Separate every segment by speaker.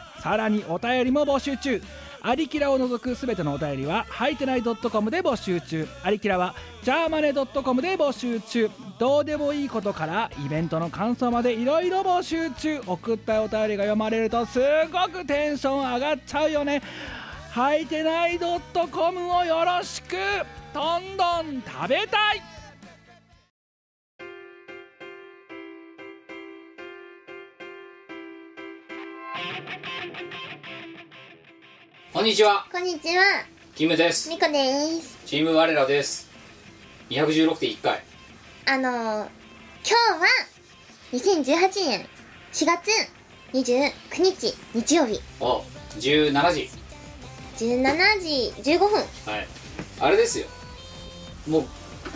Speaker 1: さらにお便りも募集中アリキラを除くすべてのお便りは、はいてない .com で募集中。アリキラは、ジャーマネ .com で募集中。どうでもいいことから、イベントの感想までいろいろ募集中。送ったお便りが読まれると、すごくテンション上がっちゃうよね。はいてない .com をよろしくどんどん食べたい
Speaker 2: こんにちは、
Speaker 3: こんにちは
Speaker 2: キムです。
Speaker 3: みこです
Speaker 2: チーム我らです。216.1回。
Speaker 3: あのー、今日は2018年4月29日日曜日
Speaker 2: お、17時。
Speaker 3: 17時15分
Speaker 2: はい。あれですよ。もう、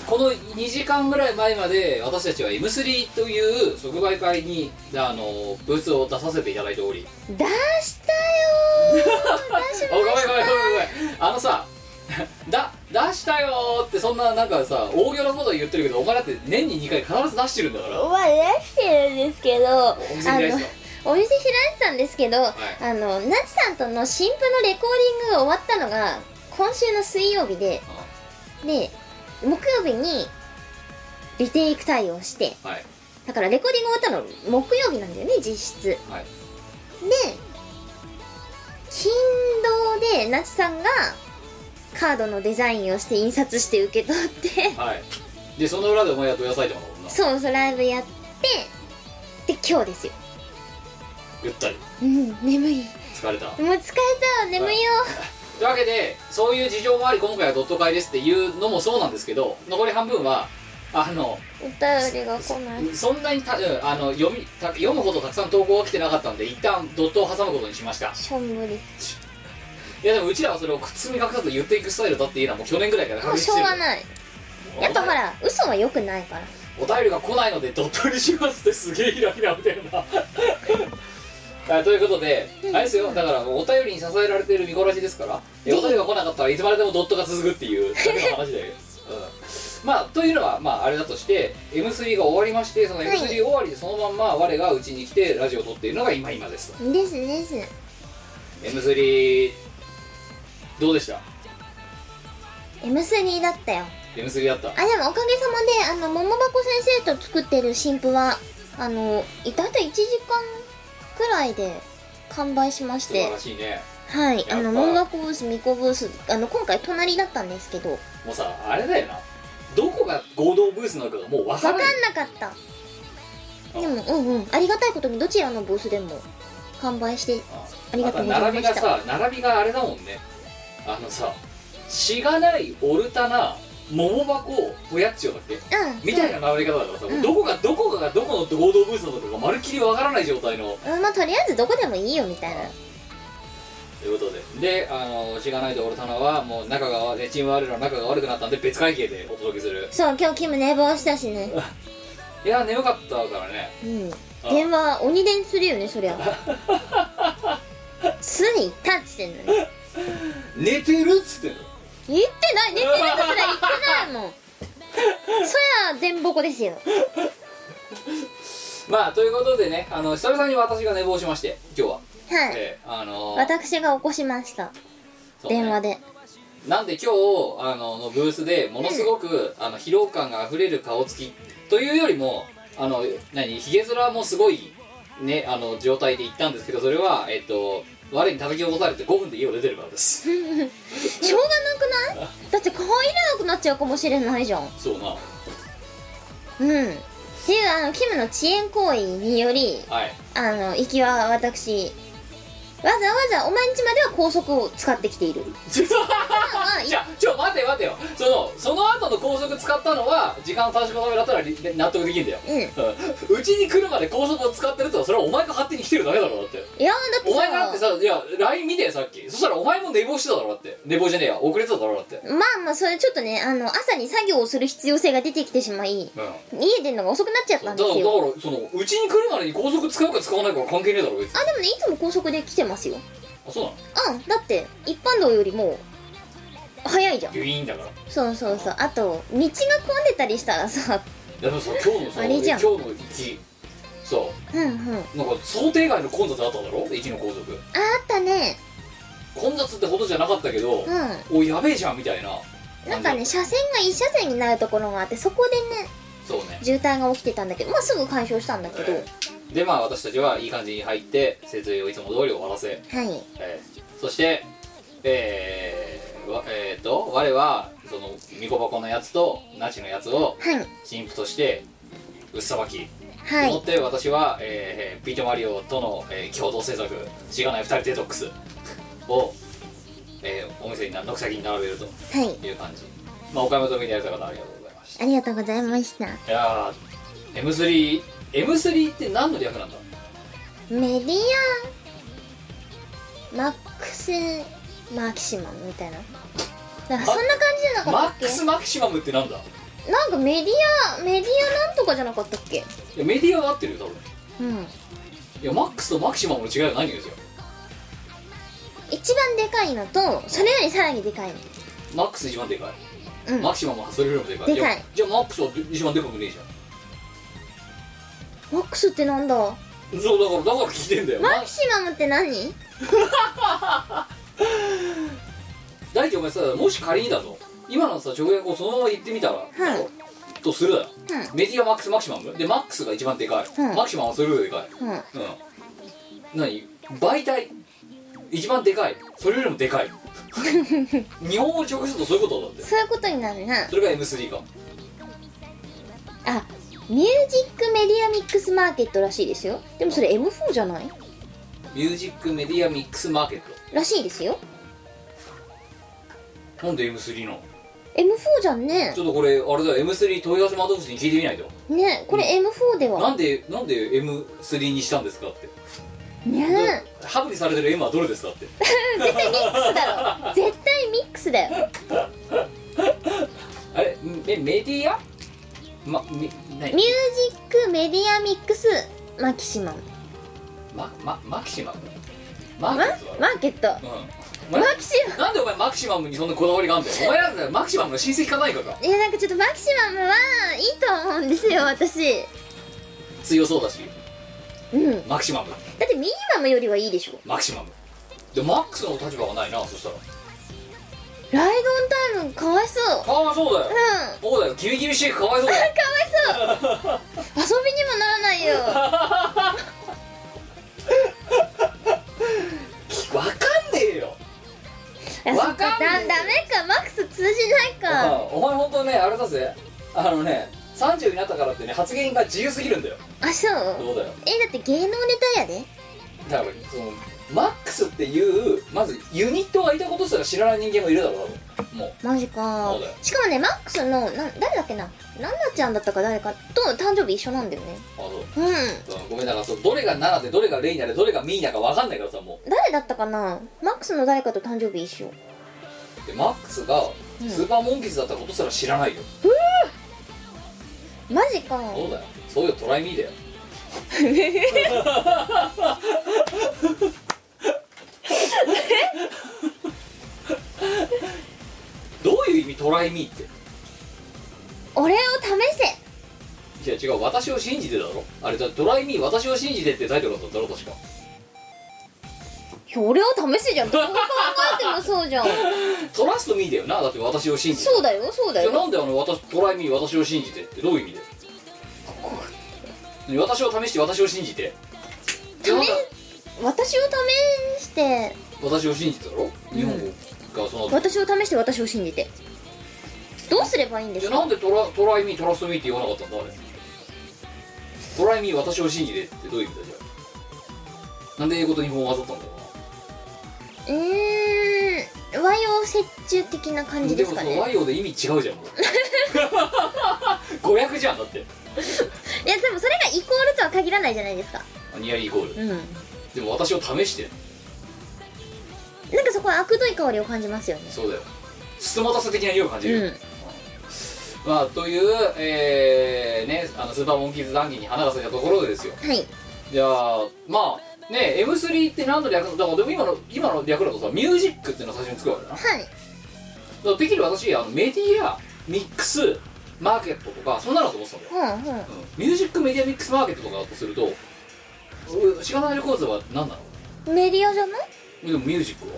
Speaker 2: この2時間ぐらい前まで、私たちは M3 という即売会に、あの、ブーツを出させていただいており。
Speaker 3: 出したよー出し
Speaker 2: あ、
Speaker 3: ま
Speaker 2: ごめんごめん
Speaker 3: し
Speaker 2: ごめんごめん。あのさ、だ、出したよーってそんななんかさ、大行なこと言ってるけど、お前だって年に2回必ず出してるんだから。
Speaker 3: たまあ出してるんですけどあ
Speaker 2: お店開いてた
Speaker 3: のお店開いてたんですけど、
Speaker 2: い
Speaker 3: あのナチさんとの新婦のレコーディングが終わったのが今週の水曜日でで木曜日にリテイク対応して
Speaker 2: はい。
Speaker 3: だからレコーディング終わったの木曜日なんだよね実質で
Speaker 2: はい。
Speaker 3: 勤労でナチさんがカードのデザインをして印刷して受け取って
Speaker 2: はい。で、その裏でお前はどやさいとかもんな。
Speaker 3: そうそうライブやってで今日ですよ
Speaker 2: ぐったり。
Speaker 3: うん眠い
Speaker 2: 疲れた。
Speaker 3: もう疲れたよ眠いよ
Speaker 2: というわけでそういう事情もあり今回はドット会ですっていうのもそうなんですけど残り半分はあの
Speaker 3: お便りが来ない
Speaker 2: そんなにたうんあの読みた読むほどたくさん投稿が来てなかったんで一旦ドットを挟むことにしました
Speaker 3: しょんぼり
Speaker 2: いやでもうちらはそれを包み隠さず言っていくスタイルだっていうのはもう去年ぐらいから
Speaker 3: も
Speaker 2: 確
Speaker 3: う
Speaker 2: 立
Speaker 3: しょう
Speaker 2: してる
Speaker 3: がないやっぱほら嘘は良くないから
Speaker 2: お便りが来ないのでドットにしますってすげえ開き直ってるなあということで、あれですよだからもうお便りに支えられている見殺しですからえお便りが来なかったらいつまででもドットが続くっていうだけの話で、うん、まあというのはまああれだとして M3 が終わりましてその M3 終わりでそのまんま我がうちに来てラジオを撮っているのが今今ですと
Speaker 3: ですです
Speaker 2: M3 どうでした
Speaker 3: M3 だったよ
Speaker 2: M3 だった
Speaker 3: あでもおかげさまであの桃箱先生と作ってる新譜はあの大体1時間くらいで完売しまし
Speaker 2: 素
Speaker 3: て
Speaker 2: 晴らしいね
Speaker 3: はいあ
Speaker 2: や
Speaker 3: の
Speaker 2: っぱ
Speaker 3: 桃箱ブース巫女ブースあの今回隣だったんですけど
Speaker 2: もうさあれだよなどこが合同ブースなのかがもう分か
Speaker 3: 分からん
Speaker 2: ない
Speaker 3: なかったでもうんうんありがたいことにどちらのブースでも完売してありがとうございました
Speaker 2: 並びがさ並びがあれだもんねあのさしがないオルタナ桃箱ポヤッチオだっけ
Speaker 3: うん
Speaker 2: みたいな並び方だからさ、
Speaker 3: うん
Speaker 2: どこがどこがどこの合同ブースなのかがまるっきりわからない状態の
Speaker 3: うんまあとりあえずどこでもいいよみたいな
Speaker 2: ということでであのしがないとオルタナはもう仲がねチーム我らの仲が悪くなったんで別会計でお届けする
Speaker 3: そう今日キム寝坊したしね
Speaker 2: いや眠かったからね
Speaker 3: うん
Speaker 2: あ
Speaker 3: 電話鬼電するよねそ りゃすぐ行ったっつってんのに
Speaker 2: 寝てるっつってんの
Speaker 3: 言ってない寝てるとすら言ってない もんそりゃ全ボコですよ
Speaker 2: まあということでねあの久々に私が寝坊しまして今日は、
Speaker 3: はい
Speaker 2: ええあの
Speaker 3: 私が起こしました
Speaker 2: そうね
Speaker 3: 電話で
Speaker 2: なんで今日あののブースでものすごく、あの疲労感があふれる顔つきというよりもあの何ひげ面もすごいねあの状態で行ったんですけどそれはえっと我に叩き起こされて5分で家を出てるからです
Speaker 3: しょうがなくないだって入れなくなっちゃうかもしれないじゃん
Speaker 2: そうなは
Speaker 3: うんっていうあのキムの遅延行為により
Speaker 2: い
Speaker 3: あの行きは私わざわざお前んちまでは高速を使ってきている今はまあい
Speaker 2: じゃあちょ待て待てよそのその後の高速使ったのは時間短縮のためだったらり納得できるんだよ
Speaker 3: うんい
Speaker 2: うんうちに来るまで高速を使ってるとそれはお前が勝手に来てるだけだろだって
Speaker 3: やだって
Speaker 2: お前がだって
Speaker 3: さ
Speaker 2: さいや LINE 見てさっきそしたらお前も寝坊してただろだって寝坊じゃねえや遅れてただろだって
Speaker 3: まあまあそれちょっとねあの朝に作業をする必要性が出てきてしまい
Speaker 2: うん
Speaker 3: 家出るのが遅くなっちゃっ
Speaker 2: だ
Speaker 3: たん
Speaker 2: からだ
Speaker 3: ですよ
Speaker 2: からそのうちに来るまでに高速使うか使わないかは関係ねえだろ別に
Speaker 3: あでもねいつも高速で来てますよ
Speaker 2: あそうなの
Speaker 3: うんだって一般道よりも早いじゃん
Speaker 2: ギュイーンだからい
Speaker 3: そうそうそうあと道が混んでたりしたらさ
Speaker 2: やでもさ今日のさ
Speaker 3: あ
Speaker 2: 今
Speaker 3: れ
Speaker 2: 日
Speaker 3: じゃ
Speaker 2: の
Speaker 3: ん
Speaker 2: 行きそ
Speaker 3: うんうんあ
Speaker 2: うなんか想定外の混雑あっただろ駅の高速
Speaker 3: あったね
Speaker 2: 混雑ってほどじゃなかったけど、
Speaker 3: う
Speaker 2: おいやべえじゃんみたいな
Speaker 3: なんかね車線が一車線になるところがあってそこでね
Speaker 2: そうね
Speaker 3: 渋滞が起きてたんだけどまあすぐ解消したんだけど、
Speaker 2: えーでまあ私たちはいい感じに入って設営をいつも通り終わらせ、
Speaker 3: はい
Speaker 2: えーそしてえーわえーと我はその巫女箱のやつと那智のやつを
Speaker 3: はい
Speaker 2: 神父としてうっさばき
Speaker 3: は
Speaker 2: 思っ
Speaker 3: い
Speaker 2: て私は、えービートマリオとの、えー共同制作しがない2人デトックス を、えーお店にな軒先に並べると
Speaker 3: はい
Speaker 2: いう感じまあお買い求めいただいた方ありがとうございまし
Speaker 3: ありがとうございました
Speaker 2: たいやー M3M3 って何の略なんだ
Speaker 3: メディアマックスマキシマムみたいななんかそんな感じじゃな
Speaker 2: マ
Speaker 3: か
Speaker 2: ッ
Speaker 3: った
Speaker 2: ク
Speaker 3: っ
Speaker 2: スマキシマムってなんだ
Speaker 3: けなんかメディアメディアなんとかじゃなかったっけ
Speaker 2: いやメディアは合ってるよ多分
Speaker 3: うん
Speaker 2: いやマックスとマキシマムの違いは何ですよ
Speaker 3: 一番でかいのとそれよりさらにでかいの
Speaker 2: マックス一番でかい、
Speaker 3: うん
Speaker 2: マキシマムはそれよりもでかい
Speaker 3: でかい
Speaker 2: やじゃあマックスは一番でかくねえじゃ
Speaker 3: マックスってなんだ
Speaker 2: んそうだからだから聞いてんだよ、
Speaker 3: マ
Speaker 2: ま
Speaker 3: キシマムって何
Speaker 2: 大輝お前さもし仮にだぞ今のさ直訳をそのまま言ってみたら、とするだよ
Speaker 3: う
Speaker 2: メディアマックスマキシマムでマックスが一番でかい、
Speaker 3: うん
Speaker 2: マキシマムはそれよりでかい
Speaker 3: んうん
Speaker 2: うん何媒体一番でかいそれよりもで かい日本語に直するとそういうことだって
Speaker 3: そういうことになるな
Speaker 2: それが M3 か
Speaker 3: あミュージックメディアミックスマーケットらしいですよでもそれ M4 じゃない
Speaker 2: ミュージックメディアミックスマーケット
Speaker 3: らしいですよ
Speaker 2: なんで M3 なの
Speaker 3: M4 じゃんね
Speaker 2: ちょっとこれあれだよ M3 問い合わせ窓口に聞いてみないと
Speaker 3: ねこれ M4 で
Speaker 2: な
Speaker 3: は
Speaker 2: んでなんで M3 にしたんですかって
Speaker 3: ね
Speaker 2: ハブにされてる M はどれですかって
Speaker 3: 絶対ミックスだろ絶対ミックスだよ
Speaker 2: あれメメディアま、み何
Speaker 3: ミュージックメディアミックスマキシマム
Speaker 2: ま、ま、マキシマムマー
Speaker 3: マ
Speaker 2: ケットだろ
Speaker 3: マーケット
Speaker 2: うん
Speaker 3: マ
Speaker 2: お前
Speaker 3: キシマ
Speaker 2: なんでお前マキシマムにそんなこだわりがあんだよお前なんだよマキシマムの親戚かないかが
Speaker 3: ムいやなんかちょっとマキシマムはいいと思うんですよ私
Speaker 2: 強そうだし
Speaker 3: うん
Speaker 2: マキシマム
Speaker 3: だってミニマムよりはいいでしょ
Speaker 2: マキシマムでマックスの立場がないなそしたら
Speaker 3: ライドオンタイムかわいそう
Speaker 2: ああそうだ
Speaker 3: うん
Speaker 2: よそうだよギリギリシェイクかわいそうだよ
Speaker 3: かわいそう遊びにもならないよ
Speaker 2: わかんねえよ
Speaker 3: いやそっ
Speaker 2: わ
Speaker 3: か
Speaker 2: かんね
Speaker 3: だ
Speaker 2: え
Speaker 3: ダメかマックス通じない か
Speaker 2: うんお前本当ねあれだぜあのね30になったからってね発言が自由すぎるんだよ
Speaker 3: あそう
Speaker 2: どうだよ
Speaker 3: えだって芸能ネタやで
Speaker 2: だからそのマックスっていうまずユニットがいたことすら知らない人間もいるだろう多分もう
Speaker 3: マジか
Speaker 2: そうだよ
Speaker 3: しかもねマックスのなん誰だっけなナナちゃんだったか誰かと誕生日一緒なんだよね
Speaker 2: あそう
Speaker 3: うん
Speaker 2: うんごめんだからそうどれが7でどれがレイナでどれがミーナかわかんないからさも
Speaker 3: 誰だったかなマックスの誰かと誕生日一緒
Speaker 2: うでマックスが
Speaker 3: うん
Speaker 2: スーパーモンキーズだったことすら知らないよ、
Speaker 3: マジか
Speaker 2: そうだよそうよトライミーだよどういう意味トライミーって
Speaker 3: 俺を試せ
Speaker 2: いや違う私を信じてだろあれだドライミー私を信じてってタイトルだったんだろ確か
Speaker 3: いや俺を試せじ ゃんどう考えてもそうじゃん
Speaker 2: トラストミーだよなだって私を信じて
Speaker 3: そうだよそうだ
Speaker 2: じゃあ
Speaker 3: よ
Speaker 2: なんであの私トライミー私を信じてってどういう意味だよ私を試して私を信じて
Speaker 3: 試私を試して
Speaker 2: 私を信じてだろ日本語がその後
Speaker 3: 私を試して私を信じてどうすればいいんで
Speaker 2: じ
Speaker 3: す
Speaker 2: ゃあな
Speaker 3: か
Speaker 2: んでトラトライミートラストミーって言わなかったんだあれトライミー私を信じてってどういう意味だじゃあなんで英語と日本語混ざったんだろうな
Speaker 3: うーん和洋折衷的な感じ
Speaker 2: で
Speaker 3: で
Speaker 2: も
Speaker 3: す
Speaker 2: そ
Speaker 3: か
Speaker 2: の
Speaker 3: ね
Speaker 2: 和洋で意味違うじゃんもう誤訳じゃんだって
Speaker 3: いやでもそれがイコールとは限らないじゃないですか
Speaker 2: ニアリーイコール
Speaker 3: うんなん
Speaker 2: でも私を試して
Speaker 3: かそこは悪どい香りを感じますよね
Speaker 2: そうだよスモタス的な色を感じるよね、
Speaker 3: うん
Speaker 2: まあという、えーねあのスーパーモンキーズ談義に花が咲いたところでですよ
Speaker 3: はい
Speaker 2: いやーまあね M3 って何の略だからでも今の今の略だとさミュージックっていうのが最初に使うわけだなだか
Speaker 3: はい
Speaker 2: らてきる私あのメディアミックスマーケットとかそんなのだと思ってたんだよ
Speaker 3: うんうん
Speaker 2: ミュージックメディアミックスマーケットとかだとするとうしがないレコードは何なの
Speaker 3: メディアじゃない
Speaker 2: でもミュージックを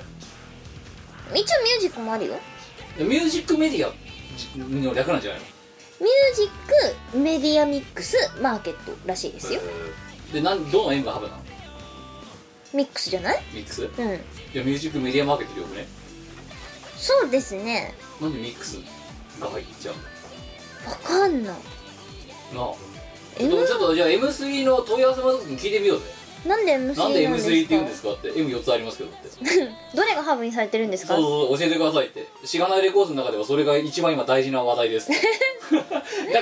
Speaker 3: 一応ミュージックもあるよ
Speaker 2: でミュージックメディアの略なんじゃないの
Speaker 3: ミュージックメディアミックスマーケットらしいですよ
Speaker 2: えーでなんどの演がハブなの
Speaker 3: ミックスじゃない
Speaker 2: ミックスい
Speaker 3: うん
Speaker 2: やミュージックメディアマーケットでよくね
Speaker 3: そうですね
Speaker 2: なんでミックスが入っちゃう
Speaker 3: わかんない
Speaker 2: のなあちょっ
Speaker 3: M
Speaker 2: とちょっとじゃあ M3 の問い合わせの時に聞いてみようぜ
Speaker 3: なんで M3
Speaker 2: なんで M3 って言うんです
Speaker 3: か
Speaker 2: すかって M4 つありますけどってそう
Speaker 3: どれがハブにされてるんですか
Speaker 2: そうそう教えてくださいってしがないレコードの中ではそれが一番今大事な話題です なん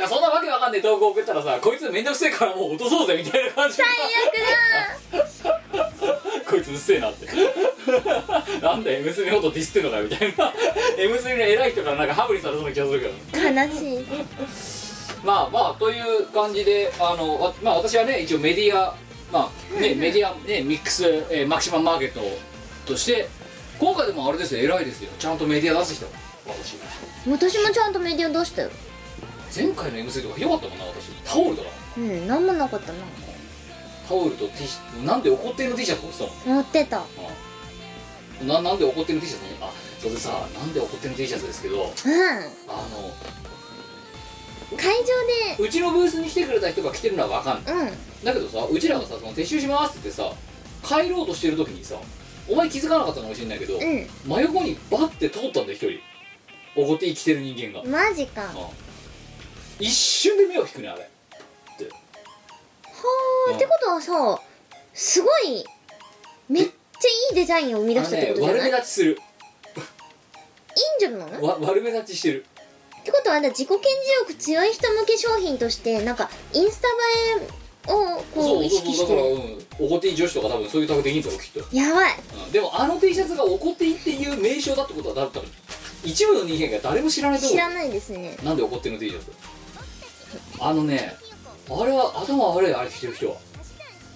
Speaker 2: かそんなわけわかんない投稿送ったらさこいつめんどくせえからもう落とそうぜみたいな感じで
Speaker 3: 最悪
Speaker 2: こいつうっせえなって なんで M3 のことディスってんのかよみたいな M3 の偉い人からなんかハブにされそうな気がするけど
Speaker 3: だー悲しい
Speaker 2: まあまあという感じであのわまあ私はね一応メディアまあねメディアねミックス、えーマキシマムマーケットとして今回でもあれですよ偉いですよちゃんとメディア出してきたもん私
Speaker 3: 私もちゃんとメディア出したよ
Speaker 2: 前回の M3 とかひどかったもんな私タオルだから
Speaker 3: うん何もなかったな
Speaker 2: タオルと T シャツなんで怒ってんの T シャツ持ってたもん
Speaker 3: 持ってた
Speaker 2: うんななんで怒ってんの T シャツねあそれでさなんで怒ってんの T シャツですけど
Speaker 3: うん
Speaker 2: あの
Speaker 3: 会場
Speaker 2: うちのブースに来てくれた人が来てるのはわかんない
Speaker 3: でうん
Speaker 2: だけどさうちらがさその撤収しますってさ帰ろうとしてる時にさお前気づかなかったのかもしれないけど、
Speaker 3: うん
Speaker 2: 真横にバッて通ったんだよ一人おごって生きてる人間が、
Speaker 3: マジかは
Speaker 2: ああ一瞬で目を引くねあれうん
Speaker 3: あってことはさすごいめっちゃいいデザインを生み出したってこと
Speaker 2: あ
Speaker 3: じゃ
Speaker 2: のね
Speaker 3: ないいいんじゃない
Speaker 2: 悪目立ちする
Speaker 3: っ
Speaker 2: わ悪目立ちしてる
Speaker 3: てことはあれだ自己顕示欲強い人向け商品としてなんかインスタ映えをこ
Speaker 2: そうう
Speaker 3: 意
Speaker 2: そう
Speaker 3: 識
Speaker 2: そ
Speaker 3: し
Speaker 2: うだ
Speaker 3: て
Speaker 2: から、
Speaker 3: る
Speaker 2: うん、おごっていい女子とか多分そういうタグできんだろうきっと、
Speaker 3: やばい
Speaker 2: うんでもあの T シャツがおごっていいっていう名称だってことは多分一部の人間が誰も知らないと思
Speaker 3: 知
Speaker 2: う
Speaker 3: らないですね
Speaker 2: なんで怒ってんの T シャツあのねあれは頭悪いあれ着てる人は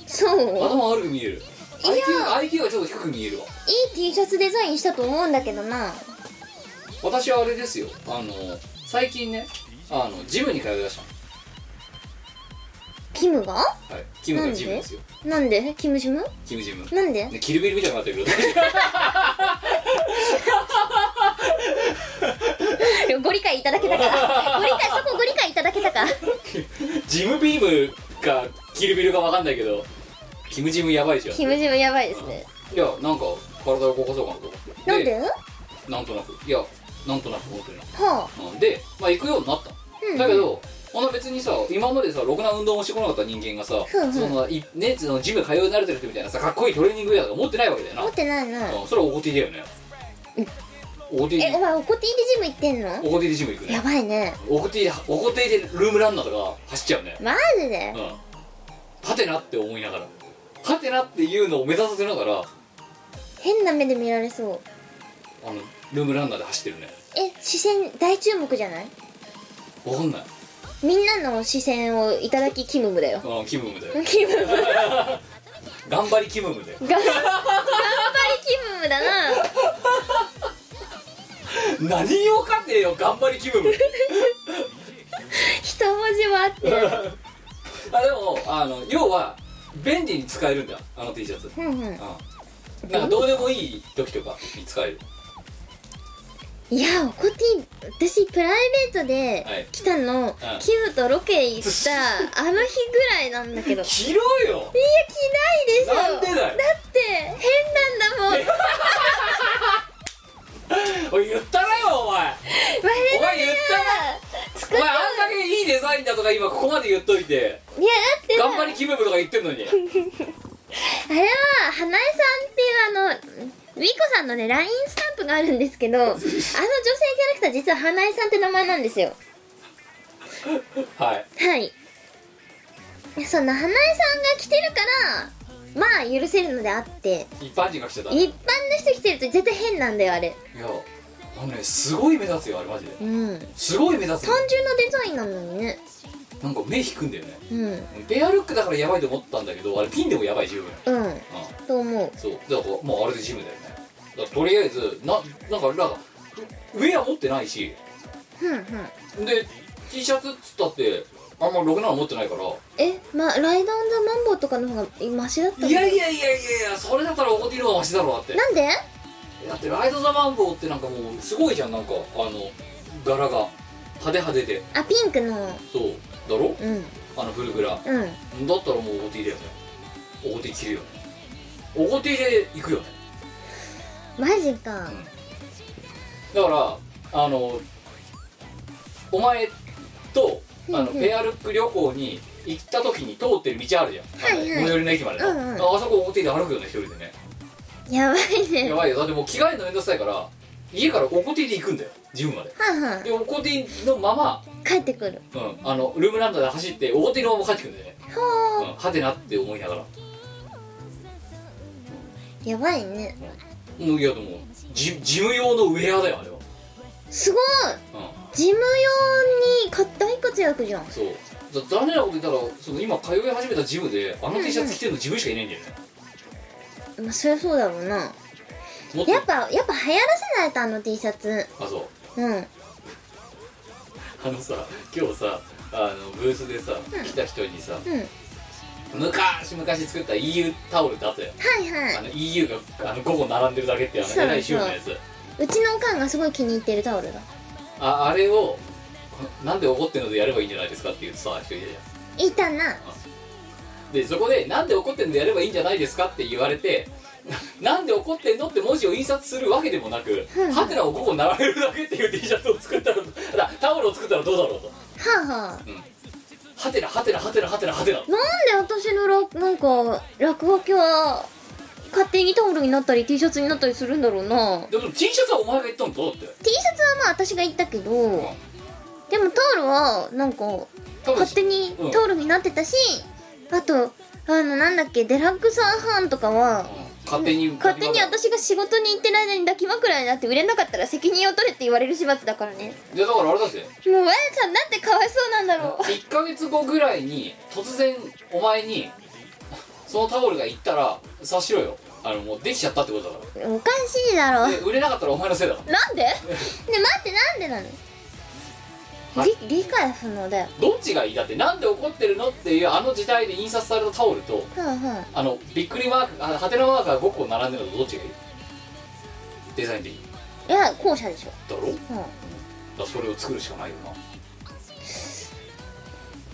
Speaker 3: そう
Speaker 2: 頭悪く見える IQ, IQ がちょっと低く見えるわ
Speaker 3: いい T シャツデザインしたと思うんだけどな
Speaker 2: 私はあれですよあの最近ねあのジムに通いだした
Speaker 3: キムが
Speaker 2: のはいキムがジムですよ
Speaker 3: なんでキムシム
Speaker 2: キムジム
Speaker 3: なんで
Speaker 2: ねキルビルみたいになってるけど
Speaker 3: いやご理解いただけたか ご理解そこご理解いただけたか
Speaker 2: ジムビームかキルビルかわかんないけどキムジムやばいじゃん
Speaker 3: キムジムやばいですね
Speaker 2: いやなんか体を動かそうかなと思って
Speaker 3: なんでは
Speaker 2: なんとなくいやなんとなく本当に
Speaker 3: あ
Speaker 2: うんで、まあ、行くようになったの、
Speaker 3: うん
Speaker 2: だけどあんな別にさ今までさろくな運動もしてこなかった人間がさ、
Speaker 3: うんうん
Speaker 2: そのいねそのジム通い慣れてる人みたいなさかっこいいトレーニングウェアとか持ってないわけだよな、
Speaker 3: 持ってないな
Speaker 2: うんそれはおごてだよねおごて
Speaker 3: えお前おこて入りジム行ってんの
Speaker 2: おごてでジム行く
Speaker 3: や
Speaker 2: ね
Speaker 3: ばいね
Speaker 2: おごてでおごてでルームランナーとか走っちゃうね
Speaker 3: マジで
Speaker 2: うんはてなって思いながらはてなっていうのを目指させながら
Speaker 3: 変な目で見られそう
Speaker 2: あのルームランナーで走ってるね
Speaker 3: え視線大注目じゃない
Speaker 2: わかんない、
Speaker 3: みんなの視線をいただきキムムだよ
Speaker 2: うん、キムムだよ
Speaker 3: キムム頑
Speaker 2: 頑張りキムムだよ
Speaker 3: 頑張りキムムだな
Speaker 2: 何をかんねえよ頑張りキムム
Speaker 3: 一文字はあってる
Speaker 2: あでもあの要は便利に使えるんだあの T シャツ、
Speaker 3: うんうん
Speaker 2: うん、なんかどうでもいい時とかに使える
Speaker 3: いやおこて私プライベートで
Speaker 2: はい
Speaker 3: 来たの、
Speaker 2: ん
Speaker 3: キムとロケ行ったあの日ぐらいなんだけどいや
Speaker 2: 着ろよ
Speaker 3: 着ない
Speaker 2: なん
Speaker 3: でしょ
Speaker 2: でだよ
Speaker 3: だって変 なんだもん
Speaker 2: おい言ったらよお前お
Speaker 3: 我々
Speaker 2: 前言ったら
Speaker 3: 作
Speaker 2: お
Speaker 3: っ
Speaker 2: 前あんだけいいデザインだとか今ここまで言っといて
Speaker 3: いやだってさ
Speaker 2: 頑 張りキムムとか言ってんのに
Speaker 3: あれは花江さんっていうあのウィコさんのね LINE スタンプがあるんですけど あの女性キャラクター実は花江さんって名前なんですよ
Speaker 2: はい
Speaker 3: はいそんな花江さんが来てるからまあ許せるのであって
Speaker 2: 一般人が来てたいや
Speaker 3: 一般の人来てると絶対変なんだよあれ
Speaker 2: あのねすごい目立つよあれマジで
Speaker 3: うん
Speaker 2: すごい目立つよ
Speaker 3: 単純なデザインなのにね
Speaker 2: なんか目引くんだよね
Speaker 3: うん
Speaker 2: ペアルックだからやばいと思ったんだけどあれピンでもやばい十分
Speaker 3: うん
Speaker 2: うん
Speaker 3: と思う
Speaker 2: そうだからもうあれでジムだよねだからとりあえずななんかなんかウェア持ってないし
Speaker 3: ふんふん
Speaker 2: で T シャツっつったってあんまろくなの持ってないから
Speaker 3: えまライド・オン・ザ・マンボウとかの方がマシだったの
Speaker 2: いやいやいやいやいやそれだったら怒っているのがマシだろうなって
Speaker 3: なんで
Speaker 2: だってライド・ザ・マンボウってなんかもうすごいじゃんなんかあの柄が派手派手で
Speaker 3: あピンクの
Speaker 2: そうだろ
Speaker 3: うん
Speaker 2: あのフルグラだっ
Speaker 3: うん
Speaker 2: たらもうオゴティだよねオゴティ着るよねオゴティで行くよね
Speaker 3: マジか
Speaker 2: だからあのお前とあの
Speaker 3: うんうん
Speaker 2: ペアルック旅行に行った時に通ってる道あるじゃん、あの
Speaker 3: はいはい
Speaker 2: 最寄りの駅までの、
Speaker 3: うんうん
Speaker 2: ああそこ表で歩くよね一人でね
Speaker 3: やばいね
Speaker 2: やばいよだってもう着替えるの面倒くさいから家からおこてで行くんだよジムまで
Speaker 3: はんはん
Speaker 2: でおこてのまま、
Speaker 3: 帰ってくる
Speaker 2: うん、あのルームランドで走っておこてのまま帰ってくるんだよね、う
Speaker 3: ほ
Speaker 2: ん、はてなって思いながら
Speaker 3: うやばいね
Speaker 2: もういやでもジジム用のウェアだよあれは
Speaker 3: すごい
Speaker 2: うん
Speaker 3: ジム用に買った大活躍じゃん
Speaker 2: そうだ残念なこと言ったらその今通い始めたジムであの T シャツ着てるの自分しかいないんだよね、
Speaker 3: まあそりゃそうだろうな
Speaker 2: もっと
Speaker 3: やっぱやっぱ流行らせないとあの T シャツ
Speaker 2: あそう
Speaker 3: うん
Speaker 2: あのさ今日さあのブースでさ、
Speaker 3: うん
Speaker 2: 来た人にさ
Speaker 3: うん
Speaker 2: 昔昔作った EU タオルってあったよ、
Speaker 3: はいは
Speaker 2: あの EU があの5個並んでるだけってあ
Speaker 3: そう
Speaker 2: の偉いシューのやつ
Speaker 3: いうちのおかんがすごい気に入ってるタオルだ
Speaker 2: ああれをなんで怒ってんのでやればいいんじゃないですかって言ってさ人いるじゃん
Speaker 3: いたな
Speaker 2: でそこで「なんで怒ってんのでやればいいんじゃないですか?」って言われて「なんで怒ってんの?」って文字を印刷するわけでもなく「
Speaker 3: うん
Speaker 2: ハテナをここ並べるだけ」っていう T シャツを作ったらだタオルを作ったらどうだろうと
Speaker 3: はあはあ
Speaker 2: 「ハテナハテナハテナハテナハテナ」
Speaker 3: なんで私のらなんか落書きは勝手にタオルになったり T シャツになったりするんだろうな
Speaker 2: でも T シャツはお前が言ったのどうだって
Speaker 3: T シャツはまあ私が言ったけどでもタオルはなんか
Speaker 2: 多分
Speaker 3: 勝手に
Speaker 2: うん
Speaker 3: タオルになってたしあとあのなんだっけデラックスアンハンとかは
Speaker 2: 勝手に
Speaker 3: 勝手に私が仕事に行ってる間に抱き枕になって売れなかったら責任を取れって言われる始末だからね
Speaker 2: いやだからあれだって
Speaker 3: もうわやちゃんなんてかわいそうなんだろう
Speaker 2: 1か月後ぐらいに突然お前にそのタオルがいったら察しろよあのもうできちゃったってことだか
Speaker 3: おかしいだろ
Speaker 2: らで売れなかったらお前のせいだから
Speaker 3: なんで ね待ってなんでなの
Speaker 2: はい
Speaker 3: り理解不能だよ
Speaker 2: どっちがいいだってなんで怒ってるのっていうあの時代で印刷されたタオルと
Speaker 3: ふんふん
Speaker 2: あのびっくりマークあハテナマークが5個並んでるのとどっちがいいデザインでいい
Speaker 3: いや後者でしょ、
Speaker 2: だろだか
Speaker 3: うん、う
Speaker 2: らそれを作るしかないよな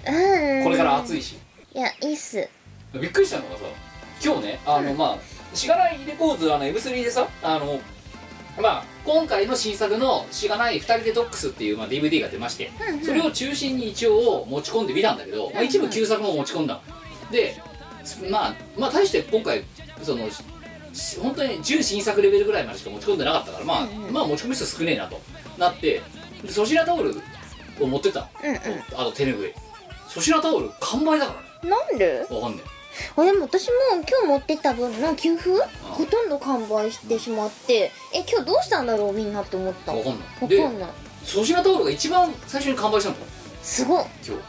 Speaker 3: ーん
Speaker 2: これから暑いし
Speaker 3: いやいいっす
Speaker 2: びっくりしたのがさ今日ねあの、まあしがないレコーズあの M3 でさあのまあ今回の新作の「しがない2人でドックス」っていう、まあ、DVD が出まして、
Speaker 3: うんうん
Speaker 2: それを中心に一応持ち込んでみたんだけど、まあ、一部旧作も持ち込んだでまあまあ大して今回そのし本当に純新作レベルぐらいまでしか持ち込んでなかったからまあ、
Speaker 3: うんうん
Speaker 2: まあ持ち込み数少ねえなとなってで粗品タオルを持ってった
Speaker 3: うんうん
Speaker 2: あと手拭い粗品タオル完売だからね
Speaker 3: なんで
Speaker 2: わかんねえ
Speaker 3: あでも私も今日持ってった分の給付
Speaker 2: あ
Speaker 3: ほとんど完売してしまってえ今日どうしたんだろうみんなって思った
Speaker 2: わかんない
Speaker 3: わかん
Speaker 2: で
Speaker 3: ない
Speaker 2: 粗品タオルが一番最初に完売したの
Speaker 3: すごい
Speaker 2: 今
Speaker 3: 今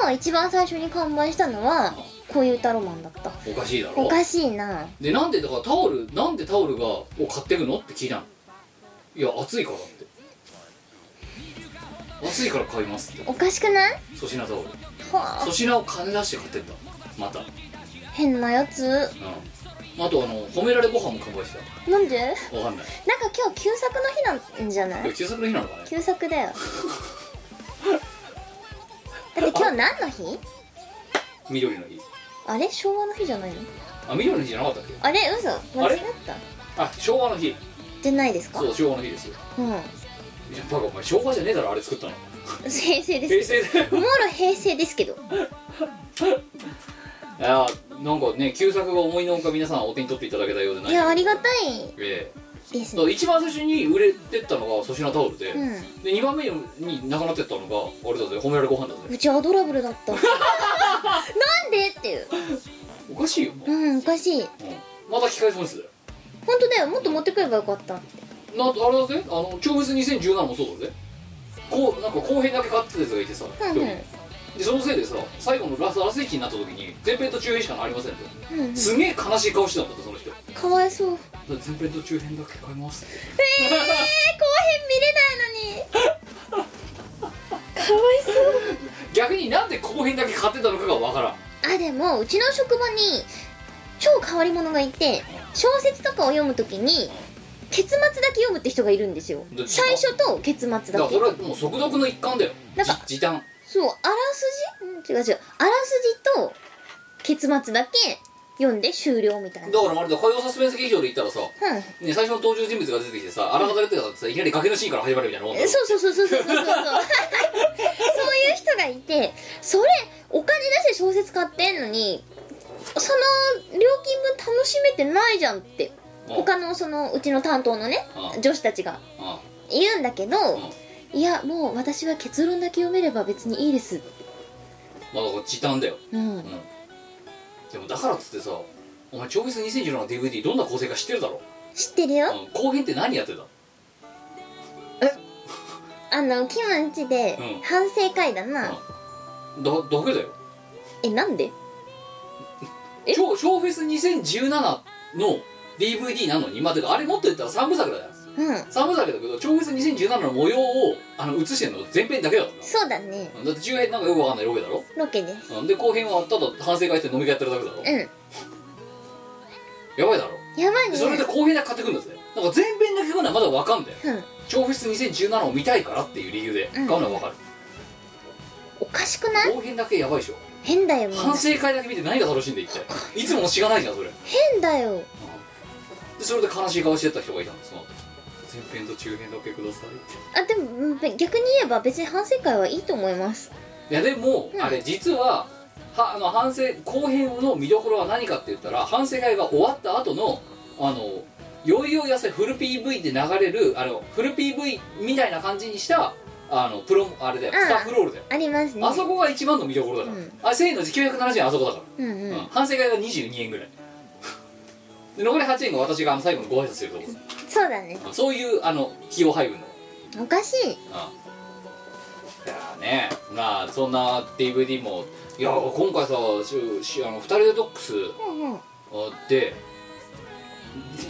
Speaker 3: 日は一番最初に完売したのはこういうタロマンだった
Speaker 2: 日おかしいだろ
Speaker 3: おかしいな
Speaker 2: でなんでだからタオルなんでタオルがを買ってくのって聞いたのいや暑いからって暑いから買いますって
Speaker 3: おかしくない
Speaker 2: 粗品タオル
Speaker 3: はあ
Speaker 2: 粗品を金出して買ってったまたうん
Speaker 3: 変なやつ
Speaker 2: あとあの褒められご飯も完売した
Speaker 3: なんで
Speaker 2: わか
Speaker 3: なん
Speaker 2: んない
Speaker 3: か今日旧作の日なんじゃな
Speaker 2: 今
Speaker 3: い
Speaker 2: 日旧作の日なのかね
Speaker 3: 旧作 だよだって今日何の日
Speaker 2: 緑の日
Speaker 3: あれ昭和の日じゃないの
Speaker 2: あ緑の日じゃなかったっけ
Speaker 3: あれ嘘
Speaker 2: あ
Speaker 3: 間違
Speaker 2: れ
Speaker 3: った
Speaker 2: あ昭和の日
Speaker 3: じゃないですか
Speaker 2: そう昭和の日ですよ
Speaker 3: うん
Speaker 2: いやバカお前昭和じゃねえだろあれ作ったの
Speaker 3: 平成です
Speaker 2: 平成だよ
Speaker 3: もろ平成ですけど
Speaker 2: いやなんかね旧作が思いのほか皆さんお手に取っていただけたようでない
Speaker 3: いやありがたい
Speaker 2: え
Speaker 3: です
Speaker 2: えだか
Speaker 3: ね
Speaker 2: ら一番最初に売れてったのが粗品タオルで、
Speaker 3: うん
Speaker 2: で2番目になくなってったのがあれだぜ褒められご飯だぜ
Speaker 3: うちアドラブルだった なんでっていう
Speaker 2: おかしいよもう、
Speaker 3: うんおかしい
Speaker 2: うんまた機械損失だよ
Speaker 3: 本当だよもっと持ってくればよかった
Speaker 2: なあれだぜあの超別2017もそうだぜこうなんか後編だけ勝ってたやつがいてさ、
Speaker 3: うんうん
Speaker 2: 一人でそのせいでさ最後のラスラス駅になった時に前編と中編しかありませんと、
Speaker 3: うんうん
Speaker 2: すげえ悲しい顔してたんだってその人だか
Speaker 3: かわいそう
Speaker 2: ら前編と中編だけ買いますって
Speaker 3: えー、後編見れないのにかわいそう
Speaker 2: 逆になんで後編だけ買ってたのかがわからん
Speaker 3: あでもうちの職場に超変わり者がいて小説とかを読むときに結末だけ読むって人がいるんですよ
Speaker 2: どっちが
Speaker 3: 最初と結末だけ
Speaker 2: だからそれはもう速読の一環だよ
Speaker 3: なんか
Speaker 2: じ時短
Speaker 3: そうあらすじうん違う違うあらすじと結末だけ読んで終了みたい
Speaker 2: だ
Speaker 3: な
Speaker 2: からまるで火曜サスペンス劇場で言ったらさ、
Speaker 3: うん
Speaker 2: ね、最初の登場人物が出てきてさ荒方出てたらさいきなり崖のシーンから始まるみたいなもんだ
Speaker 3: え
Speaker 2: ろ
Speaker 3: そうそうそうそうそうそうそうそういう人がいてそれお金出して小説買ってんのにその料金分楽しめてないじゃんって
Speaker 2: うん
Speaker 3: 他のそのうちの担当のね
Speaker 2: うん
Speaker 3: 女子たちが
Speaker 2: あ
Speaker 3: 言うんだけど
Speaker 2: あうん
Speaker 3: いやもう私は結論だけ読めれば別にいいです
Speaker 2: まあだから時短だよ
Speaker 3: うん
Speaker 2: うんでもだからっつってさお前超別2017の DVD どんな構成か知ってるだろ、
Speaker 3: 知ってるよ
Speaker 2: うん、後編って何やってた
Speaker 3: あのキムんちで
Speaker 2: うん
Speaker 3: 反省会だな、
Speaker 2: だだけだよ
Speaker 3: えなんでえ
Speaker 2: 超超フェス2017の DVD なのにまあてかあれもっと言ったら3部作だよ
Speaker 3: うん
Speaker 2: 3部作だけど超フェス2017の模様をあの映してんの前編だけだから
Speaker 3: そうだね
Speaker 2: なうんだって中編なんかよくわかんないロケだろ
Speaker 3: ロケです
Speaker 2: うんで後編はただ反省会して飲み会やってるだけだろ
Speaker 3: うん
Speaker 2: やばいだろ
Speaker 3: やばい
Speaker 2: で
Speaker 3: ね
Speaker 2: それで後編だけ買ってくんだぜなんか前編だけ買うのはまだわかんだよ
Speaker 3: うん
Speaker 2: 超フェス2017を見たいからっていう理由で買うのはわかる、
Speaker 3: おかしくない
Speaker 2: 後編だけやばいでしょ
Speaker 3: 変だよみんな
Speaker 2: 反省会だけ見て何が楽しいんでいっていつものしがないじゃんそれで
Speaker 3: 変だよ
Speaker 2: それで悲しい顔してた人がいたんですその後前編と中編だけくださいっ
Speaker 3: あでもうん逆に言えば別に反省会はいいと思います
Speaker 2: ていやでも、
Speaker 3: うん
Speaker 2: あれ実ははあの反省後編の見どころは何かって言ったら反省会が終わった後のあのよいよいやせフル PV で流れるあのフル PV みたいな感じにしたあのプロあれだよ
Speaker 3: うん
Speaker 2: スタッフロールだよ、
Speaker 3: ありますね
Speaker 2: あそこが一番の見どころだから、
Speaker 3: うん
Speaker 2: あ1000円のうち970円あそこだから
Speaker 3: うんうん、
Speaker 2: うん反省会が22円ぐらい で残り8円が私があの最後のご挨拶するとこ
Speaker 3: そうだね
Speaker 2: ろそういうあの費用配分の
Speaker 3: おかしい
Speaker 2: いやーねまあそんな DVD もいやー今回さししあの2人でドックス
Speaker 3: うんうん
Speaker 2: あで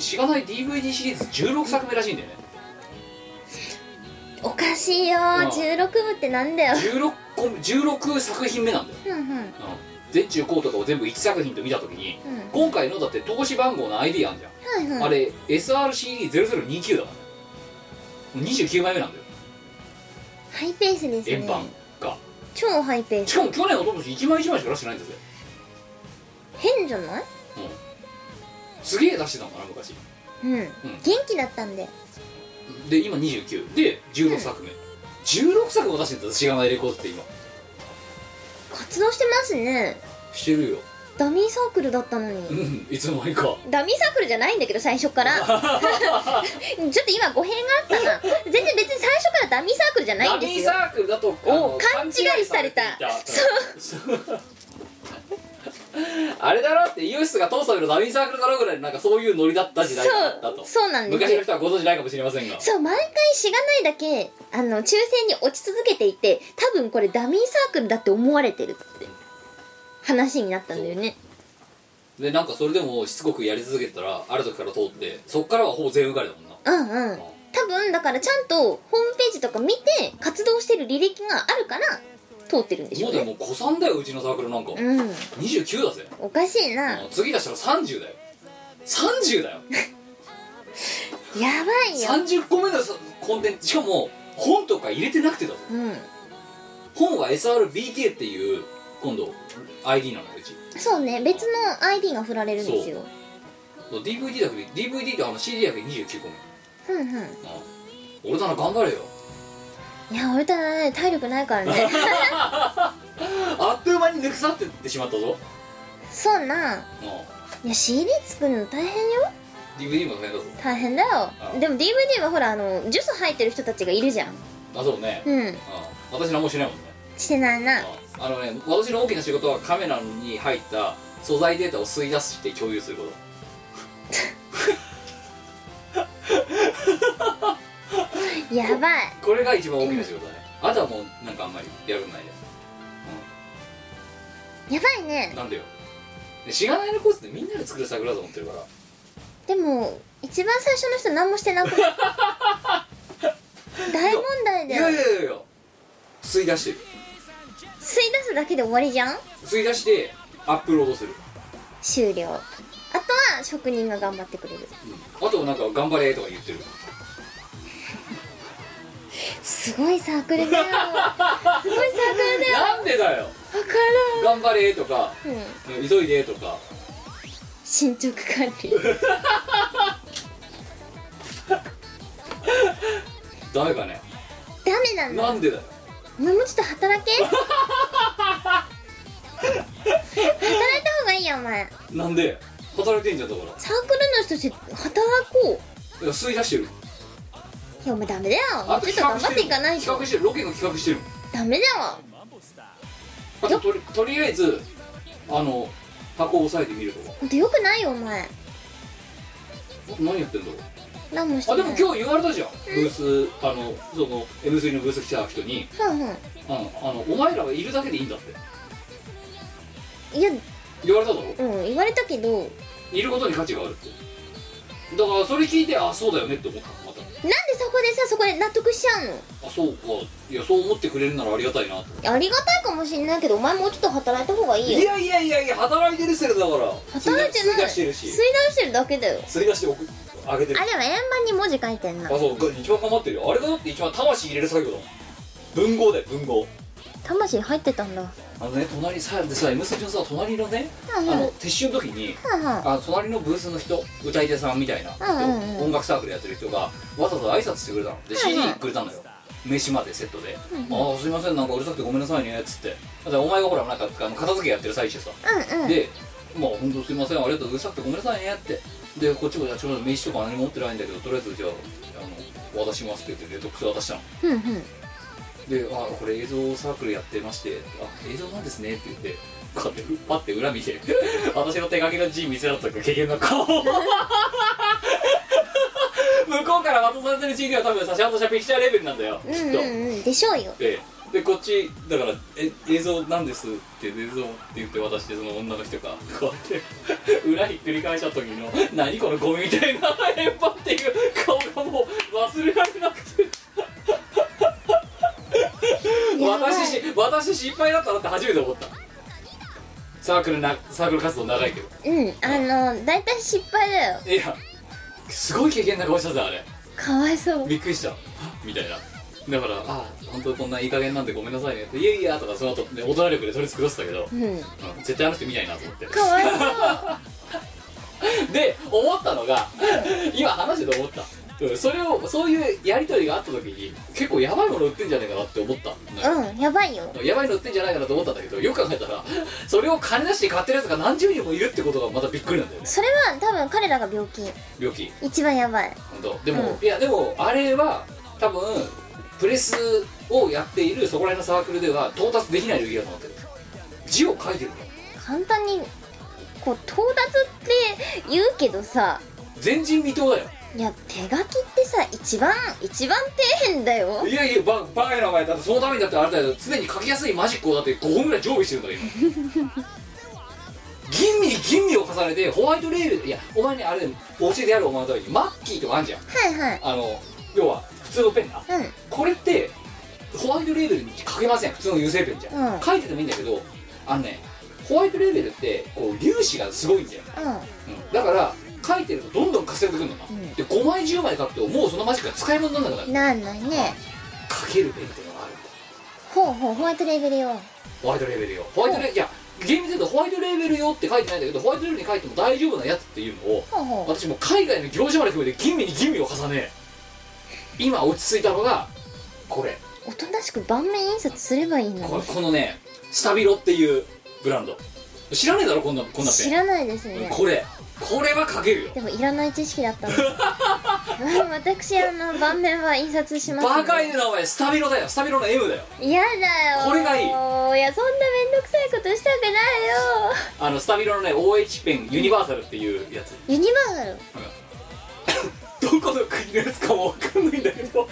Speaker 2: しがない DVD シリーズ16作目らしいんだよね
Speaker 3: おかしいよ
Speaker 2: うん
Speaker 3: 16部ってなんだよ
Speaker 2: 16, 個16作品目なんだよ、
Speaker 3: うんうん
Speaker 2: うん、全中高とかを全部1作品と見た時に
Speaker 3: うん
Speaker 2: 今回のだって投資番号の ID あんじゃん
Speaker 3: はいはい
Speaker 2: あれ SRCD0029 だからね29枚目なんだよ
Speaker 3: ハイペースですね
Speaker 2: 円盤が
Speaker 3: 超ハイペー
Speaker 2: し
Speaker 3: ス
Speaker 2: かも去年おととし1枚1枚しか出してないんだぜ
Speaker 3: 変じゃない
Speaker 2: すげえ出してたのかな昔
Speaker 3: うん、元気だったんで
Speaker 2: で今29で16作目、16作も出してんだしがないレコードって今
Speaker 3: 活動してますね
Speaker 2: してるよ
Speaker 3: ダミーサークルだったのに、
Speaker 2: うんいつの間にか
Speaker 3: ダミーサークルじゃないんだけど最初から ちょっと今語弊があったな全然別に最初からダミーサークルじゃないんですよ
Speaker 2: ダミーサークルだとあの
Speaker 3: 勘違いされた
Speaker 2: 勘違いされていたあれだろってユースが父さんよりダミーサークルだろぐらいのなんかそういうノリだった時代だった
Speaker 3: そう
Speaker 2: と
Speaker 3: そうなんです
Speaker 2: 昔
Speaker 3: よ
Speaker 2: の人はご存知ないかもしれませんが
Speaker 3: そう毎回しがないだけあの抽選に落ち続けていて多分これダミーサークルだって思われてるって話になったんだよね
Speaker 2: でなんかそれでもしつこくやり続けてたらある時から通ってそっからはほぼ全部彼だもんな
Speaker 3: うんうん多分だからちゃんとホームページとか見て活動してる履歴があるから通ってるんでしょ
Speaker 2: もう
Speaker 3: う
Speaker 2: でも
Speaker 3: ね
Speaker 2: もう子さんだようちのサークルなんか、
Speaker 3: うん
Speaker 2: 29だぜ、
Speaker 3: おかしいな
Speaker 2: もう次出したら30だよ30だよ
Speaker 3: やばいよ
Speaker 2: 30個目のそコンテンツしかも本とか入れてなくてだぞ
Speaker 3: うん
Speaker 2: 本は SRBK っていう今度 ID なのようち
Speaker 3: そうね別の ID が振られるんですよ
Speaker 2: DVD だけで DVD とあの CD だけで29個目
Speaker 3: ふんふん
Speaker 2: 俺だな頑張れよ
Speaker 3: いや俺たらね 体力ないからね
Speaker 2: あっという間に抜き去ってってしまったぞ
Speaker 3: そうな
Speaker 2: も
Speaker 3: いや CD 作るの大変よ
Speaker 2: う DVD もねどうぞ
Speaker 3: 大変だよ
Speaker 2: あ
Speaker 3: でも DVD はほらあのジュース入ってる人たちがいるじゃん
Speaker 2: あそうね、
Speaker 3: うん
Speaker 2: うん私何もしないもんね
Speaker 3: してないな
Speaker 2: あのね私の大きな仕事はカメラに入った素材データを吸い出して共有すること
Speaker 3: やばい
Speaker 2: これが一番大きな仕事だね、あとはもうなんかあんまりやるんないで、
Speaker 3: やばいね
Speaker 2: なんでよでしがないのコースってみんなで作る桜だと思ってるから
Speaker 3: でも一番最初の人何もしてなく ない大問題
Speaker 2: い
Speaker 3: だ
Speaker 2: やい
Speaker 3: よ
Speaker 2: やいやいや吸い出してる
Speaker 3: 吸い出すだけで終わりじゃん
Speaker 2: 吸い出してアップロードする、
Speaker 3: 終了あとは職人が頑張ってくれる
Speaker 2: あとなんか頑張れとか言ってる
Speaker 3: すごいサークルだ よすごいサークルだよ
Speaker 2: なんでだよ
Speaker 3: わか
Speaker 2: 頑張れとか
Speaker 3: るうん
Speaker 2: 急いでとか
Speaker 3: 進捗管 理
Speaker 2: ダメかね
Speaker 3: ダメなんだ
Speaker 2: なんでだよ
Speaker 3: お前もうちょっと働け 働いた方がいいよお前
Speaker 2: なんで働いてんじゃんだからだか
Speaker 3: サークルの人って働こう
Speaker 2: ら吸い出してる
Speaker 3: いやお前ダメだよもうちょっと頑張っていかない
Speaker 2: 企
Speaker 3: と
Speaker 2: 画してるロケの企画してる
Speaker 3: ダメだよ
Speaker 2: あととりとりあえずあの箱を押さえてみるとか
Speaker 3: ほんとよくないよお前
Speaker 2: お何やってんだろう
Speaker 3: 何もしてな
Speaker 2: あ
Speaker 3: い
Speaker 2: でも今日言われたじゃんブースあのその M3 のブース来た人に
Speaker 3: ふんふん
Speaker 2: あのあのお前らがいるだけでいいんだって
Speaker 3: いや
Speaker 2: 言われただろ
Speaker 3: うん言われたけどなんで
Speaker 2: いることに価値があるってだからそれ聞いてあそうだよねって思ったのまた
Speaker 3: そこでさそこで納得しちゃう
Speaker 2: あそうかいやそう思ってくれるならありがたいなと
Speaker 3: のありがたいかもしんないけどお前もうちょっと働いた方がいいよ
Speaker 2: いやいやいやいや働いてるせるだから
Speaker 3: 働いてない
Speaker 2: 吸い出してる
Speaker 3: 吸い出
Speaker 2: し
Speaker 3: してるだけだよ
Speaker 2: 吸い出して送っあげてる
Speaker 3: あでも円盤に文字書いてんな
Speaker 2: あそうが一番頑張ってるよあれがだって一番魂入れる作業だもん文豪だよ文豪
Speaker 3: 魂入ってたんだは
Speaker 2: あのね隣さでさ M スタジオのさ隣のね
Speaker 3: あ
Speaker 2: あ
Speaker 3: はあ
Speaker 2: の撤収の時に
Speaker 3: あはあ
Speaker 2: あ隣のブースの人歌い手さんみたいな人、
Speaker 3: うんうんうん
Speaker 2: 音楽サークルやってる人がわざわざ挨拶してくれたので
Speaker 3: はい
Speaker 2: CD
Speaker 3: はい
Speaker 2: くれたのよ飯までセットで「
Speaker 3: うんうん
Speaker 2: ああすいませんなんかうるさくてごめんなさいね」っつってだってお前がほらなんかあの片付けやってる最中さ
Speaker 3: うんうん
Speaker 2: で「まあ本当すいませんありがとううるさくてごめんなさいね」ってでこっちもじゃあちょうど名刺とか何も持ってないんだけどとりあえずじゃああの渡しますって言ってレトックス渡したの
Speaker 3: うんうん
Speaker 2: で「あこれ映像サークルやってましてあ映像なんですね」って言ってこうやってパッて裏見て 私の手書きの字見せられた経験の顔 向こうから渡されてる CD は多分差し渡しはピクチャーレベルなんだよ
Speaker 3: う
Speaker 2: きっと、
Speaker 3: んうんうんでしょうよ
Speaker 2: ででこっちだからえ「映像なんです」って「映像」って言って渡してその女の人がこうやって裏ひっくり返した時の「何このゴミみたいな円盤」っていう顔がもう忘れられなくて
Speaker 3: やばい
Speaker 2: 私し私失敗だったなって初めて思ったサークルなサークル活動長いけど
Speaker 3: うんあの大体失敗だよ
Speaker 2: いやすごい経験な顔したぜあれ
Speaker 3: かわいそう
Speaker 2: びっくりしたはっみたいなだから「あ本当こんないい加減なんでごめんなさいね」って「いやいや」とかその後ね大人力で取り繕ってたけど
Speaker 3: うん
Speaker 2: うん絶対あの人見ないなと思って
Speaker 3: かわいそう
Speaker 2: で思ったのが 今話してて思ったうんそれをそういうやり取りがあった時に結構やばいもの売ってんじゃないかなって思ったのよ
Speaker 3: うんやばいよ
Speaker 2: やばいの売ってんじゃないかなと思ったんだけどよく考えたらそれを金出して買ってるやつが何十人もいるってことがまたびっくりなんだよね
Speaker 3: それは多分彼らが病気
Speaker 2: 病気
Speaker 3: 一番やばい
Speaker 2: 本当でも、
Speaker 3: う
Speaker 2: いやでもあれは多分プレスをやっているそこら辺のサークルでは到達できない領域だと思ってる字を書いてるの
Speaker 3: 簡単にこう到達って言うけどさ
Speaker 2: 前人未到だよ
Speaker 3: いや手書きってさ一番一番底辺だよ
Speaker 2: いやいやババカなお前だってそのためにだってあれだよ常に書きやすいマジックをだって5本ぐらい常備してるんだよ今吟味に吟味を重ねてホワイトレールいやお前ねあれ教えてやるお前のためにマッキーとかあんじゃん
Speaker 3: はいはい
Speaker 2: あの要は普通のペンな
Speaker 3: うん
Speaker 2: これってホワイトレーベルに書けません普通の油性ペンじゃん、
Speaker 3: うん
Speaker 2: 書いててもいいんだけどあのねホワイトレーベルってこう粒子がすごいんだよ、
Speaker 3: う
Speaker 2: うんだから書いてるとどんどん稼いでくるのな、
Speaker 3: うん
Speaker 2: で5枚10枚書くともうそのマジックが使い物にならなくなんる
Speaker 3: なんないね
Speaker 2: 書けるペンっていうのがあるんだ
Speaker 3: ほうほうホワイトレベルよ
Speaker 2: ホワイトレーベル用ホワイトレいや厳密に言うとホワイトレーベル用って書いてないんだけどホワイトレーベルに書いても大丈夫なやつっていうのを
Speaker 3: ほうほ
Speaker 2: 私もう海外の業者まで含めて吟味に吟味を重ね今落ち着いたのがこれ
Speaker 3: うおとなしく盤面印刷すればいいの
Speaker 2: こ
Speaker 3: に
Speaker 2: このねスタビロっていうブランド知らねえだろこんなこんなペン
Speaker 3: 知らないですね
Speaker 2: これこれは書けるよ
Speaker 3: でもいらない知識だったの 私あの盤面は印刷します
Speaker 2: バカ犬だお前スタビロだよスタビロの M だよ
Speaker 3: 嫌だよ
Speaker 2: これがいい
Speaker 3: いやそんなめんどくさいことしたくないよ
Speaker 2: あのスタビロのね OH ペンユニバーサルっていうやつ
Speaker 3: ユニバーサル
Speaker 2: どこの国のやつかもわかんないんだけど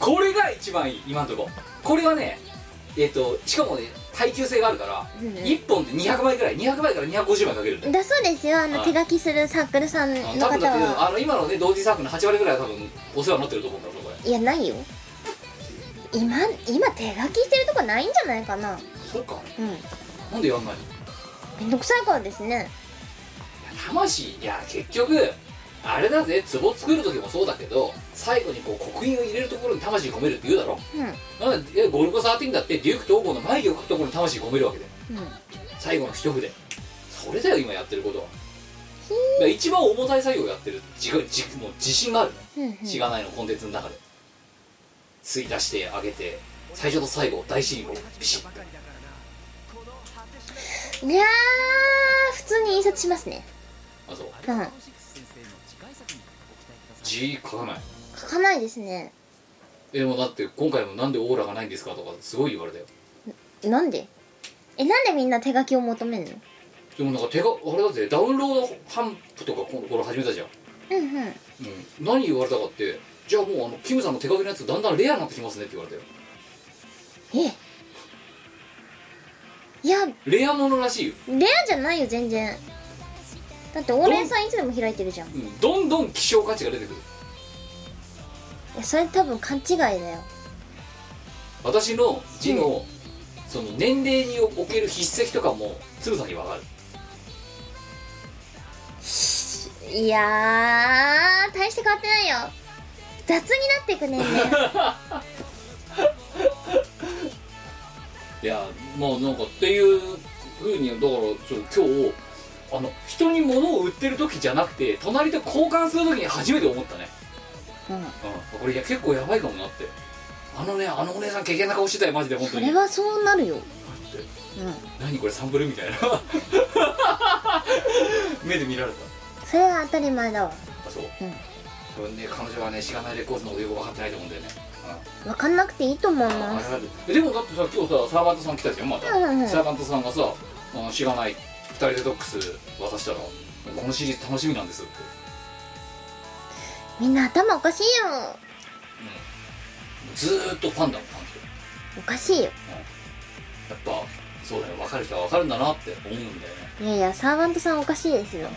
Speaker 2: これが一番いい今んとここれはねえっ、としかもね耐久性があるから、
Speaker 3: うんうん
Speaker 2: 1本で200枚ぐらい200枚から250枚かけるんだよ
Speaker 3: だそうですよあの
Speaker 2: は
Speaker 3: 手
Speaker 2: い
Speaker 3: 書きするサークルさんの
Speaker 2: あ
Speaker 3: 方
Speaker 2: の多分だって
Speaker 3: は
Speaker 2: あの今のね同時サークルの8割ぐらいは多分お世話になってると思うんだろうなこれ
Speaker 3: いやないよ今今手書きしてるとこないんじゃないかな
Speaker 2: そうか
Speaker 3: うん
Speaker 2: なんでやんないの
Speaker 3: めんどくさいからですね
Speaker 2: 魂いや結局あれだぜ壺作る時もそうだけど最後にこう刻印を入れるところに魂込めるって言うだろ
Speaker 3: うん
Speaker 2: なんでえゴルゴ13だってデューク統合の眉毛を描くところに魂込めるわけで
Speaker 3: うん
Speaker 2: 最後の一筆それだよ今やってることはだから一番重たい作業をやってる自自もう自信がある
Speaker 3: うんうん
Speaker 2: しがないのコンテンツの中で吸い出してあげて最初と最後を大尻をビシッ
Speaker 3: いやー普通に印刷しますね
Speaker 2: あそう
Speaker 3: うん
Speaker 2: 字書かない
Speaker 3: 書かないですね
Speaker 2: えでもだって今回もなんでオーラがないんですかとかすごい言われたよ
Speaker 3: なんでえなんでみんな手書きを求めるの
Speaker 2: でもなんか手があれだってダウンロード販布とかこの頃始めたじゃん、
Speaker 3: うんうん
Speaker 2: うん、何言われたかってじゃあもうあのキムさんの手書きのやつだんだんレアになってきますねって言われたよ
Speaker 3: えいや
Speaker 2: レアものらしいよ、
Speaker 3: レアじゃないよ全然だってオーレンさんいつでも開いてるじゃんい
Speaker 2: うん、どんどん希少価値が出てくる
Speaker 3: やそれ多分勘違いだよ
Speaker 2: 私の字の、その年齢における筆跡とかもつぶさにわかる
Speaker 3: いやー大して変わってないよ雑になっていくねんね
Speaker 2: いやまあなんかっていうふうにだからそう今日あの人に物を売ってる時じゃなくて隣と交換する時に初めて思ったね
Speaker 3: うん
Speaker 2: うん、これいや結構やばいかもなってあのねあのお姉さん経験な顔してたよマジで本当
Speaker 3: そ
Speaker 2: に
Speaker 3: れはそうなるようん
Speaker 2: 何これサンプルみたいな 目で見られた
Speaker 3: それは当たり前だわ
Speaker 2: あそう、
Speaker 3: うん
Speaker 2: 多分ね彼女はねしがないレコーズのことよく分かってないと思うんだよね、
Speaker 3: 分かんなくていいと思い
Speaker 2: うん、
Speaker 3: ます
Speaker 2: あれでもだってさ今日さサーバントさん来たじゃんまた、
Speaker 3: うんうんうん
Speaker 2: サーバントさんがさあのしがない2人でドックス渡したらこのシリーズ楽しみなんですって
Speaker 3: みんな頭おかしいよ
Speaker 2: ずーっとファンだもんなんて
Speaker 3: おかしいよ
Speaker 2: やっぱそうだよ分かる人は分かるんだなって思うんだよね
Speaker 3: いやいやサーバントさんおかしいですよ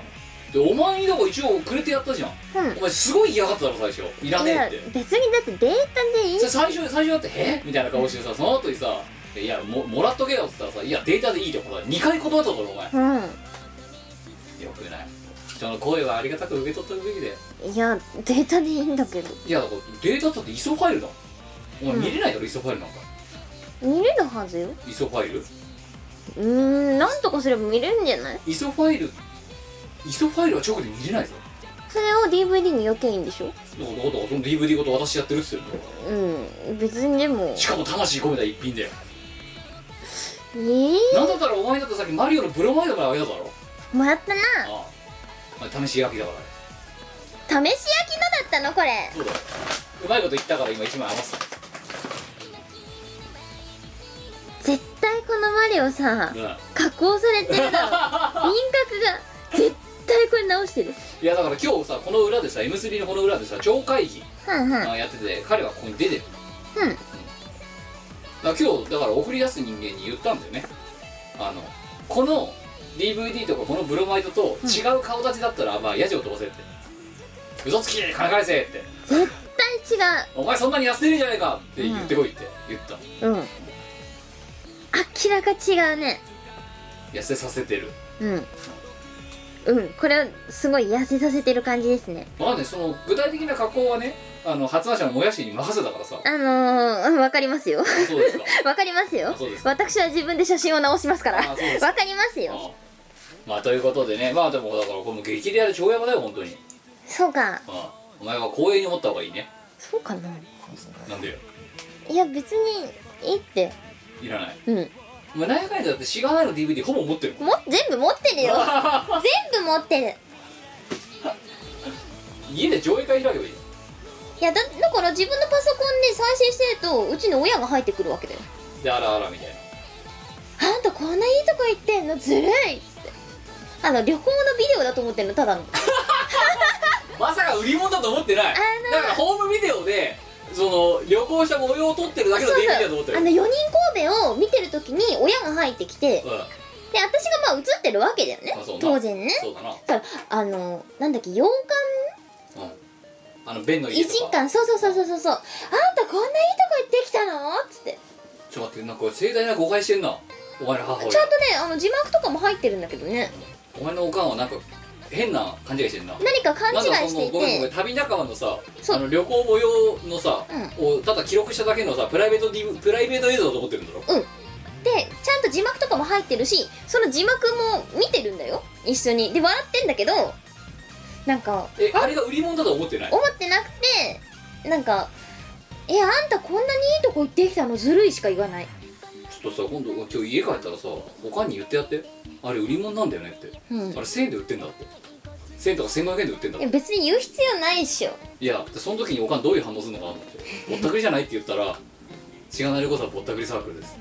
Speaker 2: でお前にだから一応くれてやったじゃん
Speaker 3: うん
Speaker 2: お前すごい嫌がっただろ最初いら
Speaker 3: い
Speaker 2: ねえ
Speaker 3: や
Speaker 2: って
Speaker 3: 別にだってデータでいい
Speaker 2: それ最初最初だって「えみたいな顔してさその後にさ「いやももらっとけよ」っつったらさ「いやデータでいい」ってほら2回断っただろお前
Speaker 3: う
Speaker 2: よくない人の声はありがたく受け取ったべきで
Speaker 3: んいやデータでいいんだけど
Speaker 2: いやだからデータだって ISO ファイルだもんお
Speaker 3: うん
Speaker 2: 前見れないだろ ISO ファイルなんか
Speaker 3: 見れるはずよ
Speaker 2: ISO ファイル
Speaker 3: うーんなんとかすれば見れるんじゃない
Speaker 2: ISO ファイル ISO ファイルは直で見れないぞ
Speaker 3: それを DVD に余計いいんでしょ
Speaker 2: だからだからその DVD ごと私やってるっつってんだか
Speaker 3: うん別にでも
Speaker 2: らしかも魂込めた一品で
Speaker 3: えー、
Speaker 2: なんだったらお前だってさっきマリオのブロマイドからあげただろ
Speaker 3: もらったな
Speaker 2: ああお前試し焼きだから
Speaker 3: 試し焼きのだったのこれ
Speaker 2: そうだようまいこと言ったから今一枚余す
Speaker 3: 絶対このマリオさ
Speaker 2: うん
Speaker 3: 加工されて るだろ輪郭が絶対これ直してる
Speaker 2: いやだから今日さこの裏でさ M3 のこの裏でさ超会議
Speaker 3: はんはん
Speaker 2: あやってて彼はここに出てる
Speaker 3: うん
Speaker 2: だから今日だから送り出す人間に言ったんだよねあのこの DVD とかこのブロマイドと違う顔立ちだったら、まあヤジを飛ばせって嘘つき金返せって
Speaker 3: 絶対
Speaker 2: お前そんなに痩せてるじゃないかって言ってこいって言った、
Speaker 3: 違ううん明らか違うね
Speaker 2: 痩せさせてる
Speaker 3: うんうんこれはすごい痩せさせてる感じですね
Speaker 2: まあねその具体的な加工はねあの発案者のもやしに任せたからさ
Speaker 3: あのー、わかりますよ
Speaker 2: そうですか
Speaker 3: わかりますよ
Speaker 2: あそうですか
Speaker 3: 私は自分で写真を直しますから
Speaker 2: あ
Speaker 3: わ
Speaker 2: そうですか
Speaker 3: かりますよ
Speaker 2: ああまあということでねまあでもだからこの激レアで超山だよ本当に
Speaker 3: そうか
Speaker 2: ああお前は光栄に思った方がいいね
Speaker 3: そうかな
Speaker 2: なんでよ
Speaker 3: いや別にいいって
Speaker 2: いらない
Speaker 3: うん
Speaker 2: まあ、なんやかんやだってシガーハイの DVD ほぼ持ってるもん
Speaker 3: も全部持って るよ全部持ってる
Speaker 2: 家で上映会開けばいいよ
Speaker 3: いやだだから自分のパソコンで再生してるとうちの親が入ってくるわけだよ
Speaker 2: であらあらみたいな
Speaker 3: あんたこんないいとこ行ってんのずるいっつってあの旅行のビデオだと思ってんのただの
Speaker 2: まさか売り物だと思ってない
Speaker 3: あの
Speaker 2: だからホームビデオでその旅行した模様を撮ってるだけの DVD だと思って
Speaker 3: あ
Speaker 2: る
Speaker 3: の4人神戸を見てる時に親が入ってきてで
Speaker 2: うん
Speaker 3: 私がまあ映ってるわけだよね
Speaker 2: あそうな
Speaker 3: 当然ね
Speaker 2: そうだな
Speaker 3: だからあのなんだっけ洋館
Speaker 2: うんあのベンの家
Speaker 3: 維
Speaker 2: と
Speaker 3: 新
Speaker 2: か
Speaker 3: 館そうそうそうそうそうそうあんたこんないいとこ行ってきたのっつって
Speaker 2: ちょっと待ってなんか盛大な誤解してんなお前の母親
Speaker 3: ちゃんとねあの字幕とかも入ってるんだけどね
Speaker 2: お前のおかんはなんか変な勘違いしてんな
Speaker 3: 何か勘違
Speaker 2: なんか
Speaker 3: いし
Speaker 2: そ
Speaker 3: て
Speaker 2: の
Speaker 3: い
Speaker 2: ごめんごめん
Speaker 3: て
Speaker 2: 旅仲間のさ
Speaker 3: そう
Speaker 2: あの旅行模様のさ、をただ記録しただけのさプライベートディブプライベート映像だと思ってるんだろ
Speaker 3: でちゃんと字幕とかも入ってるしその字幕も見てるんだよ一緒にで笑ってんだけどなんか
Speaker 2: えあれが売り物だと思ってない
Speaker 3: 思ってなくてなんか「えあんたこんなにいいとこ行ってきたのずるい」しか言わない
Speaker 2: ちょっとさ今度今日家帰ったらさおかんに言ってやってあれ売り物なんだよねって、
Speaker 3: うん
Speaker 2: あれ1000円で売ってんだって1000円とか1500円で売ってんだっ
Speaker 3: いや
Speaker 2: て
Speaker 3: 別に言う必要ないっしょ
Speaker 2: いやでその時におかんどういう反応するのかなと思ってぼったくりじゃないって言ったら違うなりこそはぼったくりサークルです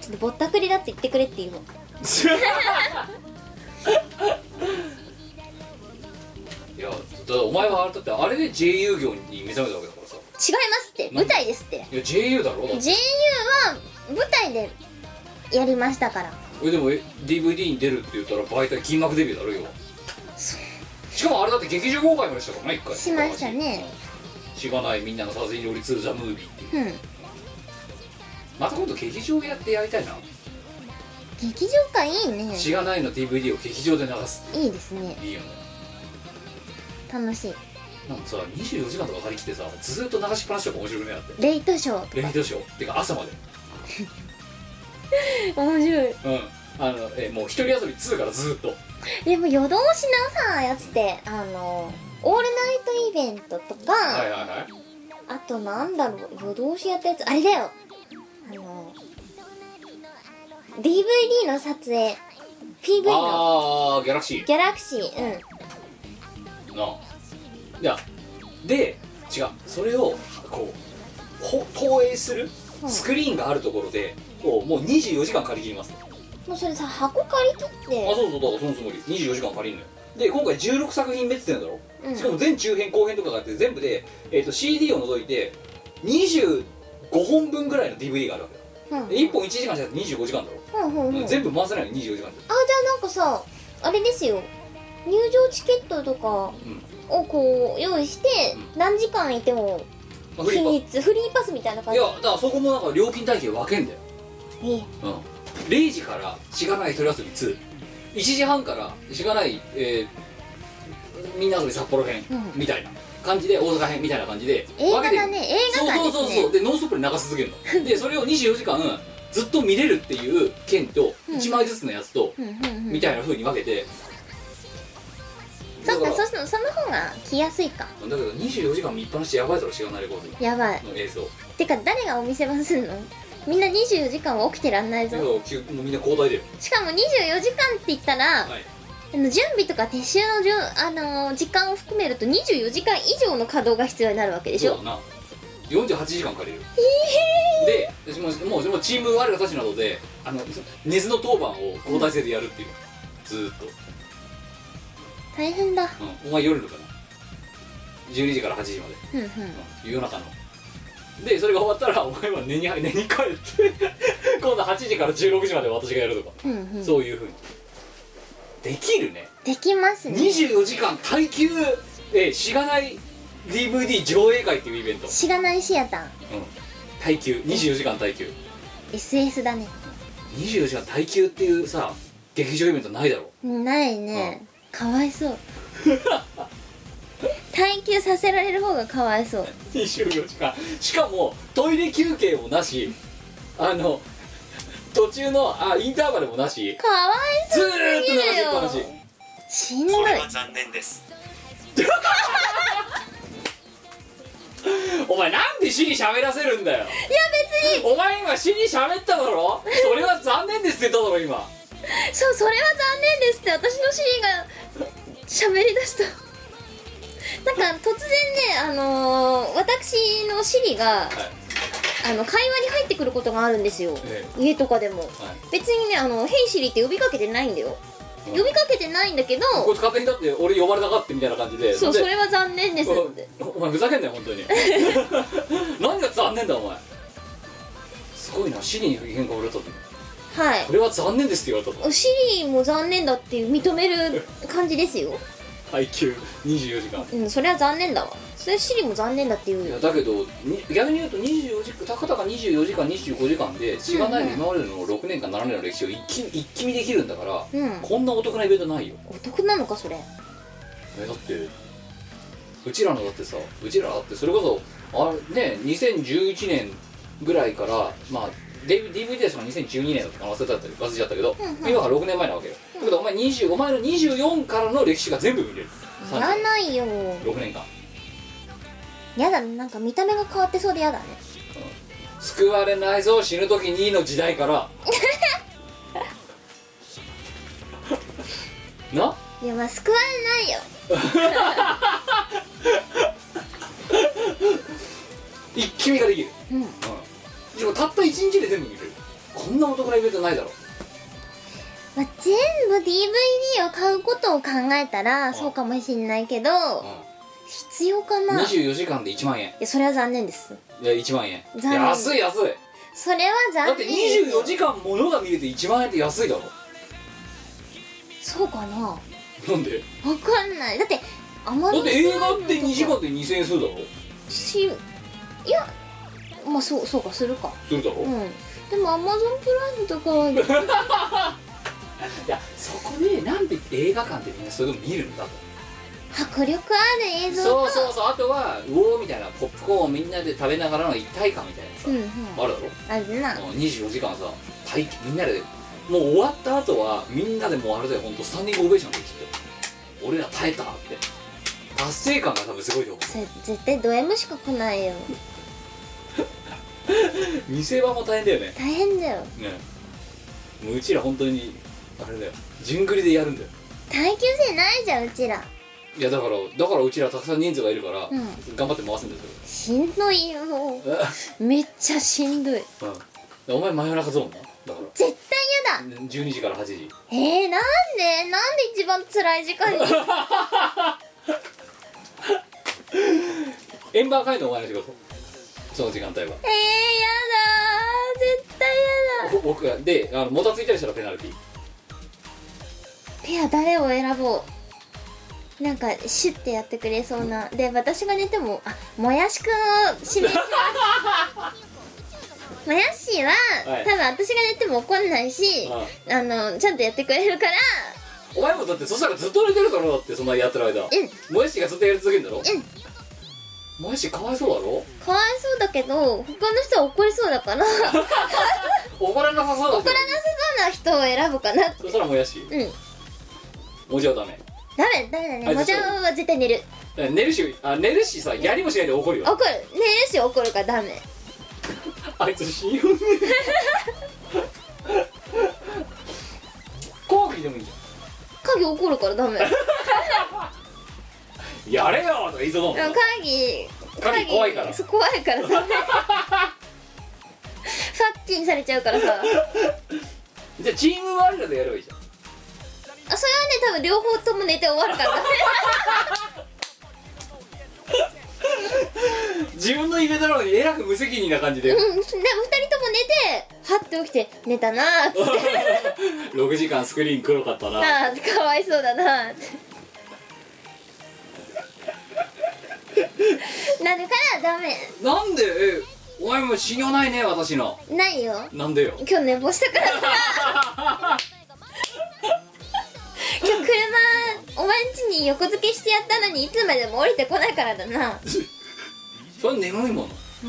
Speaker 3: ちょっとぼったくりだって言ってくれって言うの
Speaker 2: いやだからお前はあれだってあれで JU 業に目覚めたわけだからさ
Speaker 3: 違いますって舞台ですって
Speaker 2: いや JU だろだって
Speaker 3: JU は舞台でやりましたから
Speaker 2: えでもえ DVD に出るって言ったら媒体金額デビューだろ要はしかもあれだって劇場公開までしたからね一回
Speaker 3: しましたね
Speaker 2: うんしがないみんなの殺人料理ツーザムービーっていう
Speaker 3: うん
Speaker 2: また今度劇場でやってやりたいな、
Speaker 3: 劇場感いいね
Speaker 2: しがないの DVD を劇場で流す
Speaker 3: いいですね
Speaker 2: いいよね
Speaker 3: 楽しい
Speaker 2: なんかさ24時間とか張り切ってさずーっと流しっぱなしとか面白くねえなって
Speaker 3: レイトショーと
Speaker 2: レギュラーショーってか朝まで
Speaker 3: 面白い
Speaker 2: うんあのえもう一人遊び2からずーっと
Speaker 3: でも夜通しなさやつってあのオールナイトイベントとか、
Speaker 2: はいはいはい
Speaker 3: あとなんだろう夜通しやったやつあれだよあの DVD の撮影 PV の
Speaker 2: ああギャラクシー
Speaker 3: ギャラクシーうん
Speaker 2: なあいやで違うそれをこうほ投影する
Speaker 3: うん
Speaker 2: スクリーンがあるところで、こうもう24時間借り切ります、あ
Speaker 3: もうそれさ箱借り切って
Speaker 2: そうそうだからそのつもり24時間借りるのよで今回16作品目って言ってんだろ、
Speaker 3: うん
Speaker 2: しかも全中編後編とかがあって全部で、えー、と CD を除いて25本分ぐらいの DVD があるわけ
Speaker 3: う
Speaker 2: だ
Speaker 3: んうん
Speaker 2: で1本1時間じゃなくて25時間だろ、
Speaker 3: うんうんあじゃ
Speaker 2: 全部回せないの24時間で
Speaker 3: あなんかさあれですよ入場チケットとか
Speaker 2: うん
Speaker 3: をこう用意して
Speaker 2: う
Speaker 3: 何時間いても
Speaker 2: まあフリ
Speaker 3: 日
Speaker 2: ーパ
Speaker 3: にちフリーパスみたいな感
Speaker 2: い
Speaker 3: じ
Speaker 2: やだからそこもなんか料金体系分けんだよ
Speaker 3: ええ
Speaker 2: うん、0時から「しがない取り遊び2」1時半から「しがない、えーみんな遊び札幌編
Speaker 3: うん」
Speaker 2: みたいな感じで大阪編みたいな感じで
Speaker 3: 映画
Speaker 2: て
Speaker 3: だね映
Speaker 2: そう
Speaker 3: 画館
Speaker 2: そ
Speaker 3: です
Speaker 2: うそう
Speaker 3: ね
Speaker 2: そうでノンストップで流し続けるの でそれを24時間ずっと見れるっていう券と
Speaker 3: うん
Speaker 2: 1枚ずつのやつと、
Speaker 3: うんうんうん
Speaker 2: みたいな風に分けて
Speaker 3: そっ
Speaker 2: だ
Speaker 3: か
Speaker 2: から
Speaker 3: そそその方が来やすいか
Speaker 2: だけど24時間見っぱなしでやばいだろしがないレコード
Speaker 3: やばい
Speaker 2: の映像
Speaker 3: てか誰がお店番すんのみんな24時間は起きてらんない
Speaker 2: だ
Speaker 3: ぞ
Speaker 2: から急もうみんな交代だよ、
Speaker 3: しかも24時間って言ったら、
Speaker 2: はい、
Speaker 3: あの準備とか撤収のじゅ、あのー時間を含めると24時間以上の稼働が必要になるわけでし
Speaker 2: そ
Speaker 3: ょ
Speaker 2: うだな48時間借りるで私ももうもうチーム我らたちなどであの根津の当番を交代制でやるっていう、ずーっと、
Speaker 3: 大変だ
Speaker 2: うん、お前夜のかな12時から8時ま
Speaker 3: う
Speaker 2: で、
Speaker 3: んうん
Speaker 2: うん夜中のでそれが終わったらお前は寝に入寝に帰って 今度8時から16時まで私がやるとか、
Speaker 3: うんうん
Speaker 2: そういうふうにできるね
Speaker 3: できますね
Speaker 2: 24時間耐久えーしがない DVD 上映会っていうイベント、
Speaker 3: しがないシアター
Speaker 2: うん、耐久24時間耐久
Speaker 3: SS だね
Speaker 2: 24時間耐久っていうさ劇場イベントないだろ
Speaker 3: ないね、かわいそう 耐久させられる方がかわいそう
Speaker 2: 24時間しかもトイレ休憩もなしあの途中のあインターバルもなし
Speaker 3: かわい
Speaker 2: ず
Speaker 3: そ
Speaker 2: ー
Speaker 3: う
Speaker 2: っ
Speaker 3: す
Speaker 2: と流しっぱな
Speaker 3: ぎ
Speaker 2: し
Speaker 3: るよしんどい
Speaker 4: これは残念です
Speaker 2: お前なんで死に喋らせるんだよ
Speaker 3: いや別に
Speaker 2: お前今死に喋っただろそれは残念ですって言っただろ今
Speaker 3: そうそれは残念ですって私のシーンが喋りだしたなんか突然ねあのー私のシリが
Speaker 2: はい
Speaker 3: あの会話に入ってくることがあるんですよ、
Speaker 2: え
Speaker 3: 家とかでも
Speaker 2: はい
Speaker 3: 別にねあの「ヘイシリ」って呼びかけてないんだよ
Speaker 2: うん
Speaker 3: 呼びかけてないんだけど
Speaker 2: こいつ勝手にだって俺呼ばれなかったみたいな感じで
Speaker 3: そう
Speaker 2: で
Speaker 3: それは残念ですって
Speaker 2: おお前ふざけんなよ本 当に何が残念だお前すごいな死に変更売れたって
Speaker 3: はい
Speaker 2: これは残念ですって言われたぞ
Speaker 3: おシリも残念だっていう認める感じですよ
Speaker 2: 配給24時間
Speaker 3: うんそれは残念だわそれシリも残念だってい
Speaker 2: いや
Speaker 3: う
Speaker 2: だけどに逆に言うと24時間たかたか24時間25時間でしがないで今までの6年間7年の歴史を一気一気見できるんだから、
Speaker 3: うん
Speaker 2: こんなお得なイベントないよ
Speaker 3: お得なのかそれ
Speaker 2: えだってうちらのだってさうちらだってそれこそあれね2011年ぐらいからまあデビ DVD ですが2012年だったかな忘れちゃった忘れちゃったけど、
Speaker 3: うんうん
Speaker 2: 今から6年前なわけよ、だけどお前25お前の24からの歴史が全部見れる
Speaker 3: いらないよ
Speaker 2: 6年間
Speaker 3: やだなんか見た目が変わってそうでや だね
Speaker 2: 救われないぞ死ぬ時にの時代からない
Speaker 3: やまあ救われないよ
Speaker 2: 一気見ができる
Speaker 3: うん
Speaker 2: うんでもたった一日で全部見れるこんなお得なイベントないだろ
Speaker 3: まあ、全部 DVD を買うことを考えたらそうかもしんないけど
Speaker 2: う
Speaker 3: 必要か
Speaker 2: ん、
Speaker 3: ない
Speaker 2: 24時間で1万円
Speaker 3: やそれは残念です
Speaker 2: いや1万円
Speaker 3: 残念
Speaker 2: 安い安い
Speaker 3: それは
Speaker 2: だ
Speaker 3: 残
Speaker 2: って
Speaker 3: 念ですよ
Speaker 2: 24時間ものが見れて1万円って安いだろ
Speaker 3: そうかなわ
Speaker 2: なんで
Speaker 3: かんないだってあま
Speaker 2: だ
Speaker 3: り
Speaker 2: って映画って2時間で2000円するだろ
Speaker 3: しいやまあそうそうかするか
Speaker 2: するだろ、
Speaker 3: う
Speaker 2: い
Speaker 3: んでもアマゾンプライムとかは い
Speaker 2: やそこでなんで映画館でみんなそれでも見るんだと
Speaker 3: 迫力ある映像
Speaker 2: そう
Speaker 3: と
Speaker 2: そうそうあとはうおーみたいなポップコーンをみんなで食べながらの一体感みたいなさ、
Speaker 3: うんうん
Speaker 2: あるだろ
Speaker 3: あるな
Speaker 2: もう24時間さ体験みんなでもう終わった後はみんなでもうあれだよ本当スタンディングオベーションできて俺ら耐えたって達成感が多分すごいと思
Speaker 3: それ絶対ド M しか来ないよ
Speaker 2: う店場も大変だよね
Speaker 3: 大変だよ
Speaker 2: ねもううちら本当にあれだよ順繰りでやるんだよ
Speaker 3: 耐久性ないじゃんうちら
Speaker 2: いやだからだからうちらたくさん人数がいるから、
Speaker 3: うん
Speaker 2: 頑張って回すんです
Speaker 3: し
Speaker 2: よ
Speaker 3: んどいよも
Speaker 2: え
Speaker 3: うめっちゃしんどい
Speaker 2: うんお前真夜中ゾーンなだか
Speaker 3: 絶対嫌だ
Speaker 2: ら12時から8時
Speaker 3: えー、なんでなんで一番辛い時 間に
Speaker 2: エンバー会のお前の仕事その時間帯
Speaker 3: え
Speaker 2: は
Speaker 3: ー、やだー絶対やだ
Speaker 2: ぼ僕がであのもたついたりしたらペナルティ
Speaker 3: ペア誰を選ぼうなんかシュッてやってくれそうなで私が寝てもあもやしくんを指 名しますもやしは、
Speaker 2: はい
Speaker 3: 多分私が寝ても怒んないし
Speaker 2: あ
Speaker 3: あのちゃんとやってくれるから
Speaker 2: お前もだってそしたらずっと寝てるだろだってそんなやってる間
Speaker 3: う
Speaker 2: もやしがずっとやり続けるんだろ
Speaker 3: うん
Speaker 2: もやしかわいそうだろ
Speaker 3: かわいそうだけど他の人は怒りそうだから怒らなさ
Speaker 2: 怒らなさそうだ
Speaker 3: そう
Speaker 2: けど
Speaker 3: な人を選ぶかな
Speaker 2: そしたらもやし
Speaker 3: うん
Speaker 2: もちろんダメ
Speaker 3: ダメダメだ
Speaker 2: あ
Speaker 3: ねもちゃんは絶対寝る
Speaker 2: だから寝るしあ寝るしさやりもしないで怒るよ
Speaker 3: 怒る寝るし怒るからダメ
Speaker 2: あいつ信 用ね後期でもいいじ
Speaker 3: 鍵怒るからダ メ
Speaker 2: ゃんやれよとか言いそうだもんな
Speaker 3: 鍵
Speaker 2: 鍵怖いから
Speaker 3: そう怖いからダメファッキンされちゃうからさあそれはね
Speaker 2: じゃあチームワールドでやればいいじゃん
Speaker 3: 多分両方とも寝て終わるからダメ
Speaker 2: 自分のイベントなのにえらく無責任な感 じ で
Speaker 3: うんでも二人とも寝てはって起きて寝たなーっつって
Speaker 2: 6時間スクリーン黒かったな
Speaker 3: あーかわいそうだなーってなるからダメ
Speaker 2: なんでえお前も信用ないね私の
Speaker 3: ないよ
Speaker 2: なんでよ
Speaker 3: 今日寝坊したからさ今日車お前ん家に横付けしてやったのにいつまでも降りてこないからだな
Speaker 2: それ眠いも
Speaker 3: う
Speaker 2: の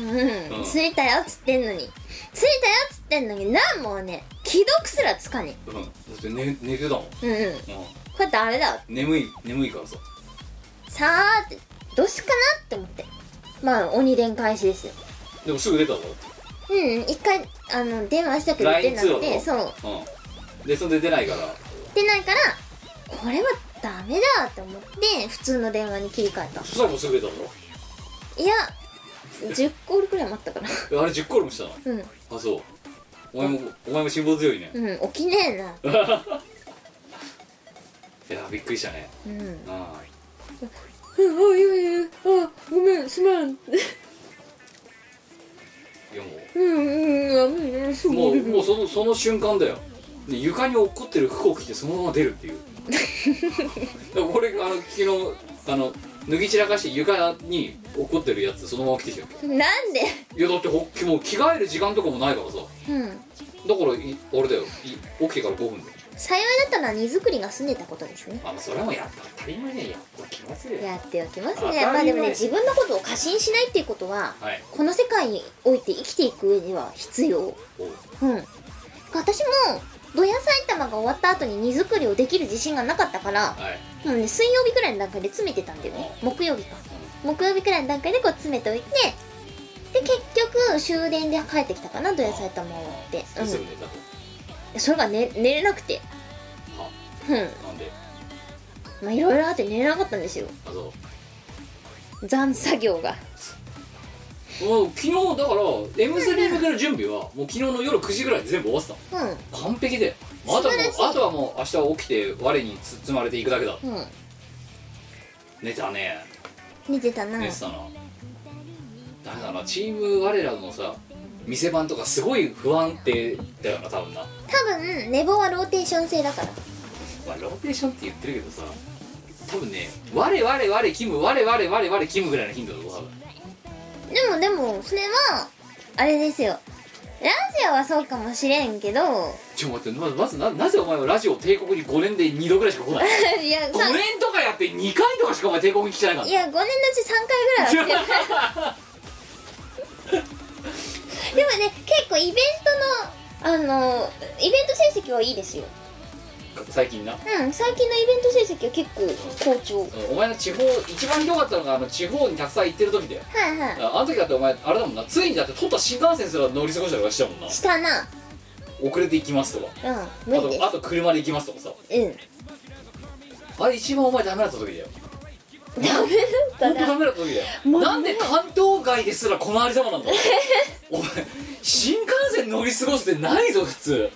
Speaker 3: ん着いたよっつってんのに着いたよっつってんのになんもうね既読すらつかね
Speaker 2: うんだって寝寝てたもん、
Speaker 3: えうんうん
Speaker 2: う
Speaker 3: これダメだわ
Speaker 2: ん、眠い眠いからさ
Speaker 3: さーってどうしよっかなって思ってまあ鬼伝開始ですよ
Speaker 2: でもすぐ出たぞ
Speaker 3: うん一回あの電話したけど出
Speaker 2: LINE
Speaker 3: な
Speaker 2: 通
Speaker 3: く
Speaker 2: 話
Speaker 3: て
Speaker 2: の
Speaker 3: そう
Speaker 2: うんでそれで出ないから
Speaker 3: 出ないからこれはダメだって思って普通の電話に切り替えた
Speaker 2: そしたらもうすぐ出たぞ
Speaker 3: いや10コールくらい待ったかな
Speaker 2: えあれ10コールもしたの
Speaker 3: うん
Speaker 2: あそうお前もお前も辛抱強いね
Speaker 3: うん起きねえな
Speaker 2: いやびっくりしたね
Speaker 3: うん
Speaker 2: あ
Speaker 3: うんおいおいおいあごめんすまん
Speaker 2: いやも
Speaker 3: うんうんうんうんす
Speaker 2: う
Speaker 3: まん
Speaker 2: もうもうそのその瞬間だよで床に落っこってる服を着てそのまま出るっていうだから俺あの昨日あの脱ぎ散らかして床に落っこってるやつそのまま着てきたよ
Speaker 3: なんで
Speaker 2: いやだってほもう着替える時間とかもないからさだか
Speaker 3: うん
Speaker 2: らい俺だよい起きてから5分で
Speaker 3: 幸いだったのは荷造りが済んでたことですね
Speaker 2: あのそれもやった当たり前ねやっときますよ
Speaker 3: やっておきます
Speaker 2: 当たり
Speaker 3: ね
Speaker 2: 前
Speaker 3: まあでもね自分のことを過信しないっていうことは
Speaker 2: はい
Speaker 3: この世界において生きていく上では必要
Speaker 2: おう
Speaker 3: うん私も土屋埼玉が終わった後に荷造りをできる自信がなかったから
Speaker 2: はい
Speaker 3: もうね水曜日ぐらいの段階で詰めてたんだよね木曜日か木曜日くらいの段階でこう詰めておいてで結局終電で帰ってきたかな土屋埼玉終わって
Speaker 2: うんすぐ寝たと
Speaker 3: うんそれが、ね、寝れなくて
Speaker 2: あ
Speaker 3: うん
Speaker 2: なんで
Speaker 3: まあいろいろあって寝れなかったんですよ
Speaker 2: あそう
Speaker 3: 残作業が
Speaker 2: もう昨日だから「M ステ」に向ける準備はもう昨日の夜9時ぐらいで全部終わって
Speaker 3: う
Speaker 2: たの完璧であとは
Speaker 3: 素晴
Speaker 2: もう
Speaker 3: らしい
Speaker 2: あとはもう明日起きて我に包まれていくだけだ
Speaker 3: んうん
Speaker 2: 寝たね
Speaker 3: 寝てたな
Speaker 2: 寝てたな、ダメだなチーム我らのさ店番とかすごい不安定だよな多分な、
Speaker 3: 多分寝坊はローテーション制だから
Speaker 2: まあ、ローテーションって言ってるけどさ多分ね我我我キム我我我我キムぐらいの頻度だと多分
Speaker 3: でもでもそれはあれですよラジオはそうかもしれんけど
Speaker 2: ちょっと待ってまずまずななぜお前はラジオ帝国に5年で2度ぐらいしか来ない
Speaker 3: いや
Speaker 2: 5
Speaker 3: さ
Speaker 2: 年とかやって2回とかしかお前帝国に来てないから
Speaker 3: いや5年のうち3回ぐらいは来てるでもね結構イベントのあのイベント成績はいいですよ
Speaker 2: 最近な
Speaker 3: うん最近のイベント成績は結構好調は
Speaker 2: お前の地方一番ひどかったのがあの地方にたくさん行ってる時だよ
Speaker 3: いは
Speaker 2: ああの時だってお前あれだもんなついにだって取った新幹線すら乗り過ごしたりとかしたもんない
Speaker 3: したな
Speaker 2: 遅れて行きますとか
Speaker 3: うん
Speaker 2: あ
Speaker 3: 無理です
Speaker 2: とあと車で行きますとかさ
Speaker 3: うん
Speaker 2: あれ一番お前ダメだった時だよ
Speaker 3: ダメだ
Speaker 2: 本
Speaker 3: っ
Speaker 2: 当
Speaker 3: た
Speaker 2: ダ
Speaker 3: な
Speaker 2: メだった時だ
Speaker 3: もう
Speaker 2: よ
Speaker 3: ね
Speaker 2: なんで関東外ですらこのありさ まなんだお前新幹線乗り過ごすってないぞ普通
Speaker 3: いやだ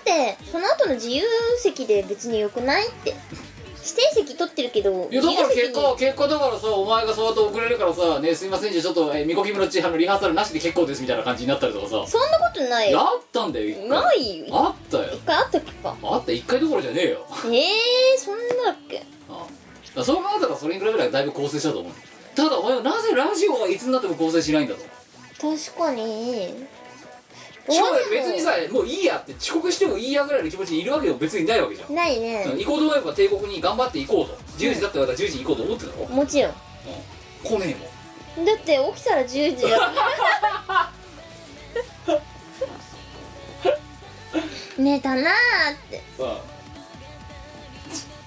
Speaker 3: ってその後の自由席で別によくないって指定席取ってるけど
Speaker 2: いやだから
Speaker 3: 自由
Speaker 2: 結
Speaker 3: 席に
Speaker 2: 果結果だからさお前がそうやって遅れるからさ「ねすいませんじゃあちょっとえーみこきむのちはのリハーサルなしで結構です」みたいな感じになったりとかさ
Speaker 3: そんなことない
Speaker 2: や
Speaker 3: よ
Speaker 2: ったんだよ一回
Speaker 3: ないよ
Speaker 2: あったよ
Speaker 3: 一回あったっけか
Speaker 2: あった一回どころじゃねえよ
Speaker 3: えー、そんなだっけ
Speaker 2: ああその前だからそれに比べればだいぶ構成したと思うただお前はなぜラジオはいつになっても構成しないんだと
Speaker 3: 確かに
Speaker 2: しかも別にさもういいやって遅刻してもいいやぐらいの気持ちにいるわけでも別にないわけじゃん、
Speaker 3: ないね
Speaker 2: うん行こうと思えば帝国に頑張って行こうと10時だったから10時に行こうと思ってたろ、
Speaker 3: もちろん
Speaker 2: うん、来ねえもん
Speaker 3: だって起きたら10時 だもん寝たなーって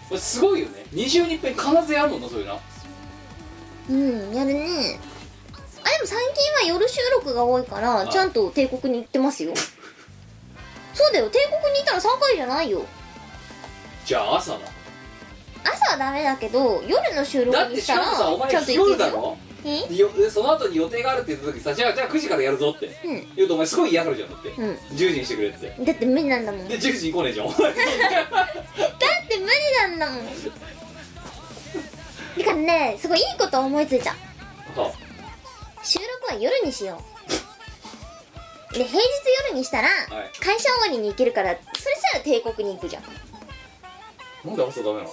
Speaker 2: これすごいよね2週に一遍必ずやるもんなそういうな
Speaker 3: うんやるねあでも最近は夜収録が多いから
Speaker 2: あ
Speaker 3: ちゃんと帝国に行ってますよそうだよ帝国にいたら3回じゃないよ
Speaker 2: じゃあ朝だ
Speaker 3: 朝はダメだけど夜の収録
Speaker 2: だっ
Speaker 3: に
Speaker 2: て
Speaker 3: し
Speaker 2: したかもさお
Speaker 3: らちゃんと
Speaker 2: 前
Speaker 3: 行
Speaker 2: 夜
Speaker 3: け
Speaker 2: だ
Speaker 3: るよ
Speaker 2: ろ
Speaker 3: え
Speaker 2: でよでその後に予定があるって言った時さじゃあじゃあ9時からやるぞって
Speaker 3: う
Speaker 2: 言うとお前すごい嫌がるじゃんだって、
Speaker 3: んうん
Speaker 2: 10時にしてくれって
Speaker 3: だって無理なんだもんだ
Speaker 2: で10時に来ねえじゃんお 前
Speaker 3: って無理なんだもんだからねすごいいいこと思いついた
Speaker 2: は
Speaker 3: 収録は夜にしようで平日夜にしたら
Speaker 2: い
Speaker 3: 会社終わりに行けるからそれしたら帝国に行くじゃん
Speaker 2: あなんで朝ダメなの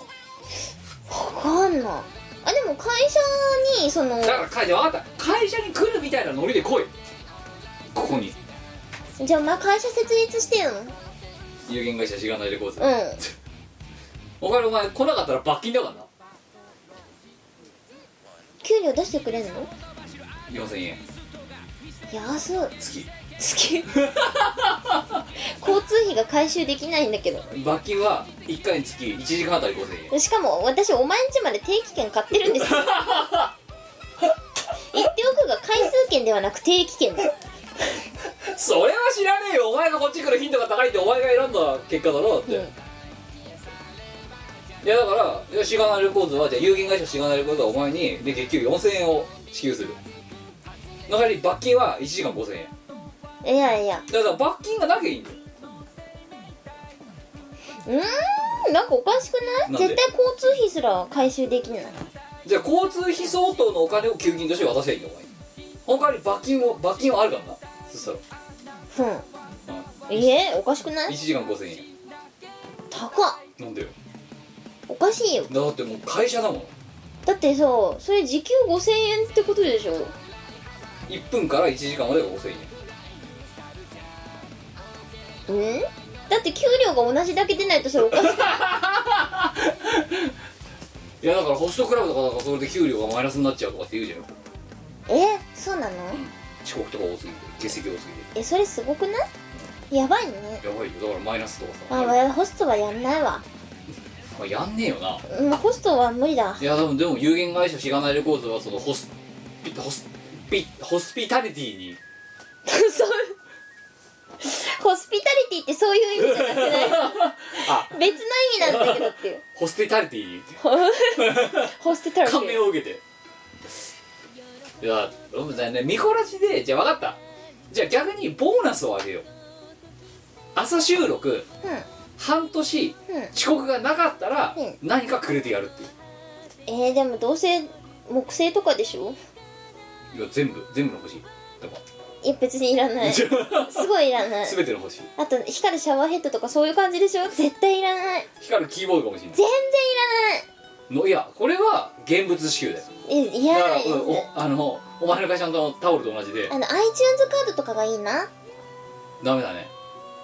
Speaker 3: わかんないあでも会社にその
Speaker 2: だから会社分かった会社に来るみたいなノリで来いここに
Speaker 3: じゃあまあ会社設立してよう
Speaker 2: 有限会社しがないレコーズ、
Speaker 3: ん
Speaker 2: お前お前来なかったら罰金だからな
Speaker 3: 給料出してくれんの
Speaker 2: 4000円
Speaker 3: 安い
Speaker 2: 月
Speaker 3: 月交通費が回収できないんだけど
Speaker 2: 罰金は1回につき1時間あたり5000円
Speaker 3: し かも私お前ん家まで定期券買ってるんですよ行っておく数が回数券ではなく定期券だ
Speaker 2: それは知らねえよお前がこっち来る頻度が高いってお前が選んだ結果だろだって、
Speaker 3: うん
Speaker 2: いやだからいやしがないレコーズはじゃあ有限会社しがないレコーズはお前にで月給4000円を支給するの代わり罰金は1時間5000
Speaker 3: い
Speaker 2: 円
Speaker 3: やいや
Speaker 2: だから罰金がなきゃいいんだよ
Speaker 3: うーんなんかおかしくない
Speaker 2: なんで
Speaker 3: 絶対交通費すら回収できない
Speaker 2: じゃあ交通費相当のお金を給金として渡せばいいんだよお前他に罰金を罰金はあるからなそしたら
Speaker 3: うんええおかしくな
Speaker 2: 1
Speaker 3: い
Speaker 2: 時間5000円
Speaker 3: 高っ
Speaker 2: なんだよ
Speaker 3: おかしいよ
Speaker 2: だってもう会社だもん
Speaker 3: だってさそれ時給5000円ってことでしょ
Speaker 2: 1分から1時間までが5000円
Speaker 3: うんだって給料が同じだけ出ないとそれおかしい
Speaker 2: いやだからホストクラブとかだからそれで給料がマイナスになっちゃうとかって言うじゃん
Speaker 3: えそうなの
Speaker 2: 遅刻とか多すぎて欠席多す
Speaker 3: えそれすごくないやばいね
Speaker 2: ぎてやばいよだからマイナスとかさ
Speaker 3: あ、
Speaker 2: ま
Speaker 3: わホストはやんないわ
Speaker 2: あやんねえよな
Speaker 3: うんホストは無理だ
Speaker 2: いやでもでも有限会社しがないレコーズはそのホスピホスピホスピタリティに
Speaker 3: そう ホスピタリティってそういう意味じゃなく
Speaker 2: あ
Speaker 3: ない別の意味なんだけどって いう
Speaker 2: ホスピタリティに
Speaker 3: ホスピタリテ
Speaker 2: 感銘
Speaker 3: ィ
Speaker 2: を受けていやうんだね見こらしでじゃあ分かったじゃあ逆にボーナスをあげよう朝収録半年
Speaker 3: うんうん
Speaker 2: 遅刻がなかったら
Speaker 3: うん
Speaker 2: 何かくれてやるっていう
Speaker 3: えー、でもどうせ木星とかでしょ
Speaker 2: いや全部全部の星とか
Speaker 3: いや別にいらないすごいいらない
Speaker 2: 全ての星
Speaker 3: あと光るシャワーヘッドとかそういう感じでしょ絶対いらない
Speaker 2: 光るキーボードかもしれな
Speaker 3: 全
Speaker 2: いのいやこれは現物支給だよ
Speaker 3: 然いらないえい
Speaker 2: だ
Speaker 3: ら
Speaker 2: か
Speaker 3: な
Speaker 2: ら
Speaker 3: いです
Speaker 2: おおあのお前の会社のタオルと同じで
Speaker 3: あの iTunes カードとかがいいな
Speaker 2: ダメだね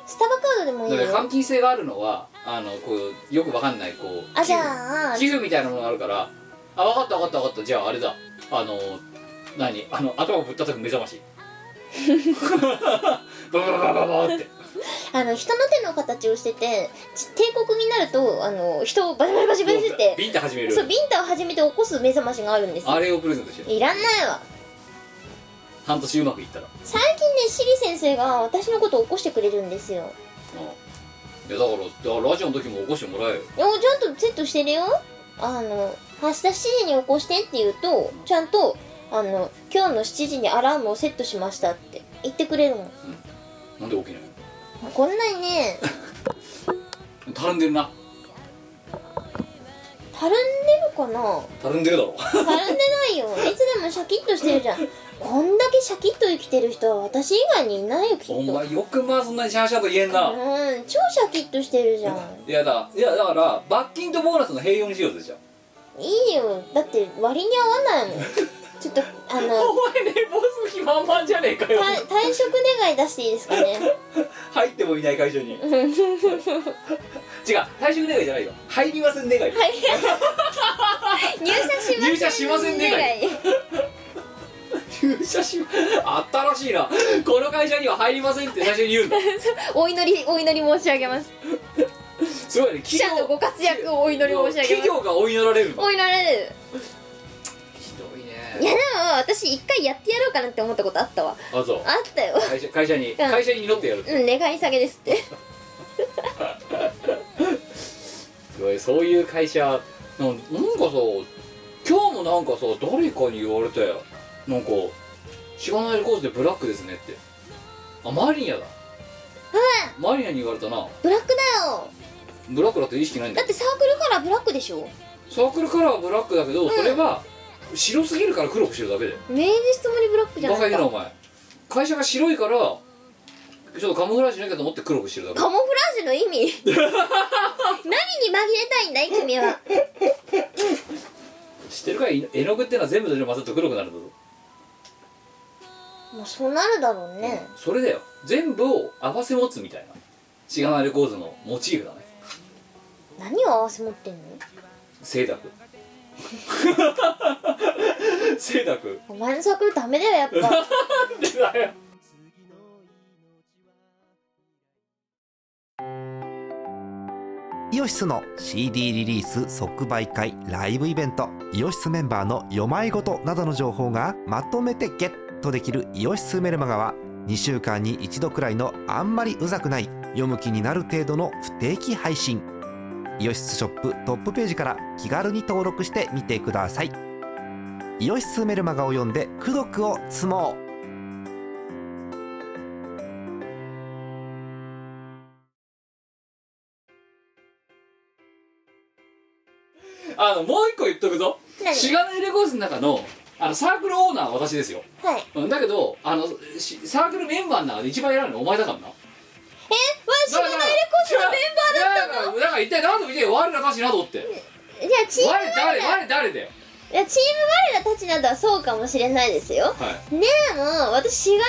Speaker 3: スタバカードでもいい
Speaker 2: だから換
Speaker 3: よ
Speaker 2: 金性があるのはあのこうよくわかんないこう
Speaker 3: あじゃあ
Speaker 2: 寄付みたいなものがあるからあ分かった分かった分かったじゃああれだあの何あの頭をぶったたく目覚ましバババババババって
Speaker 3: あの人の手の形をしててち帝国になるとあの人をバシバシバシバシっ
Speaker 2: もう
Speaker 3: て
Speaker 2: ビンタ始める
Speaker 3: そうビンタを始めて起こす目覚ましがあるんですよ
Speaker 2: あれをプレゼントしてる
Speaker 3: いらんないわ
Speaker 2: 半年うまくいったらう
Speaker 3: 最近ねシリ先生が私のことを起こしてくれるんですよ
Speaker 2: んいやだからだからラジオの時も起こしてもらえよ
Speaker 3: いやちゃんとセットしてるよあの明日7時に起こしてって言うとちゃんとあの今日の7時にアラームをセットしましたって言ってくれるもん
Speaker 2: なんで起きない
Speaker 3: こんなに ね
Speaker 2: のたるんでるな
Speaker 3: たるんでるかな
Speaker 2: たるんでるだろ
Speaker 3: たるんでないよいつでもシャキッとしてるじゃんこんだけシャキッと生きてる人は私以外にいないよきっと
Speaker 2: お
Speaker 3: うん
Speaker 2: 前よくまあそんなにシャーシャーと言えんな、
Speaker 3: 超シャキッとしてるじゃん
Speaker 2: いやだいやだから罰金とボーナスの併用にしようぜじゃあ
Speaker 3: いいよだって割に合わないもんちょっとあの
Speaker 2: お前ねボス暇満々じゃねえかよ
Speaker 3: た退職願い出していいですかね
Speaker 2: 入ってもいない会場 に違う退職願いじゃないよ入りません願い、
Speaker 3: はい入社しません
Speaker 2: 入社しません願い入社しあったらしいなこの会社には入りませんって最初に 言うんだ
Speaker 3: お祈りお祈り申し上げます
Speaker 2: すごいね
Speaker 3: 記者のご活躍をお祈り申し上
Speaker 2: 企
Speaker 3: げます
Speaker 2: 業が追い乗られるの
Speaker 3: お祈られる
Speaker 2: ひどい
Speaker 3: いや
Speaker 2: ね
Speaker 3: でも私一回やってやろうかなって思ったことあったわ
Speaker 2: あそう
Speaker 3: あったよ
Speaker 2: 会社会社に会社に乗ってやる
Speaker 3: うん願い下げですって
Speaker 2: すごいそういう会社なんなんかさ今日もなんかさ誰かに言われてなんか「しがないコースでブラックですね」ってあマリニャだマリニャに言われたな
Speaker 3: ブラックだよ
Speaker 2: ブラックだって意識ないんだ
Speaker 3: だ
Speaker 2: よ
Speaker 3: ってサークルカラーブラックでしょ
Speaker 2: サークルカラーはブラックだけど、それは白すぎるから黒くしてるだけで
Speaker 3: 明示ともにブラックじゃ
Speaker 2: バ
Speaker 3: な
Speaker 2: カ
Speaker 3: い
Speaker 2: 言う
Speaker 3: か
Speaker 2: なお前会社が白いからちょっとカモフラージュしなきゃと思って黒くしてるだけ
Speaker 3: カモフラージュの意味 何に紛れたいんだい君は
Speaker 2: 知ってるかい絵の具ってのは全部の色混ぜると黒くなるんだぞ
Speaker 3: もうそうなるだろうね
Speaker 2: それだよ全部を合わせ持つみたいなシガナレコーズのモチーフだね
Speaker 3: 何を合わせ持ってんの
Speaker 2: 清濁清濁
Speaker 3: お前のサークルダメだよや っぱ
Speaker 2: なんでだよ
Speaker 1: イ
Speaker 4: イオシスの CD リリース即売会ライブイベントイオシスメンバーの読まいごとなどの情報がまとめてゲットできるイオシスメルマガは2週間に1度くらいのあんまりうざくない読む気になる程度の不定期配信イオシスショップトップページから気軽に登録してみてくださいイオシスメルマガを読んで「功徳を積もう」
Speaker 2: あのもう一個言っとくぞ
Speaker 3: 何
Speaker 2: しがないレコーズの中のあのサークルオーナーは私ですよ
Speaker 3: はい
Speaker 2: うんだけどあのしサークルメンバーの中で一番偉いのはお前だからな
Speaker 3: えわしがないレコーズのメンバーだったの
Speaker 2: のだからだから一体何度見て我らたちなどって
Speaker 3: いやチーム
Speaker 2: 我
Speaker 3: 我
Speaker 2: 誰
Speaker 3: ら
Speaker 2: 我誰だよ
Speaker 3: いやチーム我らたちなどはそうかもしれないですよ
Speaker 2: は
Speaker 3: でも私しがな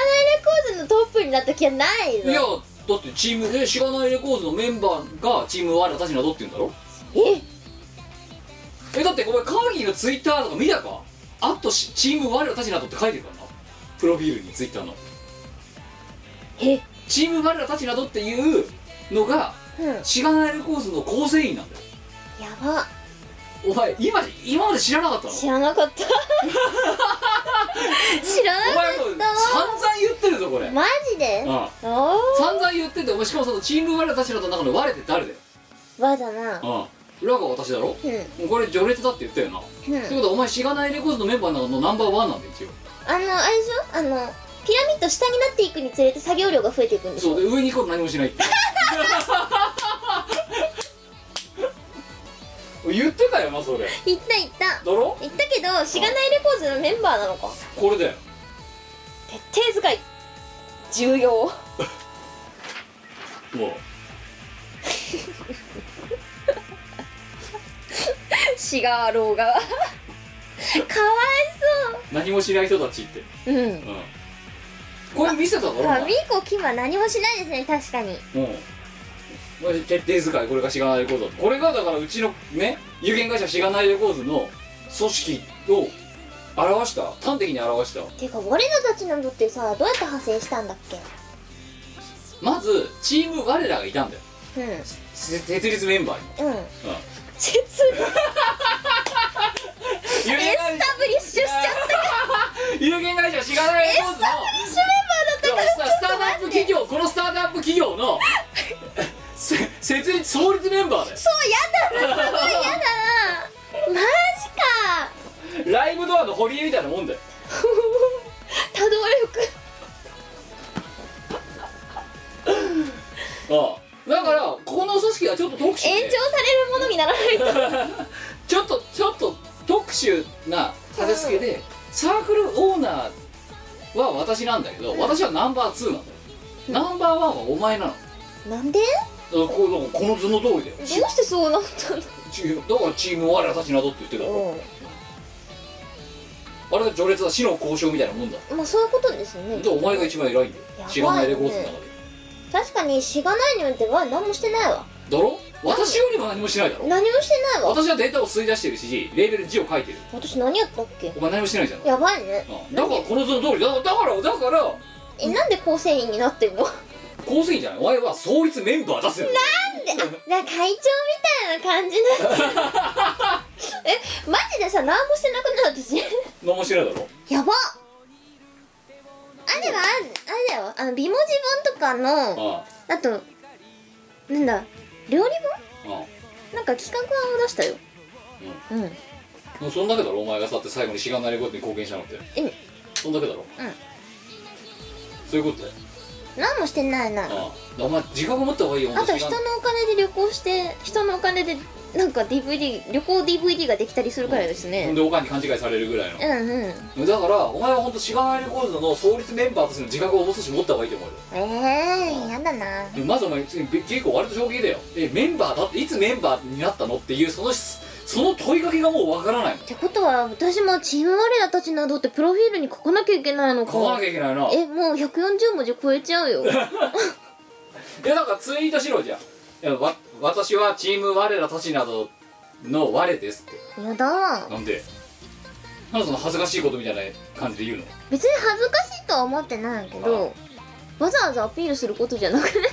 Speaker 3: いレコーズのトップになった気はない
Speaker 2: いいや
Speaker 3: の
Speaker 2: だってチームでしがないレコーズのメンバーがチーム我らたちなどって言うんだろ
Speaker 3: え
Speaker 2: えだってお前カーギーのツイッターとか見たかあとしチーム我らたちなどって書いてるからなプロフィールにツイッターの
Speaker 3: え
Speaker 2: チーム我らたちなどっていうのが
Speaker 3: うんや
Speaker 2: しがないレコーズの構成員なんだよ
Speaker 3: ば
Speaker 2: お前今今まで知らなかったの
Speaker 3: 知らなかった 知ら
Speaker 2: お
Speaker 3: な
Speaker 2: 前もう散々
Speaker 3: かっ
Speaker 2: 言ってるぞこれ、
Speaker 3: た
Speaker 2: うん、
Speaker 3: マジで
Speaker 2: 散
Speaker 3: おー
Speaker 2: 々言っててお前しかもそのチーム我らたちなどの中の我って誰だよ
Speaker 3: わだな
Speaker 2: うん裏が私だろ
Speaker 3: うんう
Speaker 2: これ序列だって言ったよな、って
Speaker 3: ん
Speaker 2: ことはお前しがないレコーズのメンバーの中のナンバーワンなんで一応
Speaker 3: あのあれでしょあのピラミッド下になっていくにつれて作業量が増えていくんでし
Speaker 2: そ
Speaker 3: ょ
Speaker 2: うで上に行くこと何もし ないって言ってたよなそれだ
Speaker 3: 行った行った
Speaker 2: ろ
Speaker 3: 行ったけどしがないレコーズのメンバーなのか
Speaker 2: これだよ
Speaker 3: 徹底使い重要
Speaker 2: もう
Speaker 3: シガー ローがかわい
Speaker 2: 何もしない人たちって
Speaker 3: そううん
Speaker 2: うんこれ見せただろお
Speaker 3: まあ
Speaker 2: 前
Speaker 3: ミーコキムは何もしないですね確かに
Speaker 2: うんこれ徹底使いこれがしがないレコードこれがだからうちのね有限会社しがないレコードの組織を表した端的に表した
Speaker 3: ていうか我らたちなどってさどうやって派生したんだっけ
Speaker 2: まずチーム我らがいたんだよ
Speaker 3: うんうん
Speaker 2: せ設立メンバーに
Speaker 3: 説明
Speaker 2: 有
Speaker 3: エスタブリッシュしちゃった
Speaker 2: 有限会社しがないレコードの
Speaker 3: 一緒メンバーだった
Speaker 2: ス
Speaker 3: か
Speaker 2: タ
Speaker 3: ら
Speaker 2: スタートアップ企業このスタートアップ企業のせ設立創立メンバーだよ
Speaker 3: そうやだなすごいやだなマジか
Speaker 2: ライブドアの堀江みたいなもんだよ
Speaker 3: たどりく
Speaker 2: ああだからこの組織はちょっと特殊で
Speaker 3: 延長されるものにならないと
Speaker 2: ちょっとちょっと特殊な立て付けで、サークルオーナーは私なんだけど、私はナンバー2なんだよ、ナンバーワンはお前なのだか
Speaker 3: なんで
Speaker 2: らこうこの図の通りだよ
Speaker 3: どうしてそうなったの
Speaker 2: チームだからチーム我らたちなどって言ってたから、あれが序列だ死の交渉みたいなもんだ
Speaker 3: うんまあそういうことですよね
Speaker 2: でお前が一番偉いんだよ
Speaker 3: やばいね
Speaker 2: 知らないレコーズの中で
Speaker 3: 確かにしがないにおいては何もしてないわ
Speaker 2: だろ私よりも何もしないだろ
Speaker 3: 何もしてないわ
Speaker 2: 私はデータを吸い出してるしレーベル字を書いてる
Speaker 3: 私何やったっけ
Speaker 2: お前何もしてないじゃん
Speaker 3: やばいね
Speaker 2: うんだからこの図の通りだだからだから
Speaker 3: えなんで構成員になってんの
Speaker 2: 構成員じゃないお前は創立メンバー出せよ
Speaker 3: であなんか会長みたいな感じなんだ えマジでさ何もしてなくなる私
Speaker 2: 何もしてないだろ
Speaker 3: やばあでもああれだよあの美文字本とかの
Speaker 2: あ
Speaker 3: あとなんだ料理
Speaker 2: あああ
Speaker 3: 本なんか企画案を出したようん
Speaker 2: もうそんだけだろお前がさって最後にしがないレコードに貢献したのって
Speaker 3: え
Speaker 2: そんだけだろ
Speaker 3: うん
Speaker 2: そういうことだよ
Speaker 3: 何もしてないな
Speaker 2: ああお前自覚持った方がいいよ
Speaker 3: あと
Speaker 2: 本
Speaker 3: 人
Speaker 2: 当志
Speaker 3: の
Speaker 2: 願
Speaker 3: お金で旅行して人のお金でなんか DVD 旅行 DVD ができたりするくらいです
Speaker 2: ほん
Speaker 3: ね
Speaker 2: でおかんに勘違いされるぐらいの
Speaker 3: うんうんえ
Speaker 2: だからお前は本当しがないレコードの創立メンバーとしての自覚を持つし持った方がいいと思うよ
Speaker 3: えー、やだな
Speaker 2: でまずお前次結構割と衝撃だよえメンバーだっていつメンバーになったのっていうその質その問いかけがもうわからないもん
Speaker 3: ってことは私もチーム我らたちなどってプロフィールに書かなきゃいけないのか
Speaker 2: 書かなきゃいけないな
Speaker 3: えもう140文字超えちゃう よ
Speaker 2: いやだからツイートしろじゃんいやわ私はチーム我らたちなどの我ですって
Speaker 3: やだ
Speaker 2: なんでなんでその恥ずかしいことみたいな感じで言うの
Speaker 3: 別に恥ずかしいとは思ってないけどわ ざわざアピールすることじゃなくね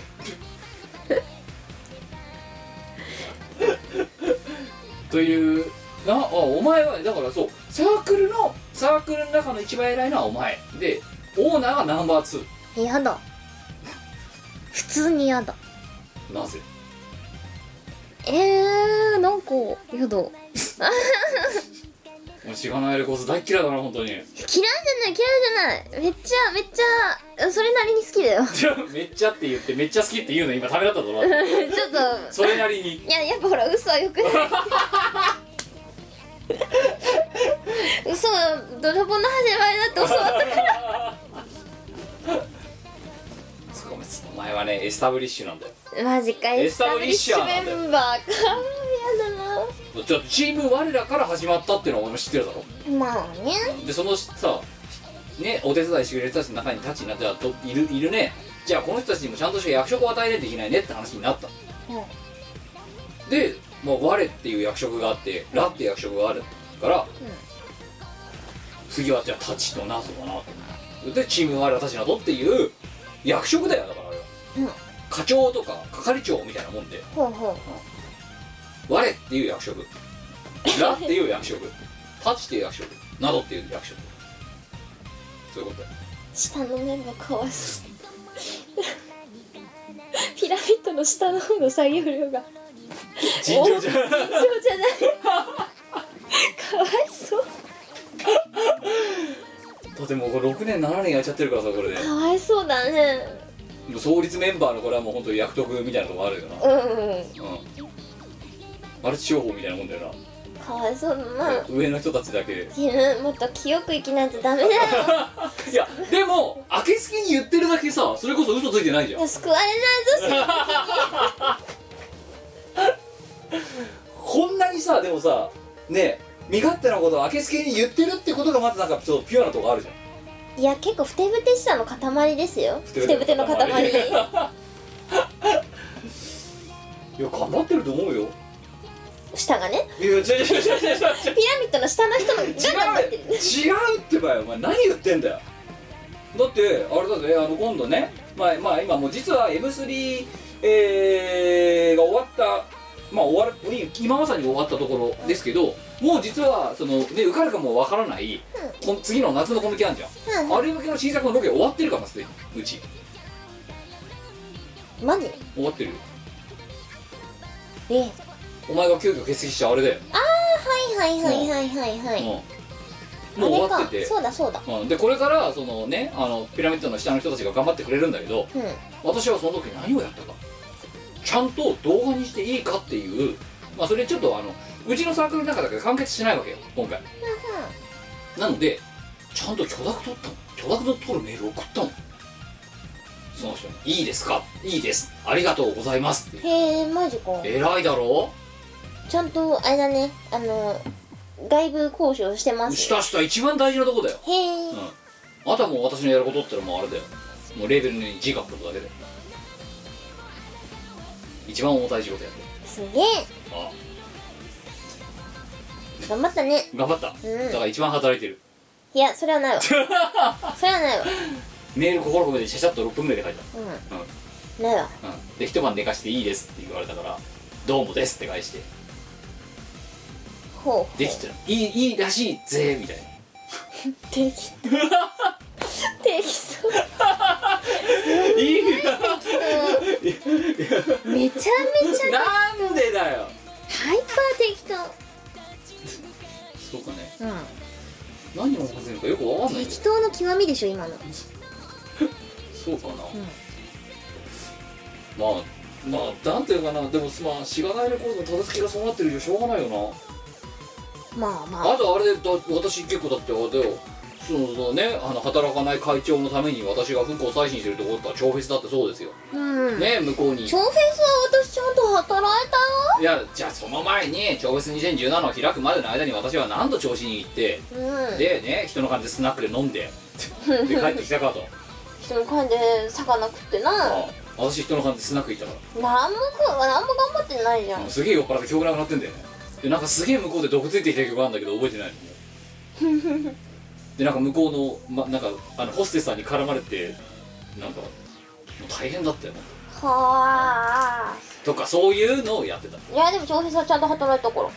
Speaker 2: というなあお前はだからそうサークルのサークルの中の一番偉いのはお前でオーナーがナンバー
Speaker 3: やだ普通にやだ
Speaker 2: 2なぜ
Speaker 3: えー、なんかやだ嫌いじゃない
Speaker 2: もう知らないレコーズ大嫌いだな本当に
Speaker 3: 嫌いじゃないめっちゃめっちゃそれなりに好きだよ
Speaker 2: めっちゃって言ってめっちゃ好きって言うの今食べだったぞな
Speaker 3: ちょっと
Speaker 2: それなりに
Speaker 3: いややっぱほら嘘はよ くない嘘はドラボンの始まりだって教わったから
Speaker 2: そうごめんお前はねエスタブリッシュなんだよ
Speaker 3: マジか
Speaker 2: エスタブリッシャーなんだ
Speaker 3: エ
Speaker 2: よ
Speaker 3: スタブリッシュメンバーかやだな
Speaker 2: だってチーム我らから始まったっていうのはお前も知ってるだろ
Speaker 3: まあね
Speaker 2: でそのさねお手伝いしてくれる人たちの中にたちになってはどいるいるねじゃあこの人たちにもちゃんとした役職を与えないといけないねって話になったで、まあ、我っていう役職があってらっていう役職があるから、次はじゃあたちとなとかなとでチーム我らたちなどっていう役職だよだからあれは、
Speaker 3: うん
Speaker 2: 課長とか係長みたいなもんで
Speaker 3: ほうほ
Speaker 2: 我っていう役職らっていう役職たちっていう役職などっていう役職そういうことだよ
Speaker 3: う下のメンバーかわいそう ピラミッドの下の方の作業量が
Speaker 2: 尋常じゃん
Speaker 3: そうじゃないかわいそう
Speaker 2: だってもうこれ6年7年やっちゃってるからさこれで
Speaker 3: かわいそうだね
Speaker 2: もう創立メンバーのこれはもう本当役得みたいなとこあるよな
Speaker 3: うん
Speaker 2: うんマルチ商法みたいなもんだよ
Speaker 3: かわいそうだ
Speaker 2: な、
Speaker 3: な
Speaker 2: 上の人たちだけで
Speaker 3: 自分もっと清く生きないとダメだよ
Speaker 2: いやでも明けすきに言ってるだけさそれこそ嘘ついてないじゃ
Speaker 3: い
Speaker 2: ん
Speaker 3: や救われないぞ
Speaker 2: こんなにさでもさね身勝手なことを明けすきに言ってるってことがまずなんかちょっとピュアなとこあるじゃん
Speaker 3: いや結構ふてぶてしさの塊ですよふてぶての塊
Speaker 2: いや 頑張ってると思うよ
Speaker 3: 下がね
Speaker 2: いや違う違う違う違う違う
Speaker 3: ピラミッドの下の人のが頑張ってる
Speaker 2: 違うってばよお前何言ってんだよだってあれだぜあの今度ねまあ、まあ、今もう実は M3、えーが終わったまあ終わる今まさに終わったところですけどもう実はその、ね、受かるかもわからない、こん次の夏のコミケあんじゃん、
Speaker 3: うん
Speaker 2: あれ向けの新作のロケ終わってるからすでにうち
Speaker 3: マジえ
Speaker 2: 終わってるよ
Speaker 3: え
Speaker 2: お前が急遽欠席したあれだよ、
Speaker 3: はいはいはいはいはいはい
Speaker 2: うん、もう終わ
Speaker 3: あ
Speaker 2: っ
Speaker 3: れ
Speaker 2: てて
Speaker 3: かそうだそうだ
Speaker 2: うん、でこれからそのねあのピラミッドの下の人たちが頑張ってくれるんだけど
Speaker 3: うん
Speaker 2: 私はその時何をやったかちゃんと動画にしていいかっていうまあそれちょっとあのうちのサークルの中だけで完結しないわけよ今回なのでちゃんと許諾取ったの許諾の取るメールを送ったのその人に「いいですかいいですありがとうございます」って
Speaker 3: へえマジか
Speaker 2: 偉いだろ
Speaker 3: ちゃんとあれだねあの外部交渉してます
Speaker 2: したした一番大事なとこだよ
Speaker 3: へえ
Speaker 2: うんあとはもう私のやることってのはもうあれだよもうレーベルに字書くことだけだよ一番重たい仕事やって
Speaker 3: すげえ
Speaker 2: るああ
Speaker 3: 頑張ったね
Speaker 2: 頑張った、
Speaker 3: うん
Speaker 2: だから一番働いてる
Speaker 3: いやそれは ないわそれはないわ
Speaker 2: メール心込めてシャシャッと6分ぐらいで書い
Speaker 3: うんないわ
Speaker 2: た、うん、で一晩寝かしていいですって言われたから「どうもです」って返して
Speaker 3: ほ
Speaker 2: 「
Speaker 3: う
Speaker 2: できたいいいいらしいぜ」みたいな
Speaker 3: でき たできそう
Speaker 2: 「いい
Speaker 3: めちゃめちゃ
Speaker 2: なんでだよ
Speaker 3: ハイパー適当
Speaker 2: そうかね
Speaker 3: うん
Speaker 2: 何を任せるかよくわかんないけ
Speaker 3: 適
Speaker 2: ど
Speaker 3: 当の極みでしょ今の
Speaker 2: そうかな、まあまあなんていうかなでもまあしがないレコードのたどつきがそうなってる以上しょうがないよ
Speaker 3: まあま
Speaker 2: なあ
Speaker 3: あ
Speaker 2: とあれでだ私結構だってあれだよそうそうねあの働かない会長のために私が復興再審してるところだったら超フェスだってそうですよ、
Speaker 3: うん
Speaker 2: ね向こうに
Speaker 3: 超フェスは私ちゃんと働いたよ
Speaker 2: いやじゃあその前に「超別2017」を開くまでの間に私は何度調子に行って
Speaker 3: うん、
Speaker 2: でね人の感じでスナックで飲んでで帰ってきたかと
Speaker 3: 人の感じで魚食ってな
Speaker 2: ああ私人の感じでスナック行ったか
Speaker 3: 何も食う何も頑張ってないじゃ
Speaker 2: ら
Speaker 3: ん
Speaker 2: もうすげえ酔っ払って記憶なくなってんだよねでなんかすげえ向こうで毒ついてきた曲があるんだけど覚えてないのねでなんか向こうの、ま、なんかあのホステスさんに絡まれてなんかもう大変だったよな
Speaker 3: はあ
Speaker 2: とかそういうのをやってた
Speaker 3: いやでも翔平さんちゃんと働いたから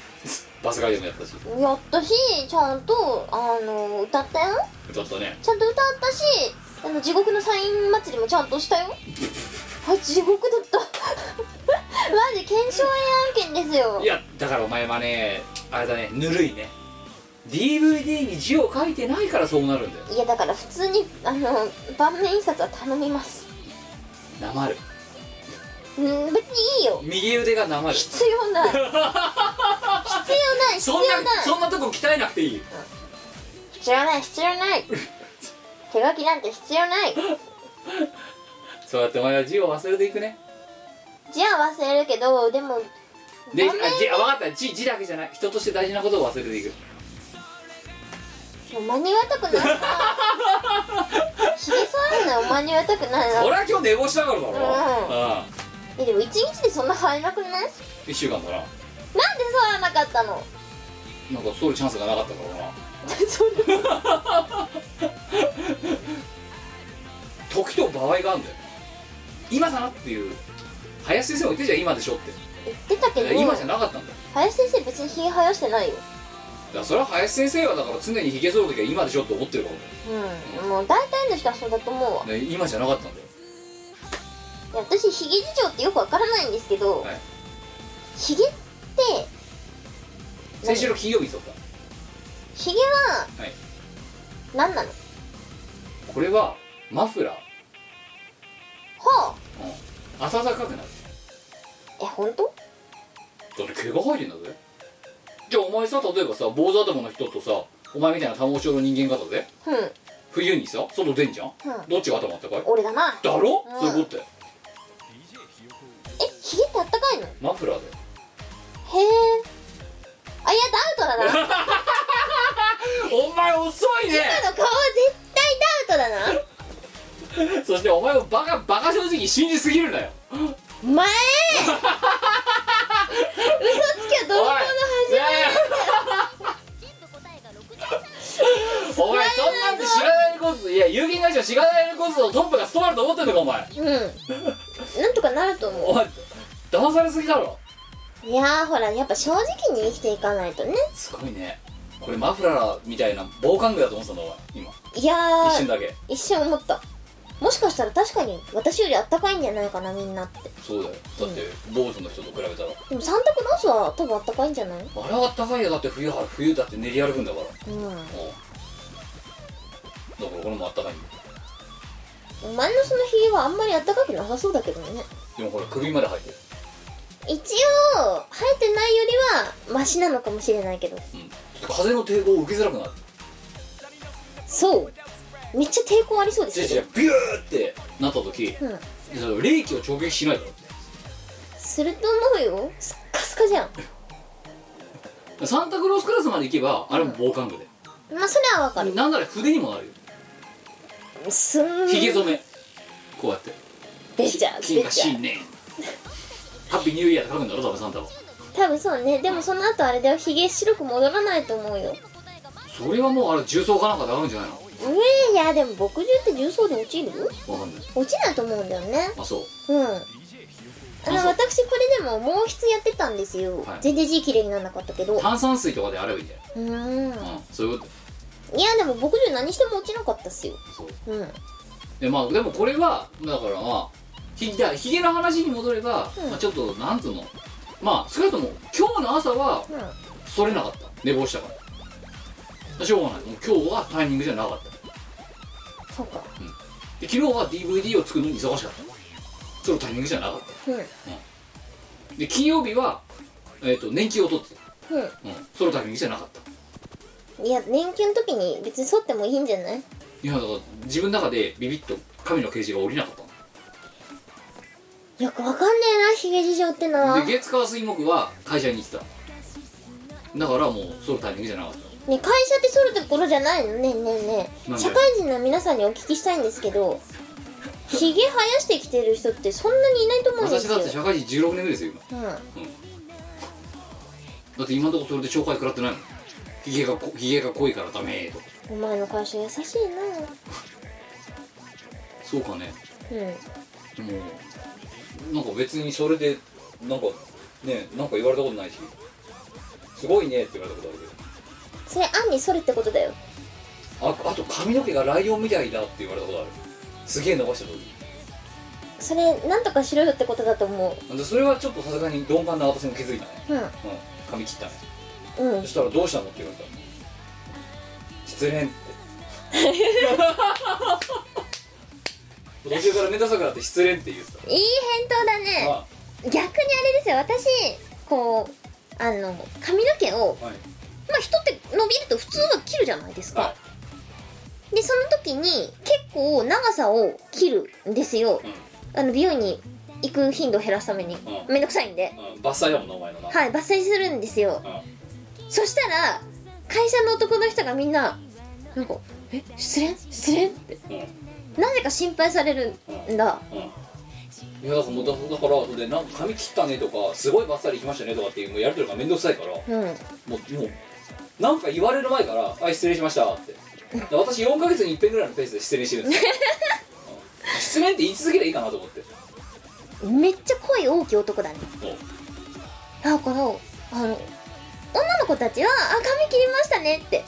Speaker 2: バスガイドもやったし
Speaker 3: やったしちゃんとあの歌ったよ
Speaker 2: 歌ったね
Speaker 3: ちゃんと歌ったしあの地獄のサイン祭りもちゃんとした よあ地獄だった マジ検証円案件ですよ
Speaker 2: いやだからお前はねあれだねぬるいね DVD に字を書いてないからそうなるんだよ
Speaker 3: いやだから普通にあの盤面印刷は頼みます
Speaker 2: なまる
Speaker 3: うん別にいいよ
Speaker 2: 右腕がなまる
Speaker 3: 必要 ない必要ない必
Speaker 2: そ
Speaker 3: 要
Speaker 2: んな
Speaker 3: ない
Speaker 2: そんなとこ鍛えなくていい
Speaker 3: 必要ない必要ない手書きなんて必要ない
Speaker 2: そうやってお前は字を忘れていくね
Speaker 3: 字は忘れるけどでも
Speaker 2: であ
Speaker 3: 盤面
Speaker 2: 字あ分かった字字だけじゃない人として大事なことを忘れていく
Speaker 3: お前に言われた くないなひげ剃らないお前に言われたくないな
Speaker 2: 俺は今日寝坊したからだろ、
Speaker 3: えでも一日でそんな入らなくないなんで
Speaker 2: うん、1週間だな
Speaker 3: 剃らなかったの
Speaker 2: なんか剃るチャンスがなかったからな
Speaker 3: そんな
Speaker 2: 時と場合があるんだよ今だなっていう林先生も言ってたじゃん今でしょって
Speaker 3: 言ってたけど
Speaker 2: いや今じゃなかったんだよ
Speaker 3: 林先生別にひげ生やしてないよ
Speaker 2: だからそれは林先生はだから常にひげ剃る時は今でしょって思ってるから
Speaker 3: うんもう大体の人はそうだと思うわ
Speaker 2: だよ、ね、今じゃなかったんだよ
Speaker 3: いや私ひげ事情ってよくわからないんですけど、
Speaker 2: はい
Speaker 3: ひげって
Speaker 2: 先週の金曜日に剃った
Speaker 3: ひげは
Speaker 2: はい
Speaker 3: 何なの
Speaker 2: これはマフラー、
Speaker 3: は
Speaker 2: うん、暖かくな
Speaker 3: あ
Speaker 2: る
Speaker 3: え本当
Speaker 2: だって毛が生えてんだぜじゃあお前さ例えばさ坊主頭の人とさお前みたいな多毛症の人間方で
Speaker 3: うん
Speaker 2: 冬にさ外出んじゃん、
Speaker 3: うん
Speaker 2: どっちが頭あったかい
Speaker 3: 俺だな
Speaker 2: だろ、
Speaker 3: うん
Speaker 2: そういうことだよ
Speaker 3: えひげってあったかいのへえ
Speaker 2: マフラーだよ
Speaker 3: あいやダウトだな今の
Speaker 2: お前遅いね
Speaker 3: 顔は絶対ダウトだな
Speaker 2: そしてお前をバカバカ正直信じすぎるなよ
Speaker 3: お前嘘つきは泥棒の
Speaker 2: いやいやお前そんなんで知らないコースいや有限会社の知らないコースのトップが務まると思ってんのかお前
Speaker 3: 始めうんなんとかなると
Speaker 2: お
Speaker 3: 思
Speaker 2: 前騙されすぎだろ
Speaker 3: ういやーほらやっぱ正直に生きていかないとね
Speaker 2: すごいねこれマフラーみたいな防寒具だと思ってたんだお前今
Speaker 3: いや
Speaker 2: 一瞬
Speaker 3: ー
Speaker 2: だけ
Speaker 3: 一瞬思ったもしかしたら確かに私よりあったかいんじゃないかなみんなって
Speaker 2: そうだよだって坊主の人と比べたら
Speaker 3: でもサンタクロースは多分あったかいんじゃない
Speaker 2: あれはあったかいよだって冬は冬だって練り歩くんだから
Speaker 3: うん
Speaker 2: うんだからこれもあったかいんだよ
Speaker 3: お前のそのひげはあんまりあったかくなさそうだけどね
Speaker 2: でもほら首まで入ってる
Speaker 3: 一応生えてないよりはマシなのかもしれないけど
Speaker 2: うんちょっと風の抵抗を受けづらくなる
Speaker 3: そうめっちゃ抵抗ありそうです
Speaker 2: じゃ
Speaker 3: け
Speaker 2: じゃ
Speaker 3: ど
Speaker 2: ビューってなった時
Speaker 3: うん
Speaker 2: その冷気を直撃しないだろ
Speaker 3: すると思うよスッカスカじゃん
Speaker 2: サンタクロースクラスまで行けばあれも防寒具で、
Speaker 3: まあそれはわかる
Speaker 2: なんなら筆にもなるよ
Speaker 3: すん
Speaker 2: ひげ、染めこうやって
Speaker 3: 出ちゃう
Speaker 2: 金
Speaker 3: 出
Speaker 2: が
Speaker 3: ちゃ
Speaker 2: 新
Speaker 3: う
Speaker 2: 年ハッピーニューイヤーって書くんだろ多分サンタは
Speaker 3: 多分そうねでもその後あれだよひげ白く戻らないと思うよ
Speaker 2: それはもうあれ重曹かなんかであるんじゃないの
Speaker 3: うんいやでも牧汁って重曹で落ちる
Speaker 2: わかんない
Speaker 3: 落ちないと思うんだよね
Speaker 2: あそう
Speaker 3: うんあの
Speaker 2: そう
Speaker 3: 私これでも毛筆やってたんですよ、
Speaker 2: はい
Speaker 3: 全然字綺麗にならなかったけどう
Speaker 2: 炭酸水とかであればいいんだよ、
Speaker 3: ーん
Speaker 2: うんそういうこ
Speaker 3: いやでも牧汁何しても落ちなかったっすよ
Speaker 2: とそう
Speaker 3: うん
Speaker 2: で,、まあ、でもこれはだからまあひだひげの話に戻れば、
Speaker 3: うん
Speaker 2: まあ、ちょっとなんつうのまあ少なくとも今日の朝は
Speaker 3: うん
Speaker 2: それなかった寝坊したからしょうがないもう今日はタイミングじゃなかった
Speaker 3: そうか
Speaker 2: で昨日は DVD を作るのに忙しかったそのタイミングじゃなかった
Speaker 3: うん
Speaker 2: で金曜日は、えっと年金を取ってた、
Speaker 3: う
Speaker 2: うん、そのタイミングじゃなかった
Speaker 3: んいや年金の時に別に剃ってもいいんじゃない
Speaker 2: いやだから自分の中でビビッと神の啓示が降りなかった
Speaker 3: よくわかんねえなひげ事情ってのは
Speaker 2: ので月火水木は会社に行ってただからもうそのタイミングじゃなかった
Speaker 3: ね会社ってそういうところじゃないのねえねえね
Speaker 2: な
Speaker 3: え
Speaker 2: んで
Speaker 3: 社会人の皆さんにお聞きしたいんですけどひげ生やしてきてる人ってそんなにいないと思うんです
Speaker 2: 私
Speaker 3: よ
Speaker 2: だって社会人16年目ですよ今
Speaker 3: うん
Speaker 2: だって今のところそれで紹介食らってないもんひげがこひげが濃いからダメーとか
Speaker 3: お前の会社優しい
Speaker 2: そうかね
Speaker 3: なうん
Speaker 2: でもなんか別にそれでなんかねなんか言われたことないしすごいねって言われたことある
Speaker 3: それアンにそれってことだよ
Speaker 2: けどああと髪の毛がライオンみたいだって言われたことあるすげえ伸ばした時
Speaker 3: それなんとかしろよってことだと思
Speaker 2: でそれはちょっとさすがに鈍感な私も気づいたね、
Speaker 3: う
Speaker 2: うん、髪切ったね
Speaker 3: うんうん
Speaker 2: そしたらどうしたのって言われたの失恋って途中から目立たなくなって失恋って言うて
Speaker 3: いい返答だ
Speaker 2: た、
Speaker 3: ね
Speaker 2: ま
Speaker 3: 逆にあれですよ私こうあの髪の毛を
Speaker 2: あはい
Speaker 3: まあ人って伸びると普通は切るじゃないですか
Speaker 2: は
Speaker 3: でその時に結構長さを切るんですよ
Speaker 2: い、うん
Speaker 3: あの美容院に行く頻度を減らすために
Speaker 2: うん
Speaker 3: めんどくさいんで
Speaker 2: うん、伐採だもんなお前のな、
Speaker 3: はい伐採するんですよ
Speaker 2: う
Speaker 3: そしたら会社の男の人がみんななんか「え失恋失恋?」って
Speaker 2: んうん
Speaker 3: なぜか心配されるんだ
Speaker 2: うんいやだからもうだだからでなんか髪切ったねとかすごいバッサリ行きましたねとかっていうもうやりとりが面倒くさいからも
Speaker 3: うん
Speaker 2: うもうなんか言われる前から「あ失礼しました」ってで私4ヶ月に一遍ぐらいのペースで失恋してるんですよ、うん失恋って言い続けりゃいいかなと思って
Speaker 3: めっちゃ声大きい男だね
Speaker 2: もう
Speaker 3: だからあの女の子たちは「あ髪切りましたね」って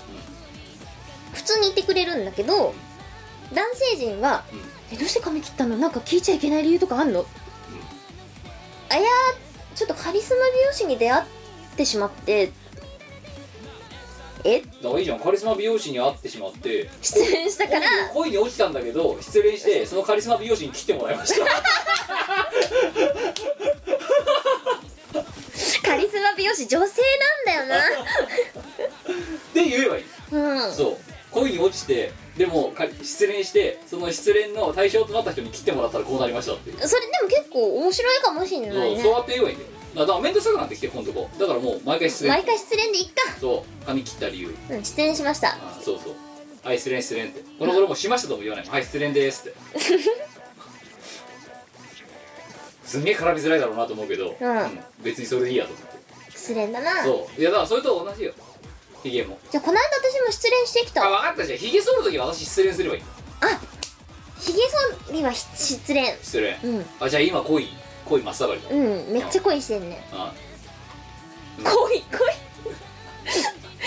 Speaker 3: 普通に言ってくれるんだけど男性陣は
Speaker 2: うん
Speaker 3: 「えどうして髪切ったのなんか聞いちゃいけない理由とかあんのあいやーちょっとカリスマ美容師に出会ってしまってえ
Speaker 2: だからいいじゃんカリスマ美容師に会ってしまって
Speaker 3: 失恋したから
Speaker 2: 恋に落ちたんだけど失恋してそのカリスマ美容師に切ってもらい ました
Speaker 3: カリスマ美容師女性なんだよ
Speaker 2: で言えばいい
Speaker 3: なうん
Speaker 2: そう恋に落ちてでもか失恋してその失恋の対象となった人に切ってもらったらこうなりましたっていう、
Speaker 3: それでも結構面白いかもしんない
Speaker 2: そうそう
Speaker 3: ね
Speaker 2: やって言えばいいんだよだからだから面倒くさくなってきてこのとこだからもう毎回失恋
Speaker 3: 毎回失恋でいっか
Speaker 2: そう髪切った理由
Speaker 3: うん失恋しました
Speaker 2: あそうそうはい失恋失恋ってこの頃もうしましたとも言わないはい失恋ですって すんげえ絡みづらいだろうなと思うけど、
Speaker 3: うん
Speaker 2: 別にそれでいいやと思って
Speaker 3: 失恋だな
Speaker 2: そういやだからそれと同じよヒゲも
Speaker 3: じゃあこの間私も失恋してき
Speaker 2: あ
Speaker 3: た
Speaker 2: 分かったじゃんヒゲ剃るときは私失恋すればいい
Speaker 3: ひげ剃りはひ失恋
Speaker 2: 失恋
Speaker 3: うん
Speaker 2: あじゃあ今恋恋真っ盛りだ、
Speaker 3: うんめっちゃ恋してんね
Speaker 2: あ
Speaker 3: 恋恋濃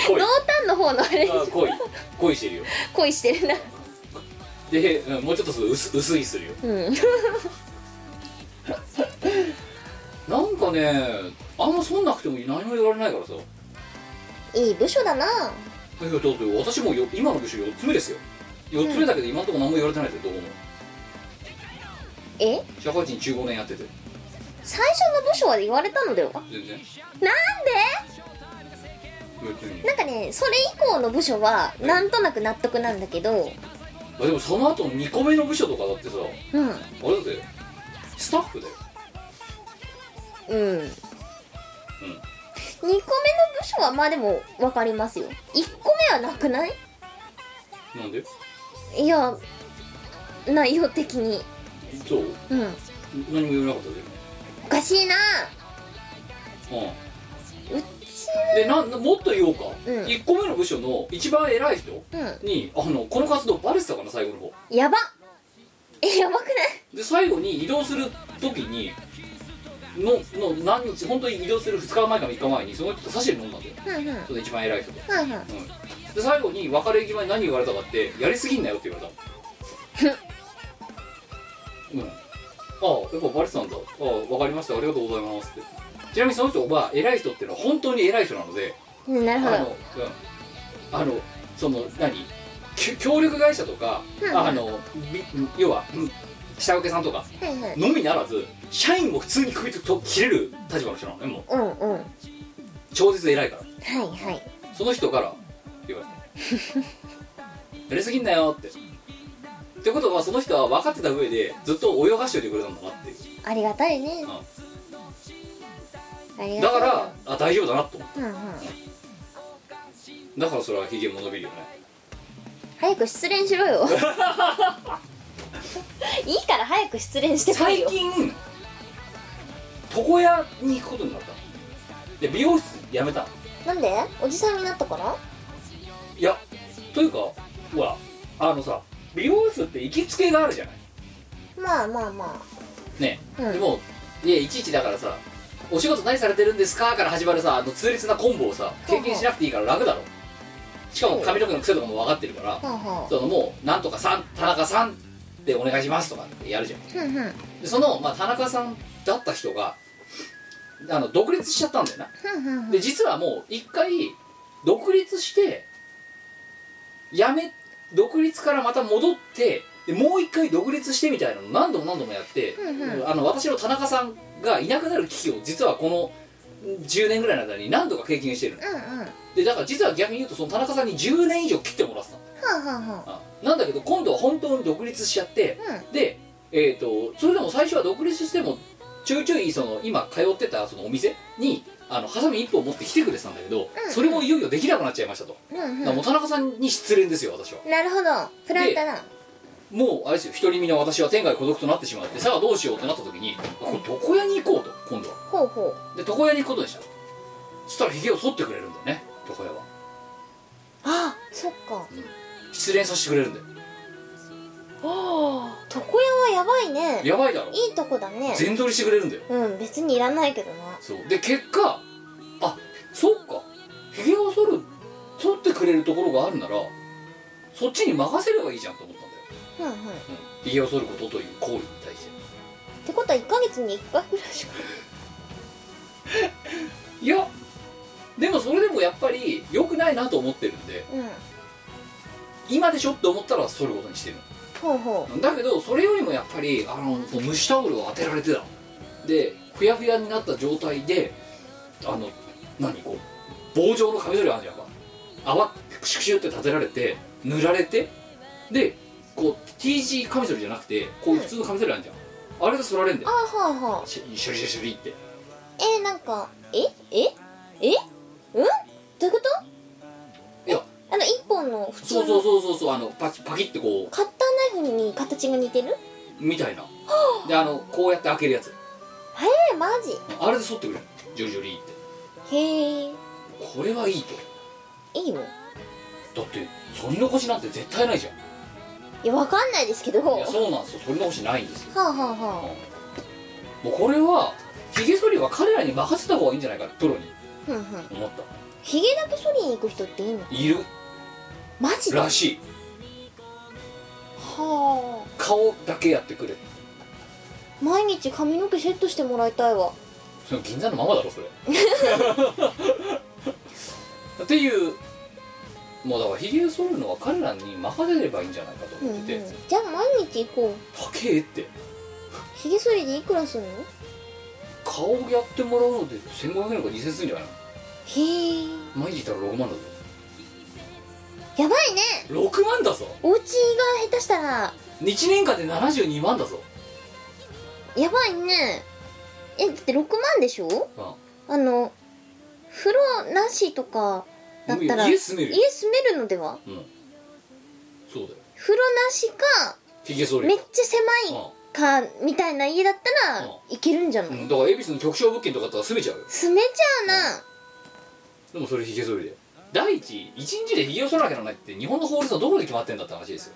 Speaker 2: 恋あ
Speaker 3: 淡の方のあれ
Speaker 2: 恋恋してるよ
Speaker 3: 恋してるな
Speaker 2: で、うんもうちょっとする薄薄いするよ
Speaker 3: うん
Speaker 2: なんかねあんまそんなくても何も言われないからさ
Speaker 3: いい部署だない
Speaker 2: やだって私もうよ今の部署4つ目ですよ4つ目だけど今のところ何も言われてないですよどうも
Speaker 3: え
Speaker 2: 社会人15年やってて
Speaker 3: 最初の部署は言われたのだよなんで
Speaker 2: 全然別に
Speaker 3: なんかねそれ以降の部署はなんとなく納得なんだけど
Speaker 2: あでもその後の2個目の部署とかだってさ
Speaker 3: うん
Speaker 2: あれだってスタッフだよ
Speaker 3: うん、2個目の部署はまあでも分かりますよ1個目はなくない
Speaker 2: なんで
Speaker 3: いや内容的に
Speaker 2: そう
Speaker 3: うん
Speaker 2: 何も言わなかったで
Speaker 3: おかしいな
Speaker 2: も
Speaker 3: う
Speaker 2: うんでなんもっと言おうか、
Speaker 3: うん
Speaker 2: 1個目の部署の一番偉い人
Speaker 3: う
Speaker 2: にあのこの活動バレてたかな最後の方
Speaker 3: んやばえやばくない
Speaker 2: で最後に移動する時にのの何日本当に移動する2日前か3日前にその人と差しで飲んだんだよ
Speaker 3: うんうん
Speaker 2: その一番偉い人と、
Speaker 3: うんうん
Speaker 2: うん、で最後に別れ際に何言われたかって「やりすぎんなよ」って言われたのうんああやっぱバレてたんだああわかりましたありがとうございますってちなみにその人は偉い人っていうのは本当に偉い人なので
Speaker 3: うんなるほ
Speaker 2: あ
Speaker 3: ど
Speaker 2: の、うん、あのその何きょ協力会社とか、
Speaker 3: うんうん
Speaker 2: あのみ要は、うん下請けさんとか
Speaker 3: はいはい
Speaker 2: のみならず社員も普通に首と切れる立場の人なのねもう
Speaker 3: うんうんはい
Speaker 2: 超絶偉いから
Speaker 3: はい
Speaker 2: その人から言われて「やりすぎんなよ」って。ってことはその人は分かってた上でずっと泳がしておいてくれたんだなっていう
Speaker 3: ありがたいねありが
Speaker 2: だ
Speaker 3: た
Speaker 2: か
Speaker 3: い
Speaker 2: らあ大丈夫だなと思っ
Speaker 3: うんうん
Speaker 2: ただからそれはヒゲも伸びるよね
Speaker 3: 早く失恋しろ よいいから早く失恋してこい
Speaker 2: 最
Speaker 3: よ
Speaker 2: 近床屋に行くことになったで美容室辞めた
Speaker 3: なんでおじさんになったから
Speaker 2: いやというかほらあのさ美容室って行きつけがあるじゃない
Speaker 3: まあまあま
Speaker 2: ね、
Speaker 3: うん
Speaker 2: でもいやいちいちだからさ「お仕事何されてるんですか?」から始まるさあの痛烈なコンボをさ経験しなくていいから楽だろしかも髪の毛の癖とかも分かってるから
Speaker 3: はあは
Speaker 2: そのもう「なんとかさん田中さん」でお願いしますとかってやるじゃん
Speaker 3: あふんふん
Speaker 2: でその、まあ、田中さんだった人があの独立しちゃったんだよな
Speaker 3: ふんふんふん
Speaker 2: で実はもう一回独立してやめ独立からまた戻ってでもう一回独立してみたいなの何度も何度もやって、
Speaker 3: うんうん
Speaker 2: あの私の田中さんがいなくなる危機を実はこの10年ぐらいの間に何度か経験してるの
Speaker 3: うんうんは
Speaker 2: でだから実は逆に言うとその田中さんに10年以上切ってもらってたの
Speaker 3: あはあはあ
Speaker 2: あなんだけど今度は本当に独立しちゃって、で、えー、とそれでも最初は独立してもちょいちょいその今通ってたそのお店にあのハサミ一本持って来てくれてたんだけど、
Speaker 3: うん
Speaker 2: それもいよいよできなくなっちゃいましたと、
Speaker 3: うん
Speaker 2: だからもう田中さんに失恋ですよ私は
Speaker 3: うんなるほどプランタだ
Speaker 2: もうあれですよ独り身の私は天涯孤独となってしまってさあどうしようってなった時にあこれ床屋に行こうと今度は
Speaker 3: ほうほ
Speaker 2: で床屋に行くことでしたそしたらひげを剃ってくれるんだよね床屋は
Speaker 3: うあそっか
Speaker 2: 失恋させてくれるんだよ
Speaker 3: 床屋はやばいね
Speaker 2: やばいだろ
Speaker 3: いいとこだね
Speaker 2: 全取りしてくれるんだよ
Speaker 3: うん別にいらないけどな
Speaker 2: そうで結果あそうかひげを剃る剃ってくれるところがあるならそっちに任せればいいじゃんと思ったんだよ
Speaker 3: うんうんっ
Speaker 2: ひげ、うん、髭を剃ることという行為に対して
Speaker 3: てことは1ヶ月に1回ぐらいしか
Speaker 2: いやでもそれでもやっぱり良くないなと思ってるんで
Speaker 3: うん
Speaker 2: 今でしょって思ったら剃ることにしてる
Speaker 3: ほうほ
Speaker 2: だけどそれよりもやっぱりあの蒸しタオルを当てられてたでふやふやになった状態であの何こう棒状のカミソリあるじゃんか泡クシュクシュって立てられて塗られてでこう T 字カミソリじゃなくてこう普通のカミソリあるじゃん、あれで剃られんだ
Speaker 3: うあ
Speaker 2: よ
Speaker 3: はいはい
Speaker 2: シュシュリシュリシュリって
Speaker 3: えー、なんかえええうんどういうこと
Speaker 2: いや
Speaker 3: あの一本の普通
Speaker 2: そうそう
Speaker 3: の
Speaker 2: そうそうそうあのパキパキってこ
Speaker 3: カッターナイフに形が似てる
Speaker 2: うみたいなであのこうやって開けるやつ
Speaker 3: えー、マジ
Speaker 2: あれで剃ってくれるジョリジョリって
Speaker 3: へえ
Speaker 2: これはいいと
Speaker 3: いいの
Speaker 2: だって剃り残しなんて絶対ないじゃん
Speaker 3: いやわかんないですけど
Speaker 2: いやそうなんですよ取り直しないんですよ
Speaker 3: はあはあは
Speaker 2: もうこれはヒゲ剃りは彼らに任せた方がいいんじゃないかってプロに
Speaker 3: あふんふん
Speaker 2: 思った
Speaker 3: ひげだけ剃りに行く人っていいの
Speaker 2: いる
Speaker 3: マジでは
Speaker 2: らしい
Speaker 3: あ
Speaker 2: 顔だけやってくれ
Speaker 3: 毎日髪の毛セットしてもらいたいわ
Speaker 2: その銀座のままだろ それっていうもうだからヒゲ剃るのは彼らに任せればいいんじゃないかと
Speaker 3: うん、う
Speaker 2: 思っ
Speaker 3: ん、
Speaker 2: てて、
Speaker 3: じゃあ毎日行こう
Speaker 2: 高えって
Speaker 3: ひげ剃りでいくらすんの
Speaker 2: 顔やってもらうので1500円とか2000円するんじゃない
Speaker 3: へえ
Speaker 2: の毎日いたら6万だぞ
Speaker 3: やばいね
Speaker 2: 6万だぞ
Speaker 3: お家が下手したら
Speaker 2: 1年間で72万だぞ
Speaker 3: やばいねえだって6万でしょ
Speaker 2: うん
Speaker 3: あの風呂なしとかだったら
Speaker 2: 家住めるよ
Speaker 3: 家住めるのでは
Speaker 2: うんそうだよ
Speaker 3: 風呂なしか
Speaker 2: ひげ剃り
Speaker 3: めっちゃ狭い
Speaker 2: あ
Speaker 3: かみたいな家だったら
Speaker 2: うん
Speaker 3: いけるんじゃな
Speaker 2: う
Speaker 3: い
Speaker 2: んだから恵比寿の局所物件とかだったら住めちゃうよ
Speaker 3: 住めちゃうな
Speaker 2: でもそれひげ剃りで第一一日でひげを剃らなきゃならないって日本の法律はどこで決まってんだって話ですよ